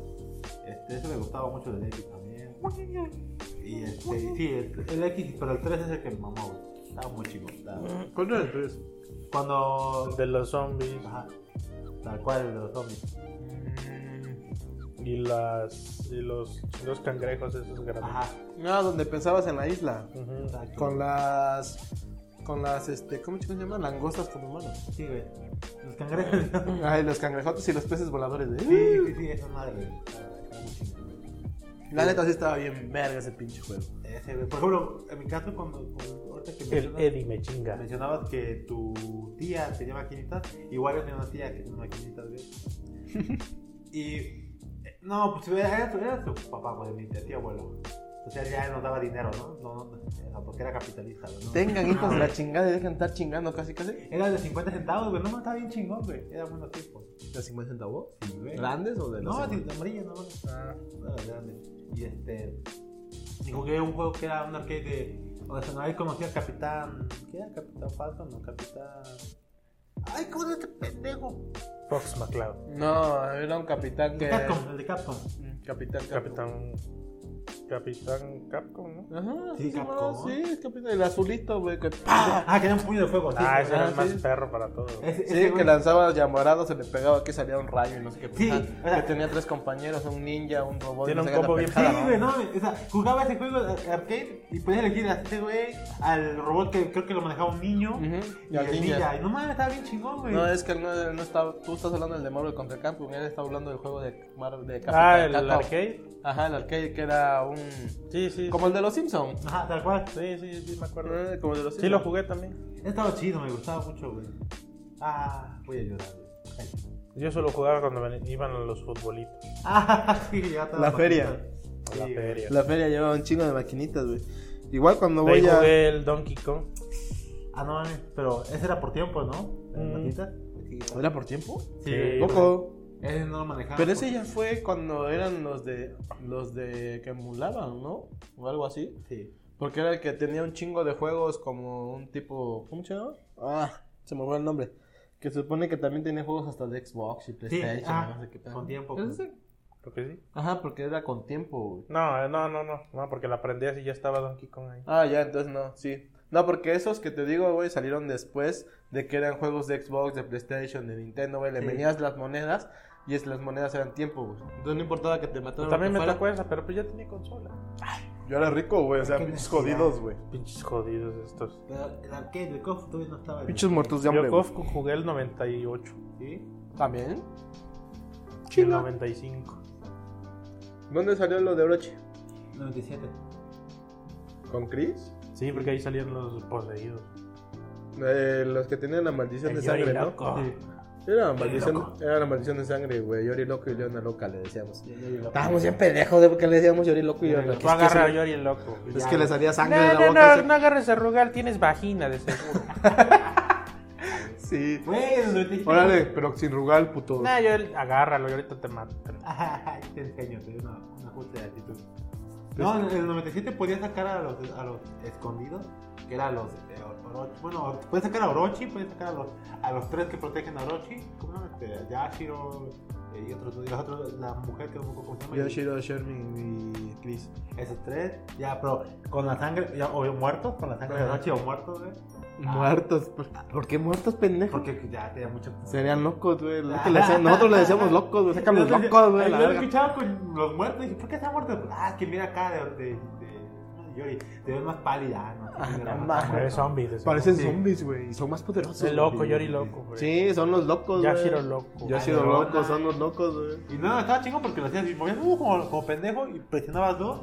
Speaker 4: Este, eso me gustaba mucho del X también. Y este, sí, el, el X, pero el 3 es el que me mamó, güey. Estaba muy chingón. estaba-
Speaker 3: ¿Cuál era el 3?
Speaker 4: Cuando,
Speaker 2: De los zombies.
Speaker 3: Ah.
Speaker 4: ajá, tal cual, el de los zombies.
Speaker 2: Y las. Y los. Los cangrejos esos grandes.
Speaker 4: Ajá,
Speaker 3: Ah, donde pensabas en la isla.
Speaker 2: Ujú.
Speaker 4: exacto.
Speaker 3: Con las. Con las, este, ¿cómo chicos se llaman? Langostas como humanos.
Speaker 4: Sí, güey. Los cangrejos.
Speaker 3: Ay, los cangrejotes y los peces voladores.
Speaker 4: Sí,
Speaker 3: ¿eh?
Speaker 4: sí, sí, esa madre, güey.
Speaker 3: La neta sí estaba bien verga ese pinche juego.
Speaker 4: Ese, güey. Por ejemplo, en mi caso, cuando, cuando- ahorita que
Speaker 2: El
Speaker 4: mencionas,
Speaker 2: Eddie me chinga.
Speaker 4: mencionabas que tu tía tenía maquinitas, igual yo tenía una tía que tenía maquinitas, güey. y, eh, no, pues era, era, su- era su papá, güey, mi tía, tía abuelo. Entonces ya nos daba dinero, ¿no? No, no, o sea, porque era capitalista, güey. ¿no?
Speaker 3: Tengan hijos de
Speaker 4: Ah,
Speaker 3: la chingada y dejen estar chingando casi casi.
Speaker 4: Era de 50 centavos, güey, no, no, estaba bien chingón, güey. Era buenos tiempos.
Speaker 3: ¿De 50 centavos?
Speaker 4: Sí, güey.
Speaker 3: ¿Grandes o de los
Speaker 4: No,
Speaker 3: amarillos?
Speaker 4: de de amarillo, no, no. Ah, grande. Y este. Dijo que un juego que era un arcade de. O sea, no ahí conocía al capitán. ¿Qué era? ¿Capitán Falcon? No, capitán. Ay, ¿cómo era este pendejo?
Speaker 2: Fox McCloud.
Speaker 3: No, era un capitán que.
Speaker 4: El Capcom, el de Capcom.
Speaker 3: Capitán, capitán.
Speaker 2: Capitán. Capitán Capcom, ¿no?
Speaker 3: Ajá,
Speaker 4: Sí,
Speaker 3: sí,
Speaker 4: Capcom.
Speaker 3: sí, es capitán. El azulito, güey. Que...
Speaker 4: Ah, que era un puño de fuego. sí.
Speaker 2: Ah, ese era
Speaker 3: ah,
Speaker 2: el más
Speaker 3: sí. Eh,
Speaker 2: perro para todo.
Speaker 4: Ese-
Speaker 3: Sí,
Speaker 4: ese güey.
Speaker 3: que lanzaba llamaradas, se le pegaba que salía un rayo y no sé qué.
Speaker 4: Sí,
Speaker 3: puta.
Speaker 4: o sea-
Speaker 3: que tenía tres compañeros, un ninja, un robot.
Speaker 2: Tiene
Speaker 3: no sé
Speaker 2: un
Speaker 3: qué,
Speaker 2: combo
Speaker 3: la
Speaker 2: bien
Speaker 4: Sí,
Speaker 3: pendejada, ¿no?
Speaker 4: güey, no, o sea, jugaba ese juego de arcade y podías elegir a este güey, al robot que creo que lo manejaba un niño
Speaker 3: Ujú,
Speaker 4: y al ninja. Y no mames, estaba bien chingón, güey.
Speaker 3: No, es que él no, él no estaba. Tú estás hablando del de Marvel contra Capcom, él está hablando del juego de, Mar- de Capitán
Speaker 2: Ah, el
Speaker 3: Capcom.
Speaker 2: arcade.
Speaker 3: Ajá, el arcade que era un.
Speaker 2: Sí, sí.
Speaker 3: Como el de los Simpsons.
Speaker 4: Ajá, tal cual.
Speaker 2: Sí, sí, sí, me acuerdo.
Speaker 3: Eh, Como el de los
Speaker 2: Sí, lo
Speaker 3: Simpsons.
Speaker 2: jugué también.
Speaker 4: Estaba chido, me gustaba mucho, güey. Ah, voy a llorar, güey. Ay.
Speaker 2: Yo solo jugaba cuando ven- iban a los futbolitos.
Speaker 4: Ah, sí, ya estaba
Speaker 3: La
Speaker 4: maquinita.
Speaker 3: feria.
Speaker 2: A la
Speaker 4: Sí,
Speaker 2: feria.
Speaker 3: La feria llevaba un chingo de maquinitas, güey. Igual cuando
Speaker 2: De ahí
Speaker 3: voy a.
Speaker 2: jugué el Donkey Kong.
Speaker 4: Ah, no mames, pero ese era por tiempo, ¿no? ¿La
Speaker 2: Mm.
Speaker 4: maquinita?
Speaker 3: ¿Era por tiempo?
Speaker 2: Sí.
Speaker 3: Poco.
Speaker 4: Ese no lo manejaba.
Speaker 3: Pero ese ya fue cuando eran los de los de que emulaban, ¿no? O algo así.
Speaker 4: Sí.
Speaker 3: Porque era el que tenía un chingo de juegos como un tipo. ¿Cómo se llama? Ah, se me fue el nombre. Que se supone que también tenía juegos hasta de Xbox y PlayStation.
Speaker 4: ah,
Speaker 3: no sé qué tal.
Speaker 4: con tiempo.
Speaker 3: ¿Es ese?
Speaker 2: ¿Por qué sí?
Speaker 3: Ajá, porque era con tiempo, güey.
Speaker 2: No, eh, no, no, no. No, porque la aprendías y ya estaba Donkey Kong ahí.
Speaker 3: Ah, ya, entonces no, sí. No, porque esos que te digo, güey, salieron después de que eran juegos de Xbox, de PlayStation, de Nintendo, güey. Le
Speaker 4: Sí.
Speaker 3: venías las monedas y es, las monedas eran tiempo, güey. Pues Entonces no importaba que te mataran.
Speaker 2: También
Speaker 3: lo
Speaker 2: me
Speaker 3: que fuera.
Speaker 2: tocó esa, pero pues ya tenía consola.
Speaker 3: Yo era rico, güey, o sea,
Speaker 4: Qué
Speaker 3: pinches
Speaker 4: necesidad.
Speaker 3: jodidos, güey.
Speaker 2: Pinches jodidos estos.
Speaker 4: Pero el arcade de KOF todavía no estaba. en el-
Speaker 3: Pinches muertos de hambre.
Speaker 2: Yo
Speaker 3: güey.
Speaker 2: Kofku jugué el 98
Speaker 4: Sí.
Speaker 3: También.
Speaker 2: y el 95.
Speaker 3: ¿Dónde salió lo de Orochi?
Speaker 4: 97.
Speaker 3: ¿Con Chris?
Speaker 2: Sí, porque ahí salían los poseídos.
Speaker 3: Eh, los que tenían la maldición de
Speaker 2: El Yori
Speaker 3: sangre, ¿no?
Speaker 2: loco.
Speaker 4: Sí.
Speaker 3: Era la
Speaker 4: Loco.
Speaker 3: maldición, era la maldición de sangre, güey. Yori loco y Leona loca le decíamos.
Speaker 4: Ya, ya llegó.
Speaker 3: Estábamos bien pendejos de que le decíamos Yori loco y
Speaker 4: Yori
Speaker 3: Leona
Speaker 4: loco.
Speaker 2: Tú agarra a Yori el loco.
Speaker 3: Es que le salía
Speaker 2: No,
Speaker 3: sangre de la
Speaker 2: no,
Speaker 3: boca.
Speaker 2: no,
Speaker 3: así.
Speaker 2: no agarres a Rugal, tienes vagina de seguro.
Speaker 3: Sí.
Speaker 4: Güey, el 95.
Speaker 3: Órale, pero sin rugal, puto.
Speaker 2: Nah, yo el- agárralo, yo ahorita te mato.
Speaker 4: Ay, te enseño, te doy una, un ajuste de actitud. No, en el 97 podías sacar a los, a los escondidos, que eran los eh, Oro- Orochi. Bueno, Oro- puedes sacar a Orochi, puedes sacar a los, a los tres que protegen a Orochi. ¿Cómo se llama? Este, a Yashiro eh, y otros, y los otros, la mujer que no me acuerdo cómo se llama.
Speaker 3: Yoshiro, Shermin y Chris.
Speaker 4: Esos tres, ya, pero con la sangre, ya, o muertos, con la sangre de Orochi o muertos, güey.
Speaker 3: Ah. Muertos. ¿Por, por qué muertos, pendejo?
Speaker 4: Porque ya tenía mucho.
Speaker 3: Serían locos, güey. lo
Speaker 2: Ah.
Speaker 3: que le decían- nosotros le decíamos locos, güey. Sacan los
Speaker 4: Entonces,
Speaker 3: locos, güey.
Speaker 4: eh,
Speaker 3: la
Speaker 4: Yo
Speaker 3: verga.
Speaker 4: escuchaba con los muertos y dije, ¿por qué está muerto? Ah, es que mira acá de. de, de no, Yori, te ves más pálida. ah, No,
Speaker 3: Ah, no
Speaker 4: Mira, está
Speaker 3: mames.
Speaker 4: muerto.
Speaker 2: Pero es zombie. de
Speaker 3: Parecen
Speaker 4: Sí.
Speaker 3: zombies, güey. Y son más poderosos.
Speaker 2: Es loco,
Speaker 3: güey. Ah,
Speaker 2: Yori loco, güey.
Speaker 3: Sí, son los locos, güey.
Speaker 2: Yashiro loco.
Speaker 3: Yo he sido
Speaker 4: Ay,
Speaker 3: loco,
Speaker 4: no,
Speaker 3: son
Speaker 4: no.
Speaker 3: los locos, güey.
Speaker 4: Y no, estaba chingo porque lo hacías y movías uh, como, como pendejo y presionabas dos,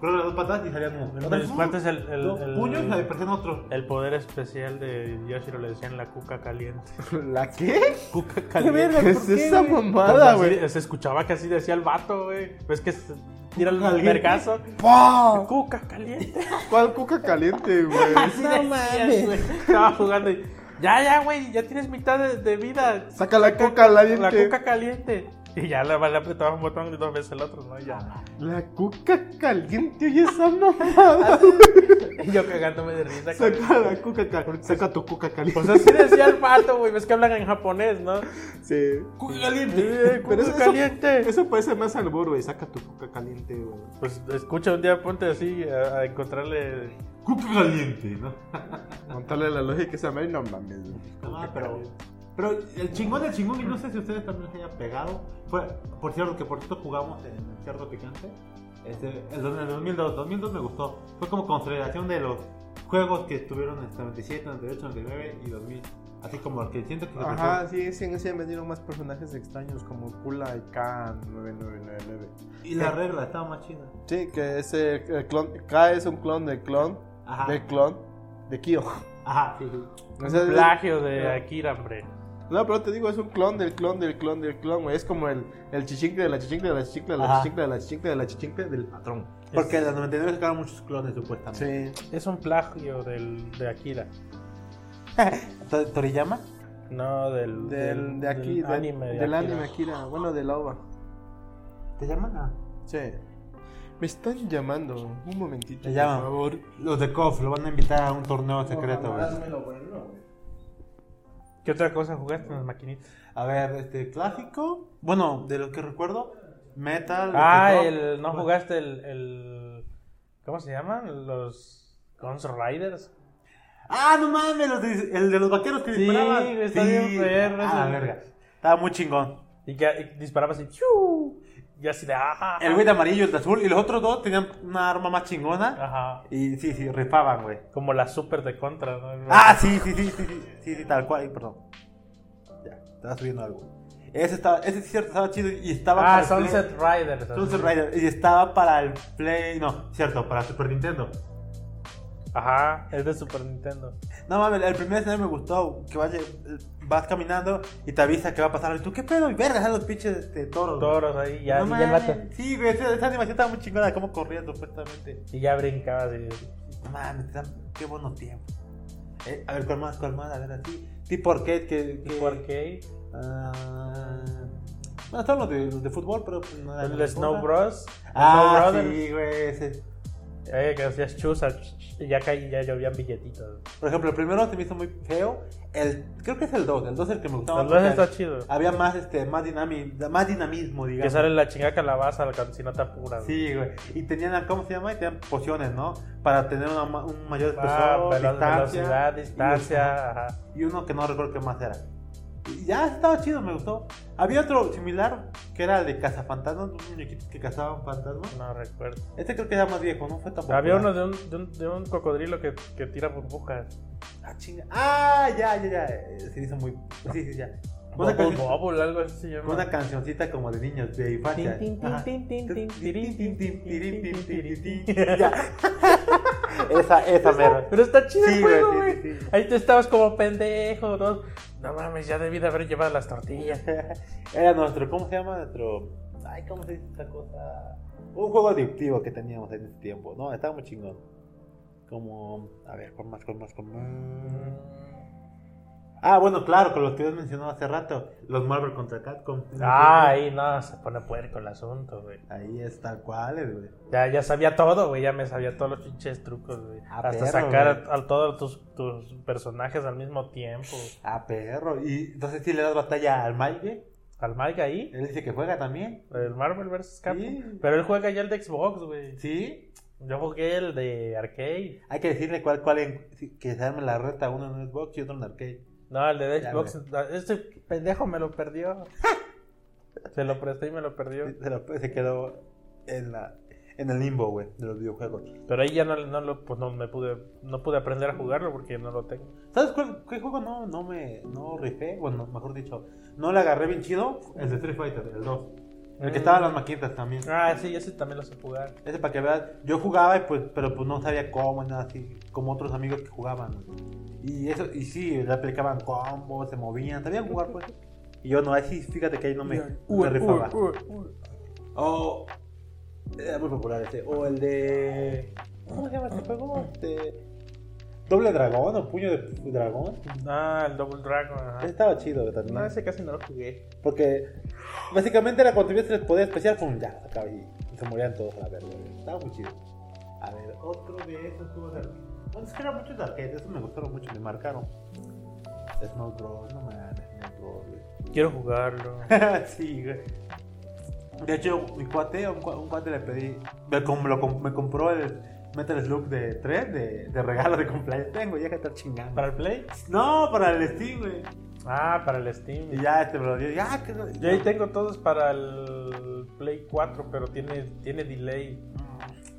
Speaker 4: creo que las dos patadas y salían uno.
Speaker 2: Entonces, ¿cuánto es el, el,
Speaker 4: Dos
Speaker 2: el-
Speaker 4: puños y presionaba otro.
Speaker 2: el poder especial de Yashiro? Le decían la cuca caliente.
Speaker 3: ¿La qué?
Speaker 2: Cuca
Speaker 5: ¿Qué
Speaker 2: caliente.
Speaker 5: verga?
Speaker 3: ¿Qué
Speaker 5: ¿Por
Speaker 3: es
Speaker 5: qué,
Speaker 3: esa
Speaker 5: güey?
Speaker 3: mamada,
Speaker 2: Pues así-
Speaker 3: güey?
Speaker 2: Se escuchaba que así decía el vato, güey. Ves que se tira el
Speaker 4: Caliente.
Speaker 2: vergazo.
Speaker 3: ¡Pah!
Speaker 2: Cuca caliente.
Speaker 3: ¿Cuál cuca caliente, güey?
Speaker 2: Así
Speaker 5: No
Speaker 2: decías,
Speaker 5: mames.
Speaker 2: güey. Estaba jugando y. Ya, ya, güey. Ya tienes mitad de, de vida.
Speaker 3: Saca la cuca caliente.
Speaker 2: La cuca caliente. Y ya la le apretaba un botón y dos veces el otro, ¿no? Y Ya.
Speaker 3: La cuca caliente, oye esa mamada.
Speaker 2: Y yo cagándome de risa.
Speaker 3: Saca la cuca caliente. Saca tu cuca caliente.
Speaker 2: Pues así decía el vato, güey. Ves que hablan en japonés, ¿no?
Speaker 3: Sí.
Speaker 2: Cuca caliente.
Speaker 3: Pero
Speaker 2: Cuca
Speaker 3: eso-
Speaker 2: caliente.
Speaker 3: Eso parece más albor, güey. Saca tu cuca caliente, güey.
Speaker 2: Pues escucha un día, ponte así a, a encontrarle.
Speaker 4: Cuca caliente, ¿no?
Speaker 3: Montarle la lógica a esa madre, no mames, güey.
Speaker 4: No, pero, pero el chingón del chingón, y no sé si ustedes también se hayan pegado. Fue, por cierto, que por cierto jugamos en el Cerdo Picante. Este, el, do- el 2002, 2002 me gustó. Fue como consolidación de los juegos que estuvieron en el 97, 98, 99 y 2000. Así como el que siento que se
Speaker 3: Ajá, sí, sí, en ese vendieron más personajes extraños como Kula y K9999.
Speaker 4: cruzó. Y la regla estaba más chida.
Speaker 3: Sí, que ese eh, clon, K es un clon del clon,
Speaker 4: Ajá.
Speaker 3: del clon, de Kyo.
Speaker 4: Ajá, sí, sí.
Speaker 3: O sea,
Speaker 2: Plagio de Akira, hombre.
Speaker 3: No, pero te digo, es un clon del clon del clon del clon, güey. Es como el, el chichincle de la chichincle de la chichincle de la
Speaker 4: Ajá.
Speaker 3: chichincle de la chichincle de la chichincle del patrón.
Speaker 4: Porque en el 99 sacaron muchos clones, supuestamente.
Speaker 3: Sí.
Speaker 2: Es un plagio del, de Akira.
Speaker 4: ¿To- ¿Toriyama?
Speaker 2: No, del.
Speaker 3: Del, de aquí,
Speaker 2: del
Speaker 3: del
Speaker 2: anime. de
Speaker 3: del
Speaker 2: Akira.
Speaker 3: anime Akira. Bueno, de la OVA.
Speaker 4: ¿Te llaman? Ah, a-
Speaker 3: Sí. Me están llamando. Un momentito.
Speaker 4: Te llaman.
Speaker 3: Por favor.
Speaker 4: Los de KOF lo van a invitar a un torneo secreto, güey.
Speaker 2: ¿Qué otra cosa jugaste en las maquinitas?
Speaker 4: A ver, este clásico. Bueno, de lo que recuerdo, Metal.
Speaker 2: Ah,
Speaker 4: Rock.
Speaker 2: el. No jugaste el. el- ¿Cómo se llaman? Los. Guns Riders.
Speaker 4: Ah, no mames, los de- el de los vaqueros que
Speaker 2: Sí,
Speaker 4: disparaban.
Speaker 2: güey, está bien perro
Speaker 4: Ah,
Speaker 2: ese.
Speaker 4: la verga. Estaba muy chingón.
Speaker 2: Y que y disparabas así. ¡Chiu! Y así de. "Ah, ¡Ajá!
Speaker 4: El güey de amarillo, el de azul. Y los otros dos tenían una arma más chingona.
Speaker 2: Ajá.
Speaker 4: Y sí, sí, rifaban, güey.
Speaker 2: Como la super de contra, ¿no?
Speaker 4: Ah, sí, sí, sí, sí, sí, sí, sí, tal cual. Ay, perdón. Ya, estaba subiendo algo. Ese, estaba, ese sí, cierto, estaba chido y estaba.
Speaker 2: Ah,
Speaker 4: para el Play-
Speaker 2: Sunset Riders. así.
Speaker 4: Sunset Rider. Y estaba para el Play. No, cierto, para Super Nintendo.
Speaker 2: Ajá, es de Super Nintendo.
Speaker 4: No mames, el primer escenario me gustó. Que vaya, vas caminando y te avisa que va a pasar. Y tú, ¿qué pedo? Y verga, están los pinches este, toros. güey.
Speaker 2: Toros ahí, ya,
Speaker 4: No
Speaker 2: y ya el
Speaker 4: mames.
Speaker 2: vato-
Speaker 4: Sí, güey, esa, esa animación estaba muy chingona. Cómo corría supuestamente.
Speaker 2: Y ya brincabas y.
Speaker 4: No mames, tan- qué buenos tiempos. Eh, a ver, ¿cuál más? ¿Cuál más? A ver, así. Tipo arcade que. que
Speaker 2: ¿Por qué?
Speaker 4: Ah, bueno, estaban los de, los de fútbol, pero. pues, no era
Speaker 2: El
Speaker 4: gran
Speaker 2: Snow
Speaker 4: cosa.
Speaker 2: Bros.
Speaker 4: Ah,
Speaker 2: Snow Brothers.
Speaker 4: sí, güey. ese.
Speaker 2: Eh, que hacías chusa y ya caí, ya llovían billetitos.
Speaker 4: Por ejemplo, el primero se me hizo muy feo. El, creo que es el 2. El 2 es el que me gustaba.
Speaker 2: Entonces
Speaker 4: porque-
Speaker 2: está chido.
Speaker 4: Había más, este, más, dinami- más dinamismo, digamos.
Speaker 2: Que sale la chingada calabaza, la cancinata pura.
Speaker 4: Sí, güey. Y tenían, ¿cómo se llama? Y tenían pociones, ¿no? Para tener una ma- un mayor espesor,
Speaker 2: Ah, velo-
Speaker 4: pues, oh, distancia,
Speaker 2: velocidad,
Speaker 4: y-
Speaker 2: distancia. Ajá.
Speaker 4: Y, uno que no recuerdo qué más era. Y ya estaba chido, me gustó. Había otro similar, que era el de cazafantasmas, unos muñequitos que cazaban fantasmas.
Speaker 2: No recuerdo.
Speaker 4: Este creo que era más viejo, no fue tampoco.
Speaker 2: Había uno de un, de un, de un cocodrilo que, que tira burbujas.
Speaker 4: Ah, chinga. Ah, ya, ya, ya. Eh, Se hizo muy... Sí, sí, ya. Una,
Speaker 2: Bubble
Speaker 4: canción-
Speaker 2: Bobble, algo así se llama.
Speaker 4: una cancioncita como de niños, de infancia. Ajá. Ya. Esa, esa mera.
Speaker 2: Pero está chido el
Speaker 4: Sí, güey,
Speaker 2: juego,
Speaker 4: sí,
Speaker 2: güey.
Speaker 4: sí, sí.
Speaker 2: Ahí te estabas como pendejo, ¿no? No mames, ya debí de haber llevado las tortillas.
Speaker 4: Era nuestro, ¿cómo se llama? Nuestro. Ay, ¿cómo se dice esta cosa? Un juego adictivo que teníamos en ese tiempo. No, estaba muy chingón. Como. A ver, con más, con más, con más. Ah, bueno, claro, con los que habías mencionado hace rato. Los Marvel contra Capcom.
Speaker 2: Ay, no, se pone puerco el asunto, güey.
Speaker 4: Ahí es tal cual, es, güey.
Speaker 2: Ya, ya sabía todo, güey. Ya me sabía todos los pinches trucos, güey.
Speaker 4: Ah,
Speaker 2: Hasta
Speaker 4: perro,
Speaker 2: sacar
Speaker 4: güey.
Speaker 2: a, a todos tus, tus personajes al mismo tiempo.
Speaker 4: Ah, perro. Y entonces si le das batalla al Mike,
Speaker 2: Al Mike ahí,
Speaker 4: él dice que juega también.
Speaker 2: el Marvel vs. Capcom.
Speaker 4: Sí.
Speaker 2: Pero él juega ya el de Xbox, güey.
Speaker 4: Sí.
Speaker 2: Yo jugué el de arcade.
Speaker 4: Hay que decirle cuál, cuál, en- si- que se arme la reta, uno en Xbox y otro en arcade.
Speaker 2: No, el de
Speaker 4: Ya,
Speaker 2: Xbox. este pendejo me lo perdió. se lo presté y me lo perdió.
Speaker 4: Se, lo- se quedó en la en el limbo, güey, de los videojuegos.
Speaker 2: Pero ahí ya no, no lo, pues no me pude, no pude aprender a jugarlo porque no lo tengo.
Speaker 4: ¿Sabes cuál, qué juego no, no me no rifé? Bueno, mejor dicho, no le agarré bien chido. El de Street Fighter, el 2. El
Speaker 2: Mm.
Speaker 4: que estaba en las maquinitas también.
Speaker 2: Ah, sí, ese también lo sé jugar.
Speaker 4: Ese para que veas, yo jugaba y pues, pero pues no sabía cómo, nada así, como otros amigos que jugaban. güey. Y eso, y sí, le aplicaban combos, se movían, sabían jugar pues. Y yo no, así fíjate que ahí no me, no me rifaba. O era muy popular ese. O el de. ¿Cómo se llama este juego? Este. Doble dragón o puño de dragón.
Speaker 2: Ah, el Double Dragon. ajá.
Speaker 4: Estaba chido también.
Speaker 2: No, ese casi no lo jugué.
Speaker 4: Porque básicamente era cuando tenías el poder especial, pum, ya, se acaba y se morían todos a la verga. güey. Estaba muy chido. A ver, otro de esos juegos de arcade. Bueno, es que eran muchos de arcade, esos me gustaron mucho, me marcaron. Snow Bros, no me hagas Snow Bros, güey.
Speaker 2: Quiero jugarlo.
Speaker 4: sí, güey. De hecho, mi cuate, a un, cua- un cuate le pedí, me, com- lo com- me compró el Metal Slug de 3 de, de regalo de cumpleaños. Tengo, ya que estar chingando.
Speaker 2: ¿Para el Play?
Speaker 4: No, para el Steam, güey.
Speaker 2: Ah, para el Steam.
Speaker 4: Y ya este me lo dio. Ya, que no-
Speaker 2: Yo ahí tengo todos para el Play 4, pero tiene, tiene delay.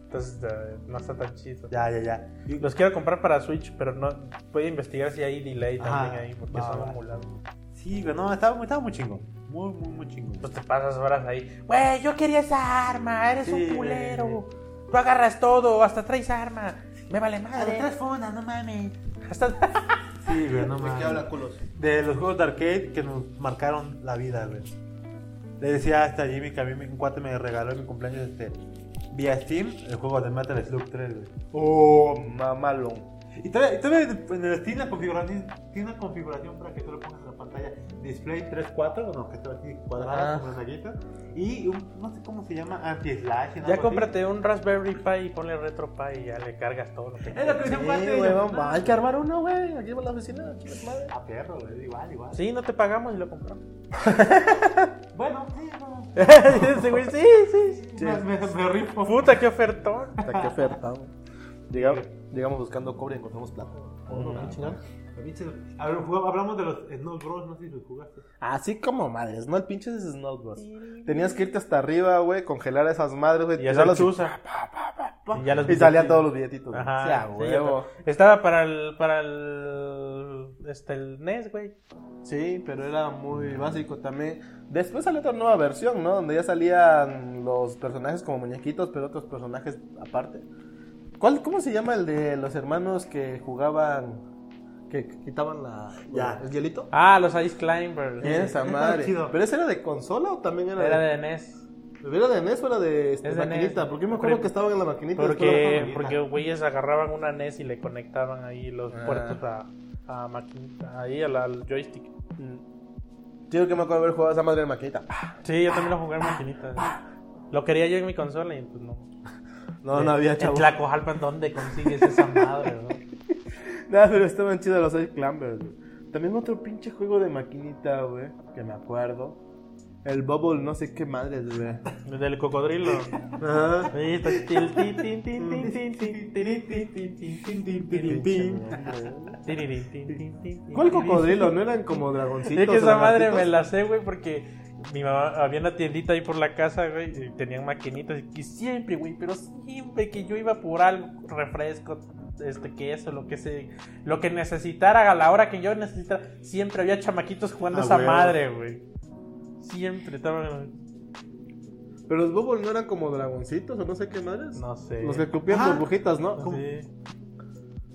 Speaker 2: Entonces eh, no está tan chido.
Speaker 4: Ya, ya, ya. Y-
Speaker 2: Los quiero comprar para Switch, pero no voy a investigar si hay delay también
Speaker 4: Ajá,
Speaker 2: ahí, porque
Speaker 4: va,
Speaker 2: son
Speaker 4: va.
Speaker 2: emulados.
Speaker 4: Sí, pero no, estaba, estaba muy chingón. Muy, muy, muy chingón.
Speaker 2: Pues te pasas horas ahí. Güey, yo quería esa arma, eres
Speaker 4: Sí.
Speaker 2: un culero. Tú agarras todo, hasta traes arma. Me vale madre.
Speaker 4: Ah, fondas, no mames.
Speaker 2: Hasta-
Speaker 4: Sí, güey, no
Speaker 3: ¿De
Speaker 4: mames.
Speaker 3: qué habla culos?
Speaker 4: De los juegos de arcade que nos marcaron la vida, güey. Le decía hasta Jimmy que a mí me- un cuate me regaló en mi cumpleaños este. Vía Steam, el juego de Metal Slug 3, güey.
Speaker 3: Oh, mamalón.
Speaker 4: Y todavía, y todavía en el Steam la configuración tiene una configuración para que tú lo pongas en la pantalla. Display 3.4, bueno, que está así cuadrada
Speaker 2: Ah.
Speaker 4: como una galleta. Y un, no sé cómo se llama, anti-slash. algo
Speaker 2: ya
Speaker 4: así.
Speaker 2: cómprate un Raspberry Pi y ponle Retro Pi y ya le cargas todo lo que
Speaker 4: Es lo
Speaker 3: Sí,
Speaker 4: que decía un cuate.
Speaker 3: güey,
Speaker 4: yo,
Speaker 3: vamos,
Speaker 4: ah,
Speaker 3: hay que armar uno, güey. Aquí va la oficina, aquí es madre.
Speaker 4: A "Ah, perro, güey, igual, igual.
Speaker 2: Sí, no te pagamos y lo compramos.
Speaker 4: Bueno, sí, no.
Speaker 2: Ese güey, sí, sí, sí.
Speaker 4: Me, me, me rifo.
Speaker 2: Puta, qué ofertón.
Speaker 3: Hasta qué oferta, güey. Llegamos, llegamos buscando cobre y encontramos plata. Oro, qué chingón.
Speaker 4: A ver, jugamos- hablamos de los Snow Bros, no sé si los jugaste.
Speaker 3: Así como madres, ¿no? El pinche de Snow Bros. Tenías que irte hasta arriba, güey, congelar a esas madres, güey.
Speaker 2: Y ya
Speaker 3: tirar
Speaker 2: los
Speaker 3: los-
Speaker 2: chusa. Y ya los
Speaker 3: y salían todos los billetitos. güey.
Speaker 2: Ajá.
Speaker 3: Sí, a
Speaker 2: sí,
Speaker 3: huevo.
Speaker 2: ya- Estaba para el. Para el. Este, el NES, güey.
Speaker 3: Sí, pero era muy básico también. Después salió otra nueva versión, ¿no? Donde ya salían los personajes como muñequitos, pero otros personajes aparte. ¿Cuál, ¿Cómo se llama el de los hermanos que jugaban, que quitaban la,
Speaker 4: Ya.
Speaker 3: el hielito?
Speaker 2: Ah, los Ice Climbers.
Speaker 3: Esa
Speaker 4: Está
Speaker 3: madre.
Speaker 4: chido.
Speaker 3: ¿Pero ese era de consola o también era,
Speaker 2: Era
Speaker 3: de...
Speaker 2: de E NES.
Speaker 3: ¿Era de NES o era de este,
Speaker 2: Es de
Speaker 3: maquinita?
Speaker 2: NES.
Speaker 3: Porque yo me acuerdo
Speaker 2: Pero-
Speaker 3: que estaban en la maquinita. y después bajaban.
Speaker 2: Porque,
Speaker 4: maquinita.
Speaker 2: porque güeyes agarraban una NES y le conectaban ahí los
Speaker 3: Ah.
Speaker 2: puertos a, a maquinita, ahí al, al joystick.
Speaker 3: Mm. Tío, que me acuerdo de haber jugado esa madre de maquinita.
Speaker 2: Sí, yo también lo jugué en maquinita. Lo quería yo en mi consola y pues no.
Speaker 3: No, no había
Speaker 2: En
Speaker 3: chavo.
Speaker 2: Tlacojalpan, ¿dónde consigues esa madre, no?
Speaker 3: Nada, pero estaban chidos los Ice Climbers, güey. También otro pinche juego de maquinita, güey, que me acuerdo. El Bubble, no sé qué madres, güey.
Speaker 2: El Del cocodrilo.
Speaker 3: Ajá.
Speaker 2: Ahí está. Til, tin, tin, tin, tin, tin, tin, tin, tin, tin, tin, tin, tin, tin, tin. Tiririn, tin, tin, tin, tin,
Speaker 3: ¿Cuál
Speaker 2: tiririn.
Speaker 3: cocodrilo? ¿No eran como dragoncitos?
Speaker 2: Es que
Speaker 3: o
Speaker 2: esa madre me
Speaker 3: lagartitos?
Speaker 2: la sé, güey, porque mi mamá había una tiendita ahí por la casa, güey, y tenían maquinitas y siempre, güey, pero siempre que yo iba por algo, refresco, este queso, lo que se, lo que necesitara a la hora que yo necesitara, siempre había chamaquitos jugando
Speaker 4: Ah,
Speaker 2: esa
Speaker 4: güey.
Speaker 2: madre, güey. Siempre estaban,
Speaker 3: Pero los Bubble no eran como dragoncitos o no sé qué madres.
Speaker 2: no sé.
Speaker 4: eh.
Speaker 3: Los que cupían
Speaker 4: Ajá.
Speaker 3: burbujitas, ¿no?
Speaker 2: Sí.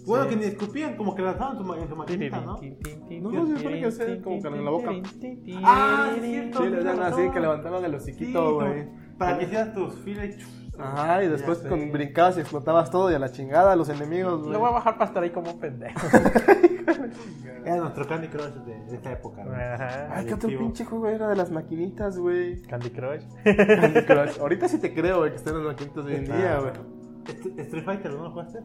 Speaker 4: Bueno,
Speaker 2: Sí.
Speaker 4: que ni escupían, como que lanzaban su ma- en su maquinita, ¿no?
Speaker 2: Tin, tin, tin,
Speaker 3: No,
Speaker 2: tin,
Speaker 3: se supone que
Speaker 2: tin,
Speaker 3: sea
Speaker 2: tin,
Speaker 3: como
Speaker 2: tin,
Speaker 3: que en
Speaker 2: tin,
Speaker 3: la boca.
Speaker 2: tin, tin,
Speaker 4: Ah,
Speaker 2: tin,
Speaker 4: cierto.
Speaker 3: Sí, les dan así que levantaban el
Speaker 4: Sí,
Speaker 3: hociquito, güey.
Speaker 4: como para que hicieras tus filas y chus,
Speaker 3: Ajá, y después
Speaker 2: Ya sé.
Speaker 3: con brincabas y explotabas todo y a la chingada a los enemigos, güey.
Speaker 2: Lo voy a bajar para estar ahí como un pendejo.
Speaker 4: Era nuestro Candy Crush de, de esta época. ¿no?
Speaker 2: Ajá.
Speaker 3: Ay, qué otro
Speaker 4: adictivo.
Speaker 3: pinche juego era de las maquinitas, güey.
Speaker 2: Candy Crush.
Speaker 3: Candy Crush. Ahorita sí te creo, güey, que estén las maquinitas hoy en día, güey.
Speaker 4: Est- Este, Street Fighter, ¿no lo jugaste?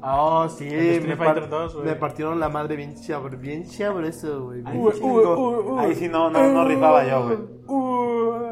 Speaker 3: Ah, sí,
Speaker 2: Street
Speaker 3: me,
Speaker 2: Fighter
Speaker 3: par-
Speaker 2: 2, güey.
Speaker 3: me partieron la madre bien chabr, bien chabroso, güey.
Speaker 4: Ay,
Speaker 3: bien
Speaker 4: sí,
Speaker 3: chingo.
Speaker 4: Ahí sí no, no, no rifaba yo, güey.
Speaker 3: Uh,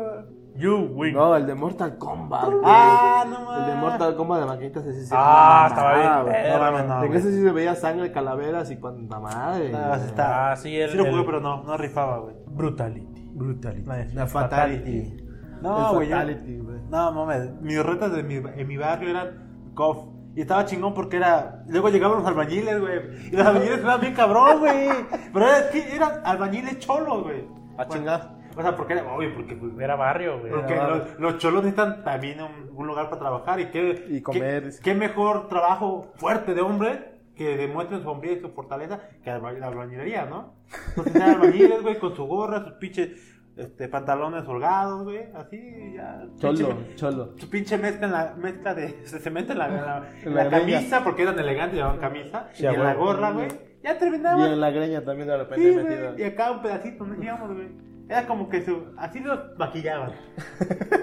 Speaker 2: You win.
Speaker 3: No, el de Mortal Kombat. güey.
Speaker 4: Ah, no mames.
Speaker 3: El de Mortal Kombat de maquinitas ese sí. se
Speaker 2: Ah,
Speaker 3: veía
Speaker 2: estaba bien
Speaker 3: mamada, güey.
Speaker 2: perro.
Speaker 4: No mames, no.
Speaker 3: En
Speaker 4: güey.
Speaker 3: ese sí se veía sangre, calaveras y cuanta madre.
Speaker 4: Ah, sí
Speaker 3: güey.
Speaker 4: está.
Speaker 2: Ah, sí, el,
Speaker 4: Sí lo jugué,
Speaker 2: el-
Speaker 4: pero no, no rifaba, güey.
Speaker 2: Brutality. Brutality.
Speaker 3: La Fatality.
Speaker 4: No,
Speaker 3: El
Speaker 4: güey. yo-
Speaker 3: Fatality, güey.
Speaker 4: No mames. Mis retas de mi, en mi barrio eran cof. Y estaba chingón porque era. Luego llegaban los albañiles, güey. Y los albañiles eran bien cabrón, güey. Pero era que eran albañiles cholos, güey.
Speaker 3: A chingar.
Speaker 4: O sea, porque era. Obvio, porque. pues, güey,
Speaker 2: Era barrio, güey.
Speaker 4: Porque
Speaker 3: Era-
Speaker 4: los, los cholos necesitan también un, un lugar para trabajar y qué,
Speaker 3: Y comer,
Speaker 4: qué,
Speaker 3: dice.
Speaker 4: qué mejor trabajo fuerte de hombre que demuestre su hombría y su fortaleza que alba- la albañilería, ¿no? Entonces eran albañiles, güey, con su gorra, sus pinches este, pantalones holgados, güey, así ya.
Speaker 3: Cholo,
Speaker 4: pinche-
Speaker 3: cholo.
Speaker 4: su pinche mezcla, en la, mezcla de se cemento en la, en la- en
Speaker 3: la
Speaker 4: la
Speaker 3: greña.
Speaker 4: camisa, porque eran elegantes, llevaban camisa,
Speaker 3: Sí,
Speaker 4: y en la
Speaker 3: güey.
Speaker 4: gorra, güey. Ya
Speaker 3: Y
Speaker 4: terminaban
Speaker 3: en la greña también de repente
Speaker 4: Sí,
Speaker 3: metido.
Speaker 4: güey, y acá un pedacito, nos íbamos, güey. Era como que su, así los maquillaban.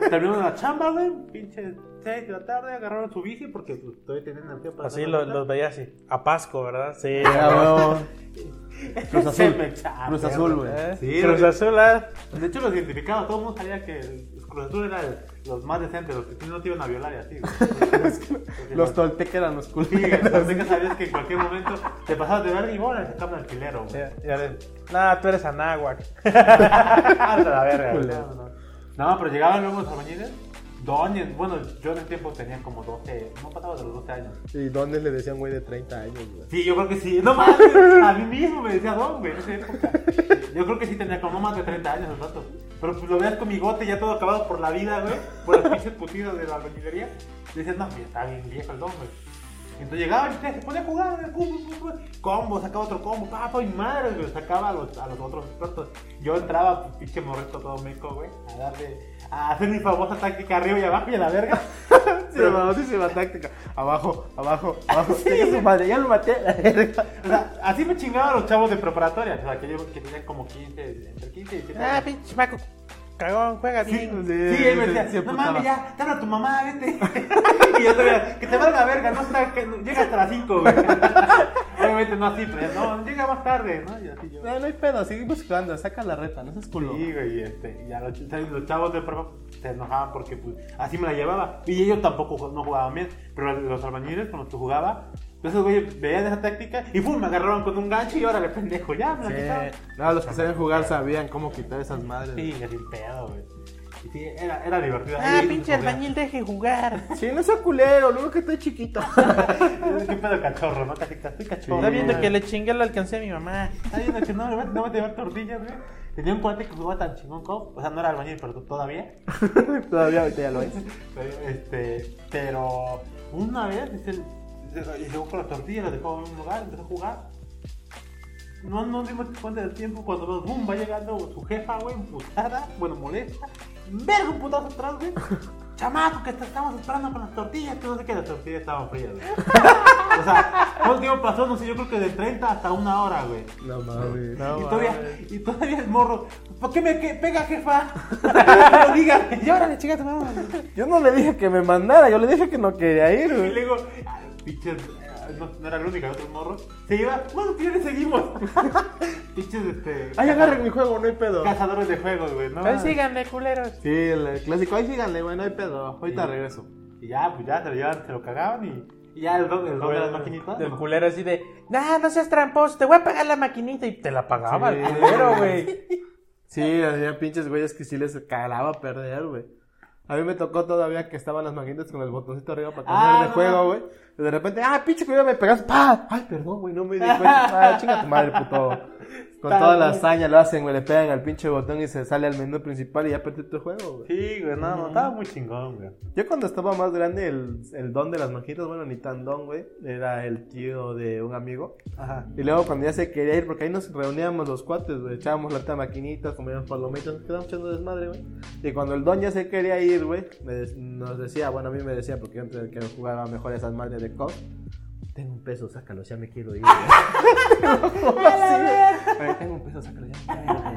Speaker 4: Terminaron la chamba, güey, pinche 6 de la tarde, agarraron su bici porque pues, todavía tenían energía para
Speaker 2: Así
Speaker 4: hacer
Speaker 2: los,
Speaker 4: la
Speaker 2: los veía así. A Pasco, ¿verdad? Sí.
Speaker 3: Ah, huevo.
Speaker 4: vuelta.
Speaker 3: Cruz
Speaker 4: Se
Speaker 3: Azul.
Speaker 4: me echaba,
Speaker 3: Cruz
Speaker 4: Ah, perro.
Speaker 3: Azul, güey.
Speaker 2: ¿Eh?
Speaker 4: Sí,
Speaker 2: Cruz
Speaker 4: güey.
Speaker 2: Azul, ah.
Speaker 4: De hecho, los identificaba, todo el mundo sabía que el Cruz Azul era el- los más decentes, los que no te iban a violar y así, güey.
Speaker 3: Los toltecas eran los
Speaker 4: Sí,
Speaker 3: culeros.
Speaker 4: entonces que sabías que en cualquier momento te pasabas de ver y bola, sacaban el alquilero, güey.
Speaker 2: Ya, ya ven. Nah, tú eres Anáhuac.
Speaker 4: Hasta la verga.
Speaker 3: Culero.
Speaker 4: No, no, no. No, pero llegaban luego los albañiles. Doñes, bueno, yo en el tiempo tenía como 12, no pasaba de los 12 años.
Speaker 3: ¿Y dónde le decían güey de 30 años, güey?
Speaker 4: Sí, yo creo que sí. No mames, a mí mismo me decía Don, güey, en esa época. Yo creo que sí tenía como más de 30 años el rato. Pero pues lo veas con mi gote ya todo acabado por la vida, güey, por las pinches putidas de la albañilería. Y decías, no, ya está bien viejo el Don, güey. Y Entonces llegaba y usted se ponía a jugar, pum, pum, pum, pum, combo, sacaba otro combo, papá y madre, güey, sacaba a los, a los otros expertos. Yo entraba, pues, pinche morrito todo meco, güey, a darle, a hacer mi famosa táctica arriba y abajo y a la verga.
Speaker 3: Pero famosísima táctica. Abajo, abajo, abajo. Chingue su madre, ya lo maté. la verga.
Speaker 4: O sea, así me chingaban los chavos de preparatoria. O sea, que, yo, que tenían como 15, entre 15 y 17
Speaker 2: Ah,
Speaker 4: años.
Speaker 2: pinche Paco. Cagón, juega
Speaker 4: Sí,
Speaker 2: bien.
Speaker 4: sí,
Speaker 3: sí,
Speaker 4: él me
Speaker 3: sí,
Speaker 4: decía,
Speaker 3: sí,
Speaker 4: no
Speaker 3: emputaba.
Speaker 4: mames, ya, te habla tu mamá, vete. y yo te veía, que te valga verga, no está, que, no- llega hasta las 5, güey. Obviamente no así, pero ya, no, llega más tarde, ¿no? Y así yo.
Speaker 3: No, no hay pedo, seguimos jugando. Saca la reta, no seas culo.
Speaker 4: Sí, güey, y este, y a los, ch- ¿sabes? los chavos de prepa se enojaban porque pues, así me la llevaba. Y ellos tampoco ju- no jugaban bien, pero los albañiles con los que jugaba, entonces, güey, veían esa táctica y ¡pum! me agarraron con un gancho y ahora le pendejo, ya, me la quitaron.
Speaker 3: No, los que saben jugar sabían cómo quitar esas madres.
Speaker 4: Sí, es el pedo, güey. Y sí, era, era divertido.
Speaker 2: Ah,
Speaker 4: Ahí,
Speaker 2: pinche
Speaker 4: como,
Speaker 2: albañil, deje jugar.
Speaker 3: Sí, no seas culero, luego que estoy chiquito.
Speaker 4: Qué pedo cachorro, ¿no? Casi casi cachorro.
Speaker 2: Está
Speaker 4: ¿no?
Speaker 2: viendo que le chingué la alcancé a mi mamá.
Speaker 4: Está viendo que no, no vas a llevar tortillas, güey. Tenía un cuate que jugaba tan chingón, ¿cómo? O sea, no era albañil, pero todavía.
Speaker 3: Todavía ahorita ya lo es.
Speaker 4: Pero, este, pero una vez, dice, llegó con la tortilla, la dejó en un lugar, empezó a jugar. No no dimos cuenta del tiempo cuando vemos, boom, va llegando su jefa, güey, emputada, bueno, molesta. Verga, un putazo atrás, güey. Chamaco, que te estamos esperando con las tortillas, que no sé qué, las tortillas estaban frías, güey. O sea, ¿cuánto tiempo pasó? No sé, yo creo que de 30 hasta una hora, güey.
Speaker 3: No mames.
Speaker 4: y,
Speaker 2: No,
Speaker 4: todavía, y todavía el morro, ¿por qué me que- pega, jefa? Pero dígame, y órale, chica, tu mamá.
Speaker 3: Yo no le dije que me mandara, yo le dije que no quería ir,
Speaker 4: Y
Speaker 3: güey.
Speaker 4: luego, ah, pinches, ah, no, no era la única, otro morro. Se iba, bueno, tío, le seguimos. pinches, este.
Speaker 3: Ay, agarren mi juego, no hay pedo.
Speaker 4: Cazadores de juegos, güey, ¿no?
Speaker 2: Ahí síganle, culeros.
Speaker 3: Sí, el clásico, ahí síganle, güey, no hay pedo. Ahorita
Speaker 4: Sí.
Speaker 3: regreso.
Speaker 4: Y ya, pues ya, se lo, llevaban, se lo cagaban y, y ya el don, el don de las maquinitas.
Speaker 2: Del
Speaker 4: ¿no?
Speaker 2: culero así de, nah, no seas tramposo, te voy a pagar la maquinita. Y te la pagaba el culero, güey.
Speaker 3: Sí, había pinches güeyes que sí les calaba perder, güey. A mí me tocó todavía que estaban las maquinitas con el botoncito arriba para cambiar
Speaker 4: Ah,
Speaker 3: de
Speaker 4: no,
Speaker 3: juego,
Speaker 4: no.
Speaker 3: güey. De repente, ah, pinche culero, me pegaste. ¡Pah! Ay, perdón, güey, no me di cuenta. Ah, chinga tu madre, puto. Con
Speaker 5: Está
Speaker 3: toda la
Speaker 5: bien.
Speaker 3: hazaña lo hacen, güey. Le pegan al pinche botón y se sale al menú principal y ya perdiste el juego, güey.
Speaker 2: Sí, güey, no, no, estaba muy chingón, güey.
Speaker 3: Yo cuando estaba más grande, el, el don de las maquinitas, bueno, ni tan don, güey, era el tío de un amigo.
Speaker 2: Ajá.
Speaker 3: Y luego cuando ya se quería ir, porque ahí nos reuníamos los cuates, güey, echábamos lata de maquinitas, comíamos palomitas, nos quedábamos echando desmadre, güey. Y cuando el don ya se quería ir, güey, me de- nos decía, bueno, a mí me decía, porque yo entre el que jugaba mejor esas madres de COD, tengo un peso, sácalo, ya me quiero ir, güey. Así, güey, tengo un peso, sácalo, ya me quiero ir, güey.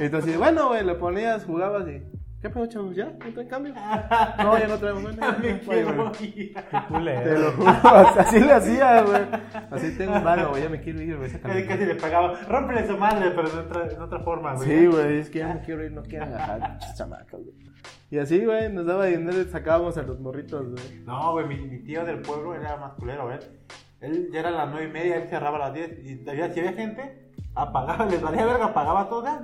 Speaker 3: Y entonces, bueno, güey, le ponías, jugabas y... ¿Qué pedo, chavos? ¿Ya? ¿No traen cambio? No, ya no traemos. Bueno, ya,
Speaker 5: Me
Speaker 3: Oye, güey,
Speaker 5: quiero ir.
Speaker 2: Qué culero.
Speaker 3: te lo juro, así le hacía, güey. Así tengo un varo, güey, ya me quiero ir, güey, sácalo.
Speaker 4: Casi, casi le pagaba. Rómpele su madre, pero de otra, de otra forma, güey.
Speaker 3: Sí, güey, es que ya me quiero ir, no quiero agarrar, pinches chamacas, güey. Y así, güey, nos daba dinero y sacábamos a los morritos, güey.
Speaker 4: No, güey, mi, mi tío del pueblo era más culero, güey. Él ya era las nueve y media, él cerraba a las 10 y había, si había gente, apagaba, les valía verga, apagaba todas.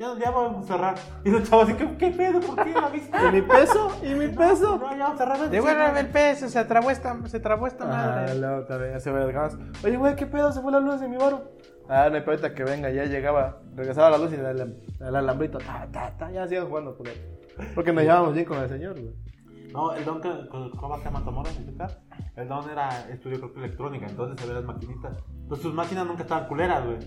Speaker 4: Ya, ya vamos a cerrar. Y los chavos así, ¿qué, qué pedo? ¿Por qué la viste?
Speaker 3: ¿Y mi peso? ¿Y mi peso?
Speaker 4: No, ya vamos a cerrar.
Speaker 2: Devuélveme el peso, se trabó esta, se trabó esta
Speaker 3: Ah,
Speaker 2: madre.
Speaker 3: luego también se me dejabas. Oye, güey, ¿qué pedo? Se fue la luz de mi varo. Ah, no hay ahorita que venga, ya llegaba. Regresaba la luz y el, alam- el alambrito, ta, ta, ta, ya sigan jugando, culero. Porque nos llevábamos bien con el señor, güey.
Speaker 4: No, el don que jugaba acá en Matamoros, en Yucatán, el don era estudió creo que electrónica, entonces se ve las maquinitas. Pues sus máquinas nunca estaban culeras, güey.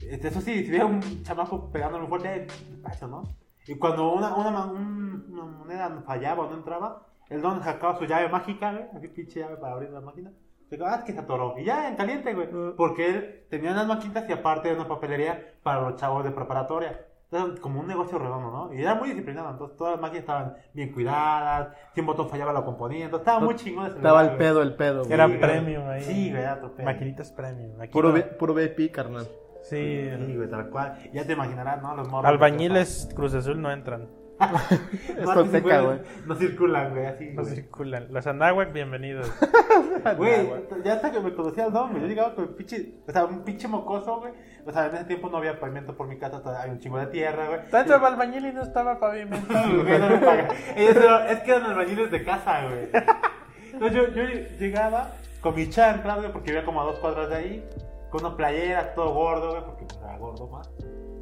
Speaker 4: Este, eso sí, si veía un chamaco pegándole un fuerte, pasa, ¿no? Y cuando una, una, ma- un- una moneda fallaba o no entraba, el don sacaba su llave mágica, güey, así pinche llave para abrir la máquina. Se dijo, ah, es que se atoró. Y ya, en caliente, güey.
Speaker 3: Ah.
Speaker 4: Porque él tenía unas maquinitas y aparte una papelería para los chavos de preparatoria. Entonces, como un negocio redondo, ¿no? Y era muy disciplinado. Entonces, todas las máquinas estaban bien cuidadas. Si un botón fallaba, lo componía. Entonces, estaba muy chingón. ese
Speaker 3: Estaba el
Speaker 4: lugar, güey.
Speaker 3: pedo, el pedo, güey.
Speaker 2: Era
Speaker 4: güey.
Speaker 2: premium ahí.
Speaker 4: Sí, güey, era otro pedo.
Speaker 2: Maquinitas premium. Aquí
Speaker 3: Puro,
Speaker 2: no.
Speaker 3: vi- puro VIP, carnal.
Speaker 2: Sí,
Speaker 4: Sí, güey, tal cual. Ya te imaginarás, ¿no? Los morros.
Speaker 2: albañiles Cruz Azul no entran.
Speaker 3: Es
Speaker 4: No,
Speaker 3: Tolteca,
Speaker 4: circulan,
Speaker 3: güey.
Speaker 4: No circulan, güey, así.
Speaker 2: No
Speaker 4: güey.
Speaker 2: circulan. Los Anáhuac, bienvenidos.
Speaker 4: Güey, ya hasta que me conocía el nombre, yo llegaba con el pinche, o sea, un pinche mocoso, güey. O sea, en ese tiempo no había pavimento por mi casa, todavía hay un chingo de tierra, güey.
Speaker 2: Tanto albañil y no estaba pavimentado.
Speaker 4: Güey, no me paga. Ellos eran- es que eran albañiles de casa, güey. Entonces yo, yo llegaba con mi chancla, güey, porque vivía como a dos cuadras de ahí, con una playera, todo gordo, güey, porque pues, era gordo más.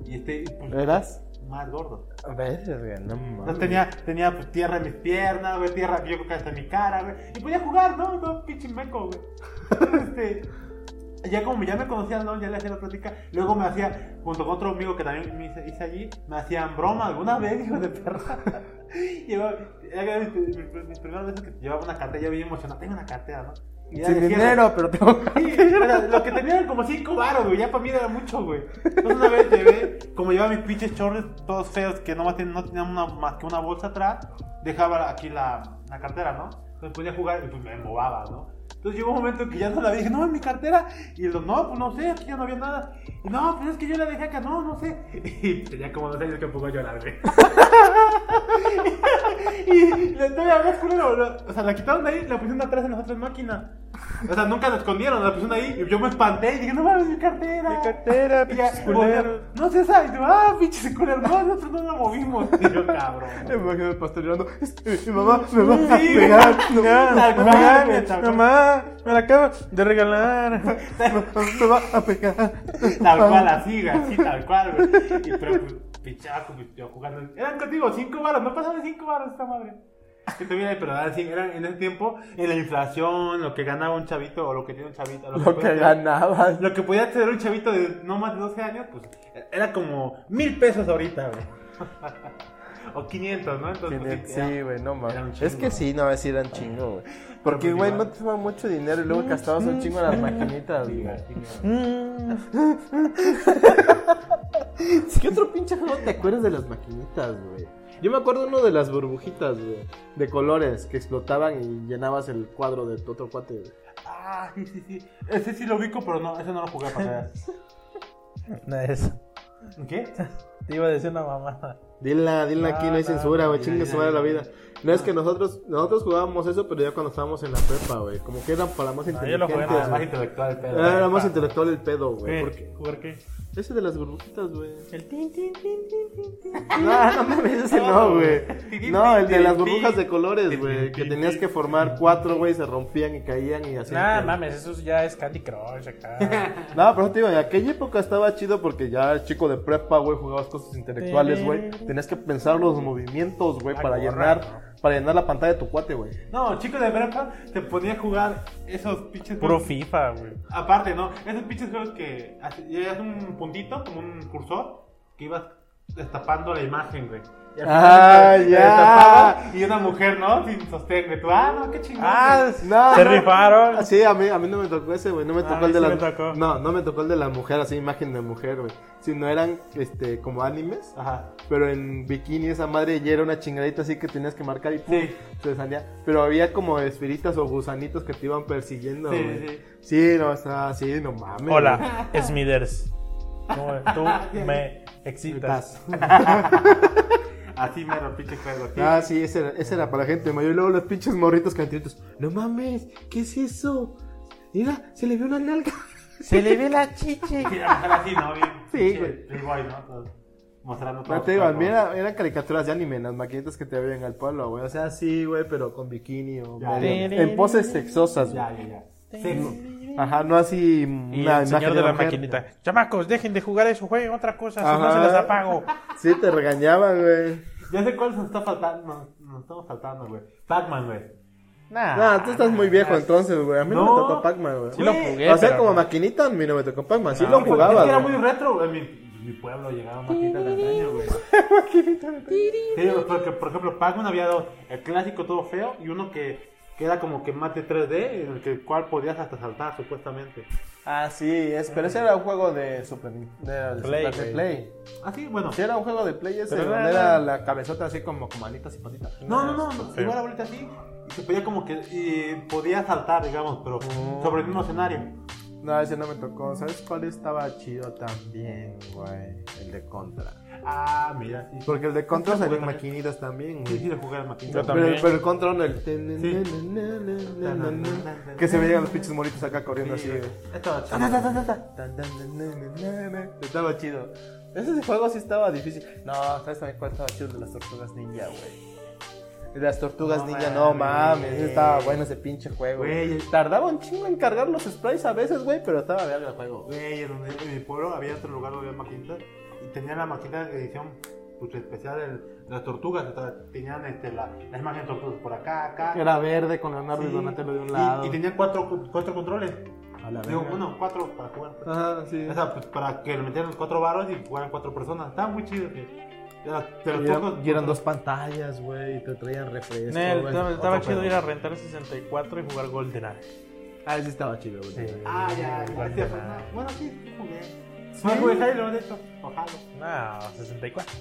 Speaker 4: Y este, pues,
Speaker 2: Eh.
Speaker 3: ¿Eras?
Speaker 4: más gordo.
Speaker 3: A veces, güey, no mames.
Speaker 4: Entonces tenía, tenía pues, tierra en mis piernas, güey, tierra yo creo que hasta en mi cara, güey. Y podía jugar, ¿no? Todo pinche meco, güey. este, ya como ya me conocían, ¿no? Ya le hacía la plática. Luego me hacía, junto con otro amigo que también me hice, hice allí, me hacían broma alguna vez, hijo de perra. Llevaba, era mis, mis- mis primeras veces que llevaba una cartera, yo bien emocionado, tengo una cartera, ¿no? Y ya
Speaker 3: Sin
Speaker 4: decía,
Speaker 3: dinero, pero tengo
Speaker 4: Sí, pero lo que tenía eran como 5 varos, güey. Ya para mí era mucho, güey. Entonces una vez llevé, como llevaba mis pinches chorres todos feos que nomás ten- no tenían una, más que una bolsa atrás, dejaba aquí la, la cartera, ¿no? Entonces podía jugar y pues me embobaba, ¿no? Entonces llegó un momento que ya no la vi, dije, no, en mi cartera. Y el don, no, pues no sé, aquí ya no había nada. Y no, pues es que yo la dejé acá, no, no sé. Y tenía como dos años que me pongo a llorar, güey. Y la todavía más culero, la- o sea, la quitaron de ahí y la pusieron atrás en las otras máquinas. O sea, nunca la escondieron, la pusieron ahí y yo me espanté y dije, no mames, mi cartera.
Speaker 2: Mi cartera,
Speaker 4: Y ya,
Speaker 2: pinches culeros.
Speaker 4: voltea, No sé esa, y tú, ah, pinches culeros, no, nosotros no la movimos. Y yo, cabrón.
Speaker 3: Me imagino el pastor llorando. Mi mamá me va a
Speaker 4: Sí.
Speaker 3: pegar.
Speaker 4: No,
Speaker 3: Mamá,
Speaker 4: tal cual, güey, tal cual.
Speaker 3: mamá, me la acabo de regalar. Me va a pegar.
Speaker 4: Tal cual, así, güey, así, tal cual, güey. Y pero, pues, pichaco, pues, yo jugando. Eran contigo 5 baros, no pasaban 5 baros esta madre. Que te viene, pero eran, cien- eran en ese tiempo, en la inflación, lo que ganaba un chavito o lo que tiene un chavito.
Speaker 3: Lo
Speaker 4: puede
Speaker 3: que
Speaker 4: ser.
Speaker 3: ganabas.
Speaker 4: Lo que podía tener un chavito de no más de 12 años, pues era como mil pesos ahorita, güey. o 500, ¿no? Entonces, pues, sí,
Speaker 3: Sí,
Speaker 4: era-
Speaker 3: güey, no
Speaker 4: era un
Speaker 3: mames.
Speaker 4: chingo.
Speaker 3: Es que sí, no, sí eran chingo, güey. Porque,
Speaker 4: Pero
Speaker 3: güey,
Speaker 4: igual.
Speaker 3: no te daban mucho dinero y luego gastabas un chingo en las maquinitas,
Speaker 4: Sí,
Speaker 3: güey.
Speaker 4: güey, sí, güey.
Speaker 3: ¿Qué otro pinche juego te acuerdas de las maquinitas, güey? Yo me acuerdo uno de las burbujitas, güey. De colores que explotaban y llenabas el cuadro de tu otro cuate, güey.
Speaker 4: Ah, sí, sí, sí. Ese sí lo ubico, pero no, ese no lo jugué para ver.
Speaker 2: No es.
Speaker 4: ¿Qué?
Speaker 2: Te iba a decir una mamada.
Speaker 3: Dila, dila aquí, no hay
Speaker 2: Ah,
Speaker 3: censura, güey,
Speaker 4: dila,
Speaker 3: chingue
Speaker 4: dila,
Speaker 3: su madre la
Speaker 4: dila.
Speaker 3: vida. No es que nosotros nosotros jugábamos eso, pero ya cuando estábamos en la prepa, güey, como que eran para más
Speaker 2: No, Ah, yo lo
Speaker 3: inteligentes.
Speaker 2: jugué
Speaker 3: güey.
Speaker 2: nada
Speaker 4: Ah, más intelectual, pero.
Speaker 3: Era más intelectual el pedo, güey. porque-
Speaker 2: ¿Jugar qué?
Speaker 3: Ese de las burbujitas, güey.
Speaker 6: El tin, tin, tin, tin, tin.
Speaker 3: No, no mames, ese no, güey. No, el de las burbujas de colores, güey. Que tenías que formar cuatro, güey, se rompían y caían y hacían.
Speaker 2: Nah,
Speaker 3: que-
Speaker 2: mames, eso ya es Candy Crush acá.
Speaker 3: No, pero te digo, en aquella época estaba chido porque ya el chico de prepa, güey, jugabas cosas intelectuales, güey. Tenías que pensar los movimientos, güey,
Speaker 2: Ah,
Speaker 3: para
Speaker 2: correcto.
Speaker 3: llenar, para llenar la pantalla de tu cuate, güey.
Speaker 4: No, chico de prepa te ponía a jugar esos pinches
Speaker 2: Puro
Speaker 4: juegos.
Speaker 2: FIFA, güey.
Speaker 4: Aparte, ¿no? Esos pinches juegos que hace- llevas un puntito, como un cursor, que ibas destapando la imagen, güey. Y al final
Speaker 3: Ah,
Speaker 4: te- te
Speaker 3: ya.
Speaker 4: destapabas Y una mujer, ¿no? Sin sostén, güey. Tú, ah, no, qué chingón. güey.
Speaker 3: no,
Speaker 2: Se
Speaker 3: no.
Speaker 2: rifaron.
Speaker 3: Ah, Sí, a mí, a mí no me tocó ese, güey. No me
Speaker 2: Ah,
Speaker 3: tocó
Speaker 2: a mí
Speaker 3: el de
Speaker 2: sí
Speaker 3: la
Speaker 2: me tocó.
Speaker 3: No, no me tocó el de la mujer, así imagen de mujer, güey. Sino eran este como animes,
Speaker 4: Ajá.
Speaker 3: pero en bikini esa madre ya era una chingadita así que tenías que marcar y pum,
Speaker 4: Sí.
Speaker 3: se salía. Pero había como esferitas o gusanitos que te iban persiguiendo,
Speaker 4: Sí,
Speaker 3: güey.
Speaker 4: sí.
Speaker 3: Sí, no, está así, no mames.
Speaker 2: Hola, Smithers. No, tú me excitas.
Speaker 4: Así mero, pinche juego.
Speaker 3: güey.
Speaker 4: sí.
Speaker 3: Ah, sí, ese era, ese era para gente mayor. Y luego los pinches morritos cantitos. No mames, ¿qué es eso? Mira, se le vio una nalga.
Speaker 6: Se le ve la chiche.
Speaker 4: Sí, a lo mejor así, ¿no? Bien,
Speaker 3: Sí,
Speaker 4: pinche
Speaker 3: güey.
Speaker 4: Playboy, ¿no? Todo- Mostrando todo.
Speaker 3: No te digo, mira, eran caricaturas de anime, las maquinitas que te habían al pueblo, güey. O sea, sí, güey, pero con bikini o
Speaker 4: Ya,
Speaker 3: medio-
Speaker 6: ya.
Speaker 3: En poses sexosas, güey.
Speaker 4: Ya, ya, ya. Sexo.
Speaker 3: Ajá, no así
Speaker 2: Y
Speaker 3: una
Speaker 2: el
Speaker 3: imagen
Speaker 2: señor de la
Speaker 3: mujer.
Speaker 2: maquinita. Chamacos, dejen de jugar eso, jueguen otra cosa, si no
Speaker 3: Ajá.
Speaker 2: se las apago.
Speaker 3: Sí, te regañaban, güey.
Speaker 4: Ya sé cuál nos está faltando. Nos, nos estamos faltando, güey. Pac-Man, güey.
Speaker 2: Nah.
Speaker 3: No, tú estás muy viejo entonces, güey. A mí no,
Speaker 4: No.
Speaker 3: me tocó Pac-Man, güey.
Speaker 2: Sí lo
Speaker 4: Güey,
Speaker 2: jugué.
Speaker 3: o sea,
Speaker 2: pero
Speaker 3: como
Speaker 2: no.
Speaker 3: maquinita, a mí no me tocó Pac-Man. Sí
Speaker 2: No,
Speaker 3: lo
Speaker 2: fue-
Speaker 4: Ah, Es
Speaker 3: jugaba,
Speaker 4: que era
Speaker 3: güey.
Speaker 4: muy retro, güey. Mi, mi pueblo llegaba maquinitas de antaño, güey. Sí, porque, por ejemplo, Pac-Man había dos. El clásico todo feo y uno que, que era como que mate 3D, en el que, cual podías hasta saltar, supuestamente.
Speaker 3: Ah, sí, es, pero ese era un juego de Super
Speaker 2: Play,
Speaker 3: Nintendo. Play,
Speaker 2: güey.
Speaker 3: Play.
Speaker 4: Ah, sí, bueno.
Speaker 3: Sí, era un juego de Play ese,
Speaker 2: Pero
Speaker 3: donde
Speaker 2: era-
Speaker 3: era la cabezota así como con manitas y patitas.
Speaker 4: No, no, no, no,
Speaker 2: Feo.
Speaker 4: igual ahorita sí. Y se podía como que. Y podía saltar, digamos, pero
Speaker 3: Mm.
Speaker 4: sobre el mismo escenario.
Speaker 3: No, ese no me tocó. ¿Sabes cuál estaba chido también, güey? El de Contra.
Speaker 4: Ah, mira, sí.
Speaker 3: Porque el de Contra salió en
Speaker 4: Contra.
Speaker 3: maquinitas también,
Speaker 4: Sí, sí,
Speaker 3: güey.
Speaker 4: lo jugué al
Speaker 2: Yo
Speaker 4: maquinita.
Speaker 2: también.
Speaker 3: Pero, pero el Contra no, el... Que se veían los pinches moritos acá corriendo así, güey.
Speaker 4: Estaba chido.
Speaker 3: Estaba chido. Ese juego sí estaba difícil. No, ¿sabes también cuál estaba chido? El de las tortugas ninja, güey. El de las tortugas
Speaker 4: No
Speaker 3: ninja, no
Speaker 4: mames.
Speaker 3: mames. ese Estaba bueno ese pinche juego.
Speaker 4: Güey,
Speaker 3: Tardaba un chingo en cargar los sprites a veces, güey, pero estaba verga el juego. güey.
Speaker 4: Güey, en, donde- en mi pueblo había otro lugar donde había maquinitas y tenían la maquinita de edición pues, especial del- de las tortugas. o sea, tenían este, la, la imagen de tortugas por acá, acá.
Speaker 3: Era verde con Leonardo
Speaker 4: Sí.
Speaker 3: y Donatello de un
Speaker 4: Y-
Speaker 3: lado.
Speaker 4: Y, tenían cuatro, cu- cuatro controles.
Speaker 3: A la
Speaker 4: Digo,
Speaker 3: verga.
Speaker 4: bueno, cuatro para jugar. pues.
Speaker 3: Ajá, sí.
Speaker 4: O sea, pues, para que le metieran los cuatro varos y jugaran cuatro personas. Estaba muy chido. Que, era- te lo
Speaker 3: Y eran,
Speaker 4: tocas-
Speaker 3: y eran dos pantallas, güey, y te traían refresco.
Speaker 2: Nel,
Speaker 3: güey.
Speaker 2: estaba, estaba
Speaker 3: Otro
Speaker 2: chido
Speaker 3: pedo.
Speaker 2: ir a rentar el 64 y jugar GoldenEye.
Speaker 3: Ah, ese estaba chido, güey.
Speaker 4: Ah, ya, ya. este, pues,
Speaker 2: GoldenEye.
Speaker 4: no. Bueno, sí, jugué. No jugué Halo, de hecho. Ojalá.
Speaker 2: No, 64.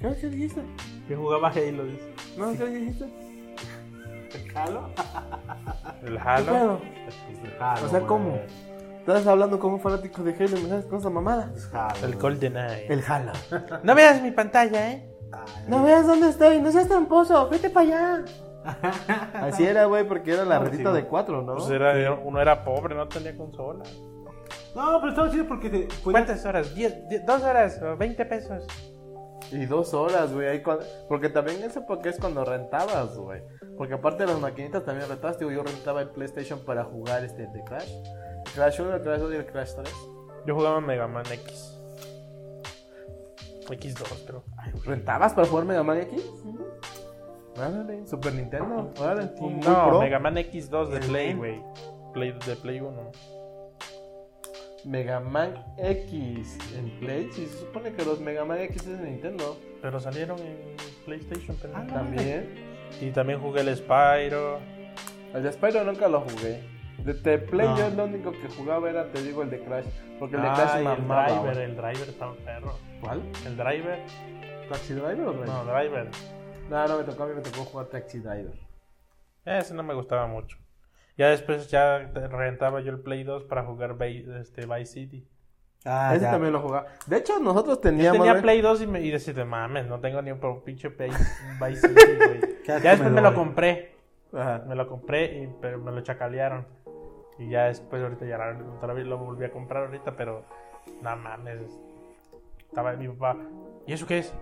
Speaker 3: ¿Qué, qué dijiste?
Speaker 2: Yo jugaba Halo. dice.
Speaker 3: No, ¿qué dijiste?
Speaker 4: ¿Halo?
Speaker 2: El Halo.
Speaker 3: pedo?
Speaker 4: Pues,
Speaker 3: O sea, ¿cómo? Estás hablando como un fanático de Halo y me das con esa mamada.
Speaker 4: Pues,
Speaker 2: El GoldenEye.
Speaker 3: El Halo.
Speaker 2: No veas mi pantalla, eh.
Speaker 4: Ah,
Speaker 3: No veas dónde estoy, no seas tramposo, vete para allá. Así era, güey, porque era la
Speaker 4: Ah,
Speaker 3: retita
Speaker 4: sí.
Speaker 3: de cuatro, ¿no?
Speaker 2: Pues era, era- uno era pobre, no tenía consola.
Speaker 4: No, pero estaba chido porque te, podías-
Speaker 2: Pues, ¿Cuántas horas? ¿10? ¿10? ¿Dos horas? ¿O 20 pesos?
Speaker 3: Y dos horas, güey. ahí cuan- Porque también ese porque es cuando rentabas, güey. Porque aparte de las maquinitas también rentabas. Digo, yo rentaba el PlayStation para jugar este de Crash. Crash 1, Crash 2 y el Crash 3.
Speaker 2: Yo jugaba Mega Man X. X2, creo.
Speaker 3: ¿Rentabas para jugar Mega Man X? Ándale, Super Nintendo. Órale, tú muy
Speaker 2: no,
Speaker 3: pro.
Speaker 2: Mega Man X2 de
Speaker 3: El
Speaker 2: Play,
Speaker 3: Play.
Speaker 2: güey. Play, de Play 1.
Speaker 3: Mega Man X en Play. Sí, se supone que los Mega Man X es de Nintendo.
Speaker 2: Pero salieron en PlayStation pendejo.
Speaker 3: También.
Speaker 2: Y también jugué el Spyro.
Speaker 3: El de Spyro nunca lo jugué. De, de Play
Speaker 4: No.
Speaker 3: yo lo único que jugaba era, te digo, el de Crash. Porque el de Crash
Speaker 2: Ay, el
Speaker 3: mamaba,
Speaker 2: driver,
Speaker 3: güey.
Speaker 2: el driver está un perro.
Speaker 3: ¿Cuál?
Speaker 2: El driver,
Speaker 3: ¿Taxi Driver o Driver?
Speaker 2: no, driver.
Speaker 3: No, no me tocó, a mí me tocó jugar Taxi Driver.
Speaker 2: Eh, Ese no me gustaba mucho. Ya después ya rentaba yo el Play 2 para jugar Bay- este, Vice City.
Speaker 4: Ah,
Speaker 3: Ese
Speaker 4: ya.
Speaker 3: también lo jugaba. De hecho, nosotros
Speaker 2: Yo
Speaker 3: teníamos.
Speaker 2: tenía
Speaker 3: güey,
Speaker 2: Play 2 y, me, y decía, mames, no tengo ni un pro- pinche Play Vice City, güey. ya después me lo compré.
Speaker 3: Ajá.
Speaker 2: Me lo compré, y, pero me lo chacalearon. Y ya después ahorita ya la- otra vez lo volví a comprar ahorita, pero no mames. Estaba mi papá. ¿Y eso qué es?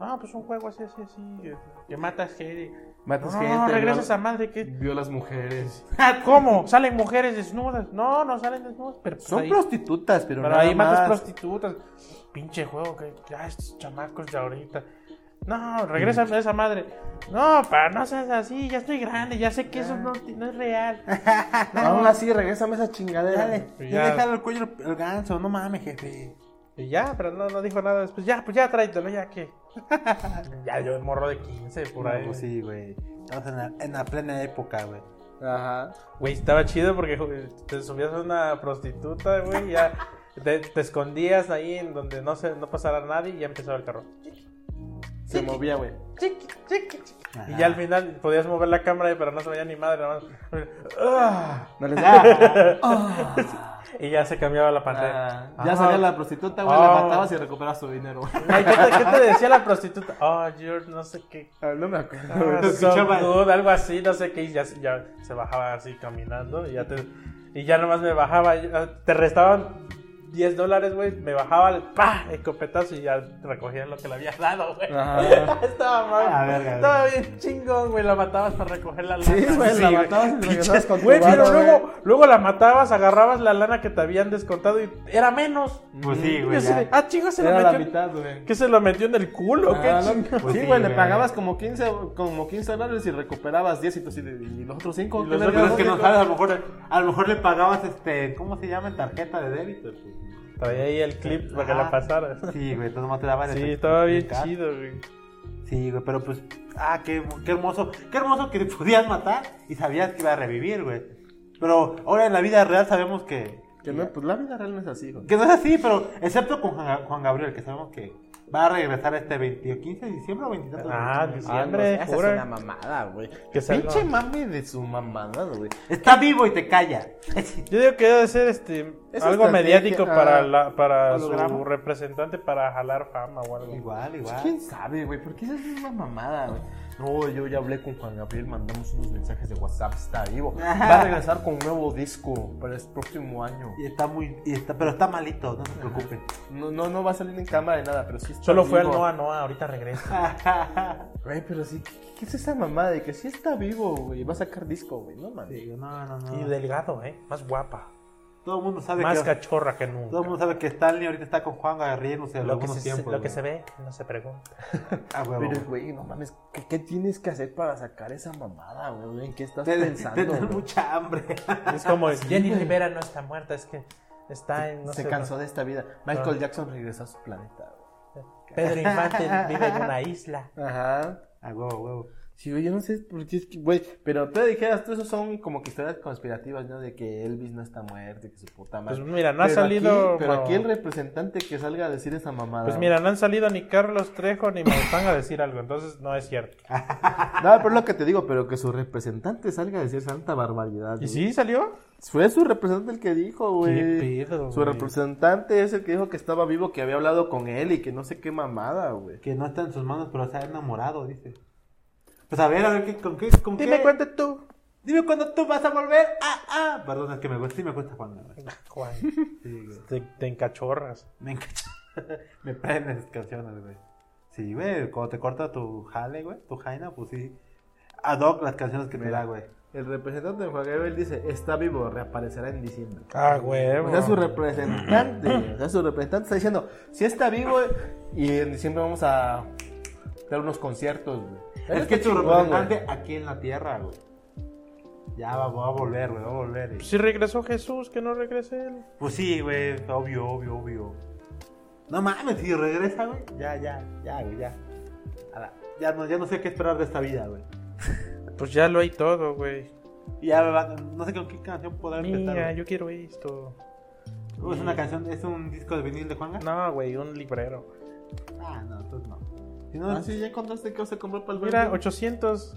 Speaker 2: Ah, pues un juego así, así, así. eh, Que matas gente. No,
Speaker 3: Matas
Speaker 2: no,
Speaker 3: gente.
Speaker 2: no, regresas
Speaker 3: viola-
Speaker 2: a madre. ¿qué?
Speaker 3: Violas mujeres.
Speaker 2: ¿Cómo? ¿Salen mujeres desnudas? No, no salen desnudas. Pero pues,
Speaker 3: Son
Speaker 2: ahí-
Speaker 3: prostitutas, pero,
Speaker 2: pero
Speaker 3: nada
Speaker 2: ahí matas
Speaker 3: más.
Speaker 2: prostitutas. Pinche juego que. Ah, estos chamacos de ahorita. No, regresa
Speaker 6: Mm.
Speaker 2: a esa madre. No, pa, no seas así. Ya estoy grande. Ya sé que eso no,
Speaker 6: Ah.
Speaker 2: no es real.
Speaker 3: Aún así, regrésame esa chingadera.
Speaker 6: Dale,
Speaker 2: Ya.
Speaker 6: ya déjale el cuello el ganso, no mames, jefe.
Speaker 2: Y ya, pero no, no dijo nada después. Ya, pues ya tráetelo, ya que. ya yo morro de 15 por ahí.
Speaker 6: No, pues sí, güey. Estamos en la, en la plena época, güey.
Speaker 3: Ajá.
Speaker 2: Güey, estaba chido porque güey, te subías a una prostituta, güey, y ya te, te escondías ahí en donde no se, no pasara nadie y ya empezaba el carro.
Speaker 3: Se movía, güey.
Speaker 2: Y ya al final podías mover la cámara, pero no se veía ni madre, nada más. ¡Ah!
Speaker 3: No les da.
Speaker 2: Y ya se cambiaba la pantalla.
Speaker 3: Ah, Ya
Speaker 2: Ajá.
Speaker 3: salía la prostituta, güey, la
Speaker 2: Ah.
Speaker 3: matabas y recuperabas su dinero.
Speaker 2: Ay, ¿qué, te, qué te decía la prostituta? Oh, George, no sé qué.
Speaker 3: no me acuerdo.
Speaker 2: Ah,
Speaker 4: escuchaba.
Speaker 2: some dude, algo así, no sé qué, y ya, ya se bajaba así caminando y ya te y ya nomás me bajaba, ya- te restaban 10 dólares, güey, me bajaba el pa, escopetazo y ya recogías lo que le habías dado, güey.
Speaker 3: Ajá.
Speaker 2: Estaba mal.
Speaker 4: Ah, verga,
Speaker 2: Estaba bien chingón, güey, la matabas para recoger la lana.
Speaker 3: Sí, güey, la matabas y regresabas con tu
Speaker 2: Güey, pero
Speaker 3: varo,
Speaker 2: luego, luego la matabas, agarrabas la lana que te habían descontado y era menos.
Speaker 4: Pues sí,
Speaker 2: Y
Speaker 4: güey.
Speaker 2: así
Speaker 4: ya.
Speaker 2: de, ah, chinga, se lo
Speaker 3: Era la
Speaker 2: metió.
Speaker 3: mitad, güey.
Speaker 2: ¿Qué se lo metió en el culo? ¿Qué
Speaker 3: Ah,
Speaker 2: ching-
Speaker 3: no,
Speaker 4: Pues
Speaker 3: sí,
Speaker 4: sí,
Speaker 3: güey, le
Speaker 4: güey.
Speaker 3: pagabas como 15, como 15 dólares y recuperabas 10 y, tú así de- y los otros 5.
Speaker 4: Y los otros es que no sabes, a lo mejor, a lo mejor le pagabas este, ¿cómo se llama? Tarjeta de débito. pues.
Speaker 2: Traía ahí el clip para que
Speaker 4: Ajá.
Speaker 3: Ah.
Speaker 2: la pasara.
Speaker 4: Sí, güey, entonces nomás te daban el
Speaker 2: Sí,
Speaker 4: efecto
Speaker 2: estaba bien
Speaker 4: fiscal.
Speaker 2: chido, güey.
Speaker 4: Sí, güey, pero pues, ah, qué, qué hermoso, qué hermoso que te podías matar y sabías que iba a revivir, güey. Pero ahora en la vida real sabemos que,
Speaker 3: Que no, pues la vida real no es así, güey.
Speaker 4: que no es así, pero excepto con Juan, Juan Gabriel, que sabemos que va a regresar este 20, 15 de diciembre o 23 de
Speaker 2: Ah,
Speaker 4: diciembre.
Speaker 2: diciembre,
Speaker 3: esa es una
Speaker 2: jura.
Speaker 3: mamada, güey.
Speaker 2: Que salga.
Speaker 3: Pinche mame de su mamada, güey.
Speaker 4: Está vivo y te calla.
Speaker 2: Yo digo que debe ser este
Speaker 3: Esa
Speaker 2: algo
Speaker 3: estrategia,
Speaker 2: mediático para
Speaker 3: ah,
Speaker 2: la, para
Speaker 3: holograma.
Speaker 2: su representante para jalar fama o algo.
Speaker 4: igual, igual.
Speaker 3: ¿Quién sabe, güey? ¿Por qué esa es una mamada, güey? No, yo ya hablé con Juan Gabriel, mandamos unos mensajes de WhatsApp, está vivo. Va a regresar con un nuevo disco para el próximo año.
Speaker 4: Y está muy, y está, pero está malito, no se preocupen.
Speaker 3: No, no, no va a salir en cámara de nada, pero sí está
Speaker 2: Solo fue al
Speaker 3: vivo.
Speaker 2: Noa Noa, ahorita regresa.
Speaker 3: Güey, pero sí, ¿qué, qué es esa mamada de que sí está vivo, güey? Va a sacar disco, güey, no mames.
Speaker 4: Sí, no, no,
Speaker 2: Y
Speaker 4: no.
Speaker 2: delgado, eh, más guapa,
Speaker 4: Todo el mundo sabe
Speaker 2: más
Speaker 4: Ah, que
Speaker 2: cachorra que nunca.
Speaker 4: todo el mundo sabe que Stanley ahorita está con Juan Gabriel, no sé,
Speaker 2: lo que, se,
Speaker 4: tiempos,
Speaker 2: lo que
Speaker 4: güey.
Speaker 2: se ve no se pregunta.
Speaker 4: Ah, huevo.
Speaker 3: Pero, güey, no mames, ¿qué, qué tienes que hacer para sacar esa mamada, güey? ¿En qué estás
Speaker 4: Te-
Speaker 3: pensando?
Speaker 4: Tener
Speaker 3: güey?
Speaker 4: mucha hambre.
Speaker 2: Es como Jenny
Speaker 3: güey.
Speaker 2: Rivera no está muerta, es que está en no
Speaker 3: Se
Speaker 2: sé,
Speaker 3: cansó
Speaker 2: no-
Speaker 3: de esta vida. Michael
Speaker 2: Ah.
Speaker 3: Jackson regresó a su planeta, güey.
Speaker 2: Pedro Infante vive en una isla.
Speaker 3: Ajá.
Speaker 4: A huevo, huevo.
Speaker 3: Sí, güey, yo no sé por qué es que, güey, pero tú dijeras, tú, esos son como que historias conspirativas, ¿no? De que Elvis no está muerto, que su puta madre.
Speaker 2: Pues mira, no ha
Speaker 3: Pero
Speaker 2: salido,
Speaker 3: Aquí, pero
Speaker 2: no.
Speaker 3: aquí el representante que salga a decir esa mamada.
Speaker 2: Pues mira, no han salido ni Carlos Trejo ni Maussan a decir algo, entonces no es cierto.
Speaker 3: No, pero es lo que te digo, pero que su representante salga a decir santa barbaridad.
Speaker 2: ¿Y
Speaker 3: güey.
Speaker 2: sí salió?
Speaker 3: Fue su representante el que dijo, güey.
Speaker 2: Qué pedo,
Speaker 3: Su
Speaker 2: güey.
Speaker 3: representante es el que dijo que estaba vivo, que había hablado con él y que no sé qué mamada, güey.
Speaker 4: Que no está en sus manos, pero se ha enamorado, dice. Pues a ver, a ver, ¿qué- ¿con qué? Con
Speaker 2: Dime
Speaker 4: qué?
Speaker 2: cuánto tú.
Speaker 4: Dime cuándo tú vas a volver. Ah, ah. Perdón, es que me gusta, sí me cuesta Juan Gabriel.
Speaker 2: Juan,
Speaker 4: Sí, güey.
Speaker 2: te, te encachorras.
Speaker 4: Me encanta. me prenden esas canciones, güey. Sí, güey, cuando te corta tu jale, güey, tu jaina, pues sí. Ad hoc las canciones que te
Speaker 3: Mira.
Speaker 4: da, güey.
Speaker 3: El representante de Juan Gabriel dice, está vivo, reaparecerá en diciembre.
Speaker 2: Ah, huevo.
Speaker 3: O sea, su representante, o sea, su representante está diciendo, si está vivo y en diciembre vamos a dar unos conciertos, güey.
Speaker 4: Es que
Speaker 3: Está
Speaker 4: tu
Speaker 3: chingón,
Speaker 4: representante aquí en la tierra, güey. Ya va, va a volver, güey, va a volver. eh.
Speaker 2: Si Pues regresó Jesús, que no regrese él.
Speaker 4: Pues sí, güey, obvio, obvio, obvio. No mames, si regresa, güey. Ya, ya, ya, güey, ya. A la- ya, no, ya no sé qué esperar de esta vida, güey.
Speaker 2: Pues ya lo hay todo, güey.
Speaker 4: Y ya, va- no sé con qué canción podrá empezar.
Speaker 2: Mira,
Speaker 4: güey.
Speaker 2: yo quiero esto.
Speaker 4: ¿Es una canción, es un disco de vinil de Juanga?
Speaker 2: No, güey, un librero.
Speaker 4: Ah, no, entonces no. Si
Speaker 3: güey.
Speaker 4: no,
Speaker 3: Ah, sí, ya contaste que se compró para el
Speaker 2: Mira,
Speaker 3: Bendy?
Speaker 2: 800.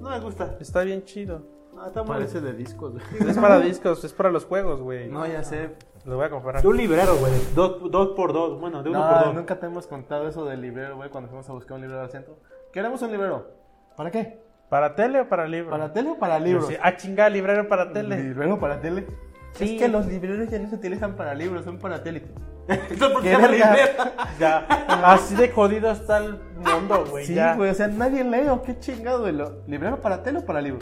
Speaker 4: no me gusta.
Speaker 2: Está bien chido.
Speaker 4: No, está muy...
Speaker 3: Parece de discos, güey.
Speaker 2: Es para discos, es para los juegos, güey.
Speaker 3: No, ya sé.
Speaker 2: Lo voy a comprar.
Speaker 4: De un librero, güey. Dos, dos por dos. Bueno, de uno por
Speaker 3: No,
Speaker 4: dos.
Speaker 3: nunca te hemos contado eso del librero, güey, cuando fuimos a buscar un librero al centro. Queremos un librero. ¿Para qué?
Speaker 2: ¿Para tele o para libro?
Speaker 3: ¿Para tele o para libros?
Speaker 2: Sí, Ah, chingada, librero para tele.
Speaker 3: ¿Librero para tele?
Speaker 2: Sí.
Speaker 3: Es que los libreros ya no se utilizan para libros, son para tele.
Speaker 4: Eso porque
Speaker 2: ¿Qué
Speaker 4: ya me
Speaker 2: verga?
Speaker 4: libré.
Speaker 2: Ya, así de jodido está el mundo, güey.
Speaker 5: Sí,
Speaker 2: ya.
Speaker 5: güey, o sea, nadie lee o qué chingado, güey. ¿Lo- ¿Librero para tele o para libro?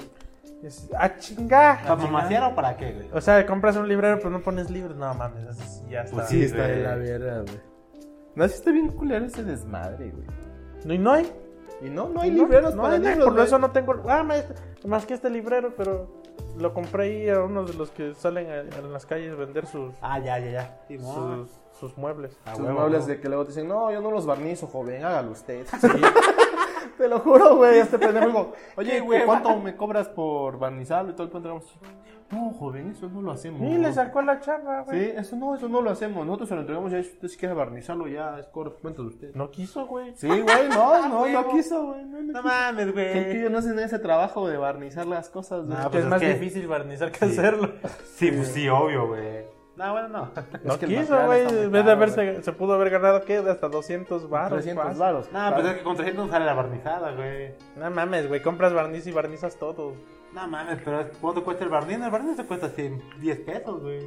Speaker 2: Es- ah, A chingar.
Speaker 4: ¿Para mamasear o para qué, güey?
Speaker 2: O sea, compras un librero, pero no pones libros. No mames, eso sí, ya está.
Speaker 4: Pues sí, está de la
Speaker 5: verga, güey. No, sí está bien culero ese desmadre, güey.
Speaker 2: No, y no hay.
Speaker 5: Y no, no hay
Speaker 2: No,
Speaker 5: libreros
Speaker 2: no
Speaker 5: para
Speaker 2: hay,
Speaker 5: libros,
Speaker 2: Por
Speaker 5: güey.
Speaker 2: eso no tengo. Ah, ma- más que este librero, pero lo compré ahí a uno de los que salen a- en las calles a vender sus,
Speaker 4: Ah, ya, ya, ya.
Speaker 2: sus, sus muebles.
Speaker 4: Ah,
Speaker 5: Sus
Speaker 4: huevo,
Speaker 5: muebles
Speaker 4: ¿no?
Speaker 5: de que luego te dicen, no, yo no los barnizo, joven, hágalo usted. te lo juro, güey, este pendejo dijo,
Speaker 4: Qué
Speaker 5: oye, güey,
Speaker 4: hueva.
Speaker 5: ¿cuánto me cobras por barnizarlo y todo el cuento? Éramos, No, joven, eso no lo hacemos.
Speaker 2: Y le sacó la charla,
Speaker 5: Sí,
Speaker 2: güey.
Speaker 5: eso no, eso no lo hacemos. Nosotros se lo entregamos ya, si usted si quiere barnizarlo ya, es cuento de usted.
Speaker 2: No quiso, güey.
Speaker 5: Sí, güey, no, no, no
Speaker 4: huevo.
Speaker 5: quiso, güey. No, no
Speaker 4: No
Speaker 5: quiso.
Speaker 4: mames,
Speaker 5: Gente que
Speaker 4: güey.
Speaker 5: ellos no hacen ese trabajo de barnizar las cosas, güey.
Speaker 2: Que
Speaker 4: No, pues
Speaker 2: Ah, es
Speaker 4: es
Speaker 2: más
Speaker 4: que-
Speaker 2: difícil barnizar que
Speaker 4: Sí.
Speaker 2: hacerlo.
Speaker 4: Sí, pues sí, obvio, güey. No, bueno, no.
Speaker 2: No
Speaker 5: Es que el
Speaker 2: quiso,
Speaker 5: material
Speaker 2: güey.
Speaker 5: está muy
Speaker 2: En vez de
Speaker 5: caro,
Speaker 2: haberse, se pudo haber ganado, ¿qué? De hasta 200 baros.
Speaker 5: 300
Speaker 2: fácil.
Speaker 5: varos.
Speaker 4: No, pues es que con 300 sale la barnizada, güey.
Speaker 2: No mames, güey. Compras barniz y barnizas todo.
Speaker 4: No mames, pero ¿cuánto cuesta el barniz? El barniz te cuesta así 10 pesos, güey.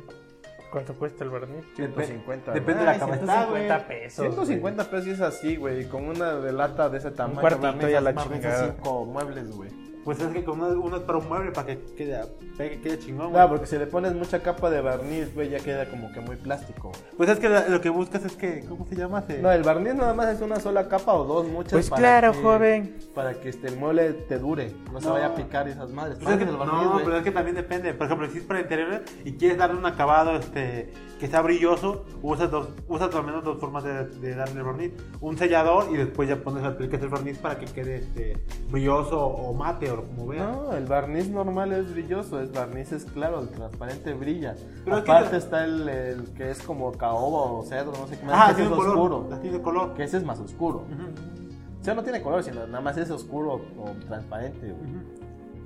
Speaker 2: ¿Cuánto cuesta el barniz?
Speaker 5: 150.
Speaker 4: Depende
Speaker 5: güey.
Speaker 4: de la cabeza, güey.
Speaker 2: 150 pesos.
Speaker 5: 150 pesos y es así, güey, con una de lata de ese tamaño.
Speaker 2: cuartito
Speaker 5: barnizas-
Speaker 2: y a la
Speaker 5: barnizas
Speaker 2: chingada.
Speaker 5: cinco muebles, güey.
Speaker 4: Pues es que con uno, uno es para un mueble para que quede, pegue- quede chingón, güey.
Speaker 5: No, porque si le pones mucha capa de barniz, güey, ya queda como que muy plástico. güey.
Speaker 4: Pues es que la- lo que buscas es que, ¿cómo se llama? Se-
Speaker 5: No, el barniz nada más es una sola capa o dos, muchas.
Speaker 2: Pues
Speaker 5: para
Speaker 2: claro,
Speaker 5: que-
Speaker 2: joven.
Speaker 5: Para que este, el mueble te dure, no, se
Speaker 4: No.
Speaker 5: vaya a picar y esas madres.
Speaker 4: Pues es que-
Speaker 5: Págate el barniz,
Speaker 4: no,
Speaker 5: güey.
Speaker 4: pero es que también depende. Por ejemplo, si es para interiores y quieres darle un acabado este, que sea brilloso, usas dos, usas al menos dos formas de, de darle el barniz. Un sellador y después ya pones, aplicas el barniz para que quede este, brilloso o mate o como veas.
Speaker 5: No, el barniz normal es brilloso, es barniz es claro, el transparente brilla.
Speaker 4: Pero es que
Speaker 5: Aparte
Speaker 4: la-
Speaker 5: está el, el que es como caoba o cedro, no sé qué más,
Speaker 4: Ah,
Speaker 5: que ese
Speaker 4: tiene
Speaker 5: es
Speaker 4: color.
Speaker 5: oscuro.
Speaker 4: las tiene color.
Speaker 5: Que ese es más oscuro.
Speaker 4: Ujú,
Speaker 5: O sea, no tiene color, sino nada más es oscuro o transparente. güey.
Speaker 4: ujú.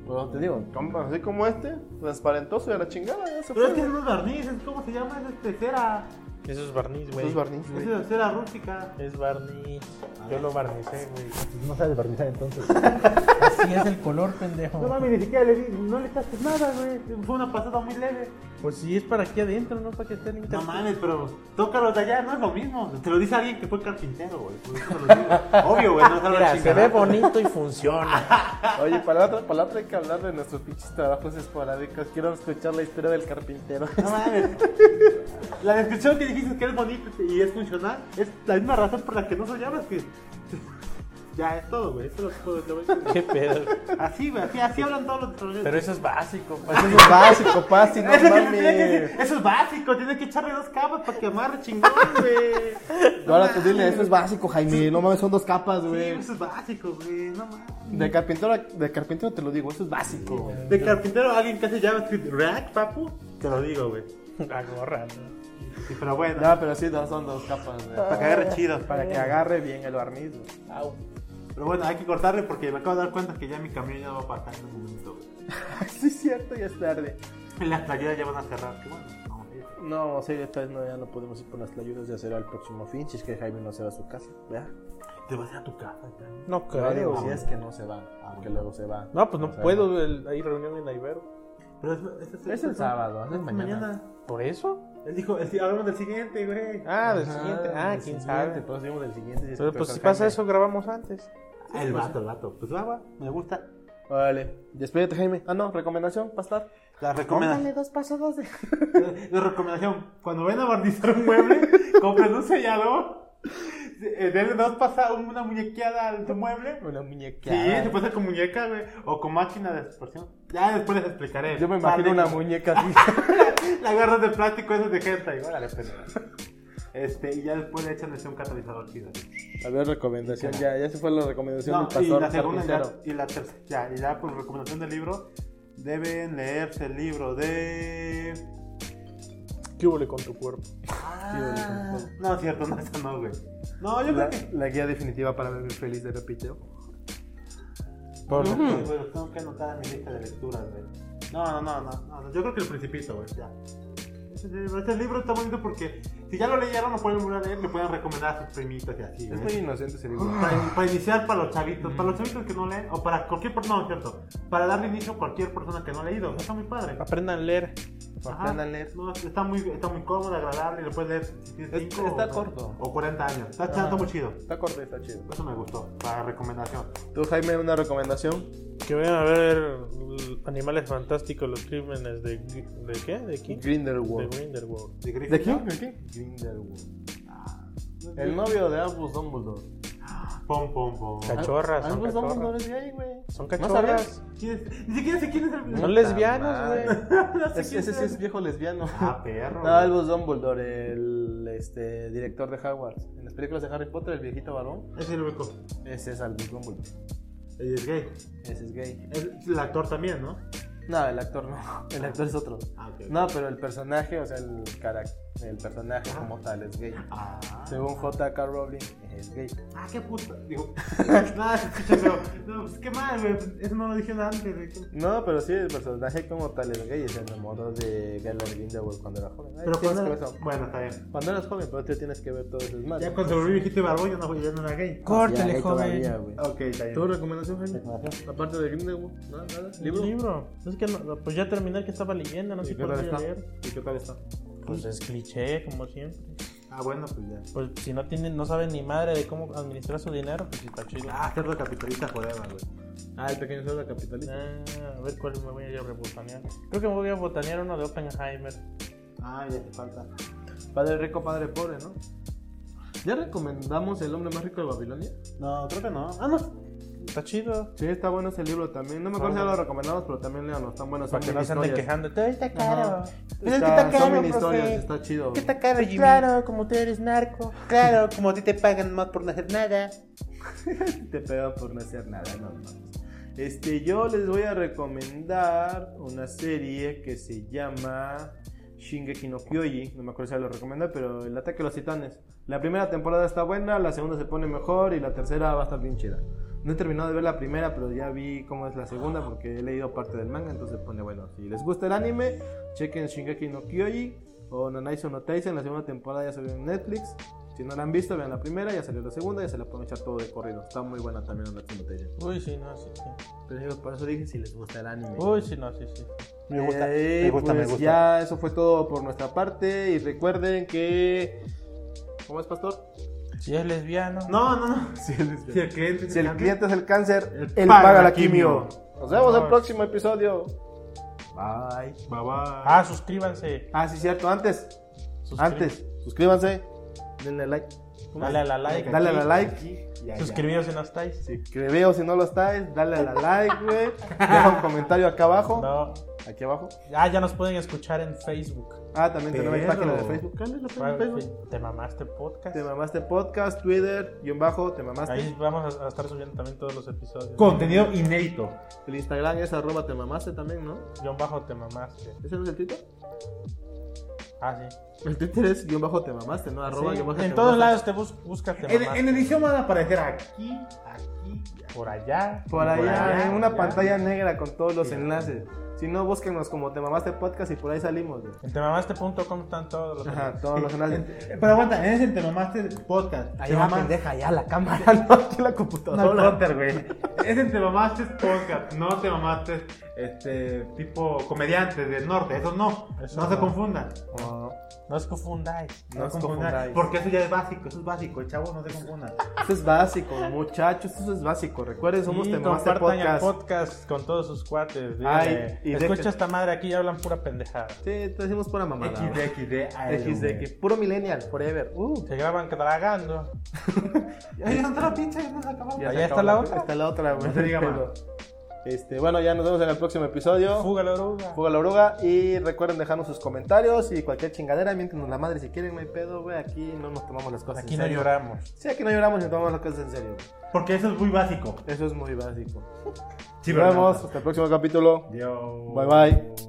Speaker 5: Pero te digo, como- así como este, transparentoso y a la chingada, ya se
Speaker 4: Pero
Speaker 5: fue.
Speaker 4: es que es un barniz, es- ¿cómo se llama? Es este, cera.
Speaker 2: Eso es barniz, güey.
Speaker 5: Eso es barniz, güey.
Speaker 4: Es cera rústica.
Speaker 2: Es barniz. Yo lo barnicé, güey.
Speaker 7: No sabes barnizar entonces.
Speaker 2: Así es el color,
Speaker 4: No
Speaker 2: pendejo.
Speaker 4: mames, ni siquiera le di- no le echaste nada, güey. Fue una pasada muy leve.
Speaker 2: Pues sí, es para aquí adentro, no para que esté el
Speaker 4: No
Speaker 2: internet.
Speaker 4: mames, pero tócalos de allá, no es lo mismo. Te lo dice alguien que fue carpintero, güey. por eso te lo digo. Obvio, güey, Pues no es algo
Speaker 2: Mira, se ve
Speaker 4: chingada.
Speaker 2: bonito y funciona.
Speaker 5: Oye, para la, otra, para la otra hay que hablar de nuestros pinches trabajos esporádicos. Quiero escuchar la historia del carpintero.
Speaker 4: No mames. La descripción que dijiste que es bonito y es funcional es la misma razón por la que no se llama, es que. Ya es todo, güey. Eso es lo que lo voy a decir.
Speaker 2: Qué pedo.
Speaker 4: Así, güey, así, así hablan todos los desarrolladores.
Speaker 2: Pero eso es básico. pues.
Speaker 5: Eso es básico, Pasi, no
Speaker 4: Eso, que
Speaker 5: mames.
Speaker 4: te tenía que decir, eso es básico, tienes que echarle dos capas para que amarre chingón, güey.
Speaker 5: No, ahora tú dile, eso es básico, Jaime. No mames, son dos capas,
Speaker 4: Sí,
Speaker 5: güey.
Speaker 4: eso es básico, güey, no mames.
Speaker 5: De carpintero, a- de carpintero te lo digo, eso es básico, güey.
Speaker 4: De carpintero, alguien que hace JavaScript React, papu, te lo digo, güey.
Speaker 2: La gorra. ¿no?
Speaker 4: Sí, pero bueno,
Speaker 5: No, Ah, pero sí, no, son dos capas, güey.
Speaker 4: para que agarre chido.
Speaker 5: Para que agarre bien el barniz, güey.
Speaker 4: Pero bueno, hay que cortarle porque me acabo de dar cuenta que ya mi camión ya va a pasar en un momento. güey.
Speaker 5: sí, es cierto, ya es tarde.
Speaker 4: Y Las playeras ya van a cerrar. Qué bueno. no, güey.
Speaker 5: No, sí, esta vez no, ya no podemos ir por las ayudas de acero al próximo fin, si es que Jaime no se va a su casa, ¿verdad?
Speaker 4: Te vas a tu casa ya.
Speaker 2: No
Speaker 5: No, digo,
Speaker 2: creo.
Speaker 5: si es que no se va, aunque luego se va.
Speaker 2: No, pues
Speaker 5: O
Speaker 2: no
Speaker 5: sea,
Speaker 2: puedo. el- hay reunión en la Ibero.
Speaker 4: Pero es, es- es-
Speaker 5: Es el sábado, es mañana.
Speaker 2: ¿Por eso?
Speaker 4: Él dijo, él- hablamos del siguiente, güey.
Speaker 2: Ah, del
Speaker 5: Ajá,
Speaker 2: siguiente. Ah,
Speaker 5: del
Speaker 2: quién
Speaker 5: siguiente,
Speaker 2: sabe.
Speaker 5: Todos dimos del siguiente. es
Speaker 2: Pero
Speaker 5: que
Speaker 2: pues
Speaker 5: con
Speaker 2: si pasa
Speaker 5: Jaime.
Speaker 2: eso, grabamos antes.
Speaker 4: Ah, el vato, el vato. Pues va, va, me gusta.
Speaker 5: Vale, despídete, Jaime. Ah, no, recomendación, pastar.
Speaker 4: La recomendación.
Speaker 5: dos pasadas de.
Speaker 4: La recomendación, cuando ven a barnizar un mueble, compren un sellador, eh, denle dos pasadas, una muñequeada al tu mueble Sí,
Speaker 5: Una
Speaker 4: pues.
Speaker 5: muñequeada.
Speaker 4: se puede hacer con muñeca, güey. O con máquina de expresión. Ya después les explicaré.
Speaker 5: Yo me imagino
Speaker 4: Sale
Speaker 5: una
Speaker 4: con-
Speaker 5: muñeca así.
Speaker 4: La garras de plástico esas de gente. Y órale, pendejo. Este, y ya después le echan este, un catalizador chido.
Speaker 5: A ver, recomendación, ya, ya se fue la recomendación
Speaker 4: No,
Speaker 5: del
Speaker 4: y
Speaker 5: pastor
Speaker 4: la segunda y la,
Speaker 5: carnicero.
Speaker 4: y la tercera. Ya, y ya por recomendación del libro, deben leerse el libro de.
Speaker 2: ¿Qué huele con tu cuerpo?
Speaker 4: Ah, no, es cierto, no, esa no, güey. No, yo creo
Speaker 5: La,
Speaker 4: que.
Speaker 5: la guía definitiva para vivir feliz de Repiteo.
Speaker 2: Por-
Speaker 4: Ujú. Güey, los tengo que anotar en mi lista de lecturas, güey. No, no, no, no, no, no, Yo creo que el Principito, güey. Ya. Ese libro, ese libro está bonito porque si ya lo leyeron, lo pueden volver a leer, le pueden recomendar a sus primitos y así.
Speaker 5: Es
Speaker 4: güey.
Speaker 5: muy inocente ese libro.
Speaker 4: Para, para iniciar para los chavitos, para los chavitos que no leen, o para cualquier persona, no, es cierto, para darle inicio a cualquier persona que no ha leído, eso está muy padre.
Speaker 2: Aprendan a leer.
Speaker 3: Por
Speaker 4: Ajá.
Speaker 3: plena leer.
Speaker 4: No, está muy, está muy cómodo, agradable, lo puedes leer si tienes
Speaker 3: Es-
Speaker 4: cinco
Speaker 3: está
Speaker 4: o-
Speaker 3: corto.
Speaker 4: O 40 años. Está, está- está muy chido.
Speaker 3: Está corto y está chido.
Speaker 4: Eso me gustó. Para recomendación.
Speaker 3: ¿Tú, Jaime, una recomendación?
Speaker 2: Que vayan a ver l- Animales Fantásticos, los crímenes de... ¿De qué? ¿De quién? De
Speaker 3: Grindelwald.
Speaker 2: Grindelwald.
Speaker 3: ¿De
Speaker 4: ¿De, Gryffindor?
Speaker 3: quién? ¿De quién? Grindelwald.
Speaker 4: Ah,
Speaker 3: El novio de Albus Dumbledore.
Speaker 4: Pom, pom, pom.
Speaker 2: Cachorras, son
Speaker 3: Albus Dumbledore
Speaker 2: cachorras.
Speaker 3: es gay, güey.
Speaker 2: Son
Speaker 3: ¿No sabías?
Speaker 2: cachorras.
Speaker 4: ¿Quién es? Ni siquiera sé quién es el.
Speaker 2: Son lesbianas, güey.
Speaker 3: Es- ese sí es viejo lesbiano.
Speaker 4: Ah, perro.
Speaker 3: No, Albus Dumbledore, el este, director de Hogwarts. En las películas de Harry Potter, el viejito varón,
Speaker 4: Es el único.
Speaker 3: ese es Albus Dumbledore.
Speaker 4: Ella es gay.
Speaker 3: Ese es gay.
Speaker 4: Es el actor también, ¿no?
Speaker 3: No, el actor no. El actor es otro.
Speaker 4: Ah, ok.
Speaker 3: No, pero el personaje, o sea, el, carac- el personaje como tal es gay.
Speaker 4: Ah,
Speaker 3: Según J.K. Rowling, es gay.
Speaker 4: ah, qué puta. Digo, nada, se escucha feo. No, pues qué mal, güey. Eso no lo dijeron antes. güey.
Speaker 3: No, pero sí, el personaje como tal es gay. Se enamoró de Gellert Grindelwald cuando era joven. Ay,
Speaker 4: Pero
Speaker 3: tienes que
Speaker 4: cuando.
Speaker 3: ver eso.
Speaker 4: Bueno, está bien.
Speaker 3: Cuando eras joven, pero te tienes que ver todo eso. Es más,
Speaker 4: Ya cuando volví viejito y barbón, ya no, ya no era gay.
Speaker 3: Córtale, joven.
Speaker 4: Ok, está bien.
Speaker 3: ¿Tu recomendación, Jaime? Aparte de Grindelwald, ¿no? ¿Nada?
Speaker 2: ¿Libro? libro. Es que no- pues ya terminé el que estaba leyendo, no sé
Speaker 4: qué
Speaker 2: por
Speaker 4: tal
Speaker 2: qué
Speaker 4: está?
Speaker 2: leer.
Speaker 4: ¿Y qué tal está?
Speaker 2: Pues es cliché, como siempre.
Speaker 4: Ah, bueno, pues ya.
Speaker 2: Pues si no tienen, no saben ni madre de cómo administrar su dinero, pues está chido.
Speaker 4: Ah, cerdo capitalista forever, güey.
Speaker 3: Ah, el pequeño cerdo capitalista.
Speaker 2: Ah, a ver cuál me voy a ir a rebotanear. Creo que me voy a botanear uno de Oppenheimer.
Speaker 4: Ah, ya te falta.
Speaker 3: Padre rico, padre pobre, ¿no? ¿Ya recomendamos El hombre más rico de Babilonia?
Speaker 4: No, creo que no. Ah, no.
Speaker 2: Está chido.
Speaker 3: Sí, está bueno ese libro también. No me acuerdo si ya lo recomendamos, pero también leanlo. Están buenos.
Speaker 2: Para que no se anden quejando. Todo está
Speaker 3: Ajá.
Speaker 2: caro. Pues
Speaker 3: Pero es que
Speaker 2: Está-
Speaker 3: está caro,
Speaker 2: son mini
Speaker 3: historias,
Speaker 2: historias,
Speaker 3: está chido.
Speaker 2: ¿Qué está caro, Jimmy? Claro, como tú eres narco. Claro, como a ti te pagan más por no hacer nada.
Speaker 3: Te pega por no hacer nada, no mames. Este, yo les voy a recomendar una serie que se llama Shingeki no Kyoji. No me acuerdo si ya lo recomendé, pero El ataque a los titanes. La primera temporada está buena, la segunda se pone mejor y la tercera va a estar bien chida. No he terminado de ver la primera, pero ya vi cómo es la segunda porque he leído parte del manga, entonces pone bueno. Si les gusta el anime, chequen Shingeki no Kyoji o Nanaiso no Taisen. La segunda temporada ya salió en Netflix. Si no la han visto, vean la primera, ya salió la segunda, ya se la pueden echar todo de corrido. Está muy buena también la segunda
Speaker 2: Uy, sí, no, sí, sí.
Speaker 3: Pero digo, por eso dije si les gusta el anime.
Speaker 2: Uy, sí, no, sí, sí.
Speaker 3: me gusta,
Speaker 5: Eh,
Speaker 3: me gusta,
Speaker 5: pues
Speaker 3: me gusta. Eh, pues Ya, eso fue todo por nuestra parte. Y recuerden que. ¿Cómo es, pastor?
Speaker 2: Si es lesbiano.
Speaker 4: No, no, no.
Speaker 3: Si
Speaker 4: Si el cliente
Speaker 3: el cliente es el cáncer,
Speaker 4: Él
Speaker 3: él
Speaker 4: paga
Speaker 3: paga
Speaker 4: la
Speaker 3: la quimio. Nos vemos en el
Speaker 2: Vamos.
Speaker 3: próximo episodio. Bye.
Speaker 4: Bye bye.
Speaker 2: Ah, suscríbanse.
Speaker 3: Ah, sí, cierto. Antes,
Speaker 2: Suscrí-
Speaker 3: antes, suscríbanse, denle like,
Speaker 2: Dale a la like.
Speaker 3: dale a
Speaker 2: aquí.
Speaker 3: la like.
Speaker 4: Ya, ya.
Speaker 2: Suscribiros si no estáis.
Speaker 3: Creo si no lo estáis, dale a la like, güey. Deja un comentario acá abajo.
Speaker 2: No.
Speaker 3: Aquí abajo.
Speaker 2: Ah, ya nos pueden escuchar en Facebook.
Speaker 3: Ah, también tenemos
Speaker 4: Perro.
Speaker 3: página de Facebook. Cámbiala en Facebook.
Speaker 2: Te mamaste podcast.
Speaker 3: Te mamaste podcast, Twitter, guión bajo, te mamaste.
Speaker 2: Ahí vamos a, a estar subiendo también todos los episodios.
Speaker 4: Contenido inédito.
Speaker 3: El Instagram es arroba te mamaste también, ¿no?
Speaker 2: Guión bajo te mamaste.
Speaker 3: ¿Ese no es el Twitter?
Speaker 2: Ah, sí.
Speaker 3: El Twitter es guión bajo te mamaste, ¿no? Arroba
Speaker 2: Sí,
Speaker 3: guión bajo te
Speaker 2: en todos
Speaker 3: mamaste.
Speaker 2: lados te bus buscas te
Speaker 5: En,
Speaker 2: mamaste.
Speaker 5: en edición van a aparecer aquí.
Speaker 4: Aquí.
Speaker 2: Por allá.
Speaker 3: Por allá, en una
Speaker 2: allá.
Speaker 3: pantalla negra con todos los enlaces. Si no, búsquenos como te mamaste podcast y por ahí salimos, güey.
Speaker 2: En temamaste.com están todos los.
Speaker 3: Ajá, todos los enlaces.
Speaker 5: Pero aguanta, en ese te mamaste podcast. Te mamaste-
Speaker 3: allá la cámara, no, aquí la
Speaker 5: No,
Speaker 3: computadora.
Speaker 5: counter, güey.
Speaker 4: Ese te mamaste podcast, no te mamaste este tipo comediante del norte, eso no,
Speaker 2: Eso
Speaker 4: no, se
Speaker 2: no.
Speaker 4: confundan,
Speaker 3: No,
Speaker 2: No os confundáis.
Speaker 4: no,
Speaker 3: no
Speaker 4: se
Speaker 3: os
Speaker 4: confundan,
Speaker 3: confundáis.
Speaker 4: porque eso ya es básico, eso es básico, chavos, no se confundan.
Speaker 3: Esto es básico, muchachos, esto es básico. Recuerden, somos
Speaker 2: y
Speaker 3: te mamaste
Speaker 2: compartan el
Speaker 3: podcast.
Speaker 2: podcast con todos sus cuates.
Speaker 3: Ay,
Speaker 2: Ay,
Speaker 3: y
Speaker 2: Escucha
Speaker 3: dejen-
Speaker 2: esta madre aquí y hablan pura pendejada.
Speaker 3: Sí, te decimos pura mamada. güey.
Speaker 4: XD,
Speaker 3: XD, que puro millennial, forever. Uh,
Speaker 2: Se graban tragando.
Speaker 4: Ahí está la pinche, ya nos acabamos.
Speaker 3: ya se
Speaker 2: ¿Allá está
Speaker 3: acabó.
Speaker 2: la otra?
Speaker 3: Está la otra, güey.
Speaker 4: No se diga más.
Speaker 3: Pero, Este, bueno, ya nos vemos en el próximo episodio.
Speaker 2: Fuga la oruga.
Speaker 3: Fuga la oruga y recuerden dejarnos sus comentarios y cualquier chingadera, miéntenos la madre si quieren, no hay pedo, güey, aquí no nos tomamos las cosas
Speaker 2: Aquí
Speaker 3: en
Speaker 2: no
Speaker 3: serio.
Speaker 2: lloramos.
Speaker 3: Sí, aquí no lloramos ni tomamos las cosas en serio. güey.
Speaker 4: Porque eso es muy básico.
Speaker 3: Eso es muy básico.
Speaker 4: Sí,
Speaker 3: Nos vemos
Speaker 4: verdad.
Speaker 3: hasta el próximo capítulo.
Speaker 4: Yo-
Speaker 3: Bye, bye.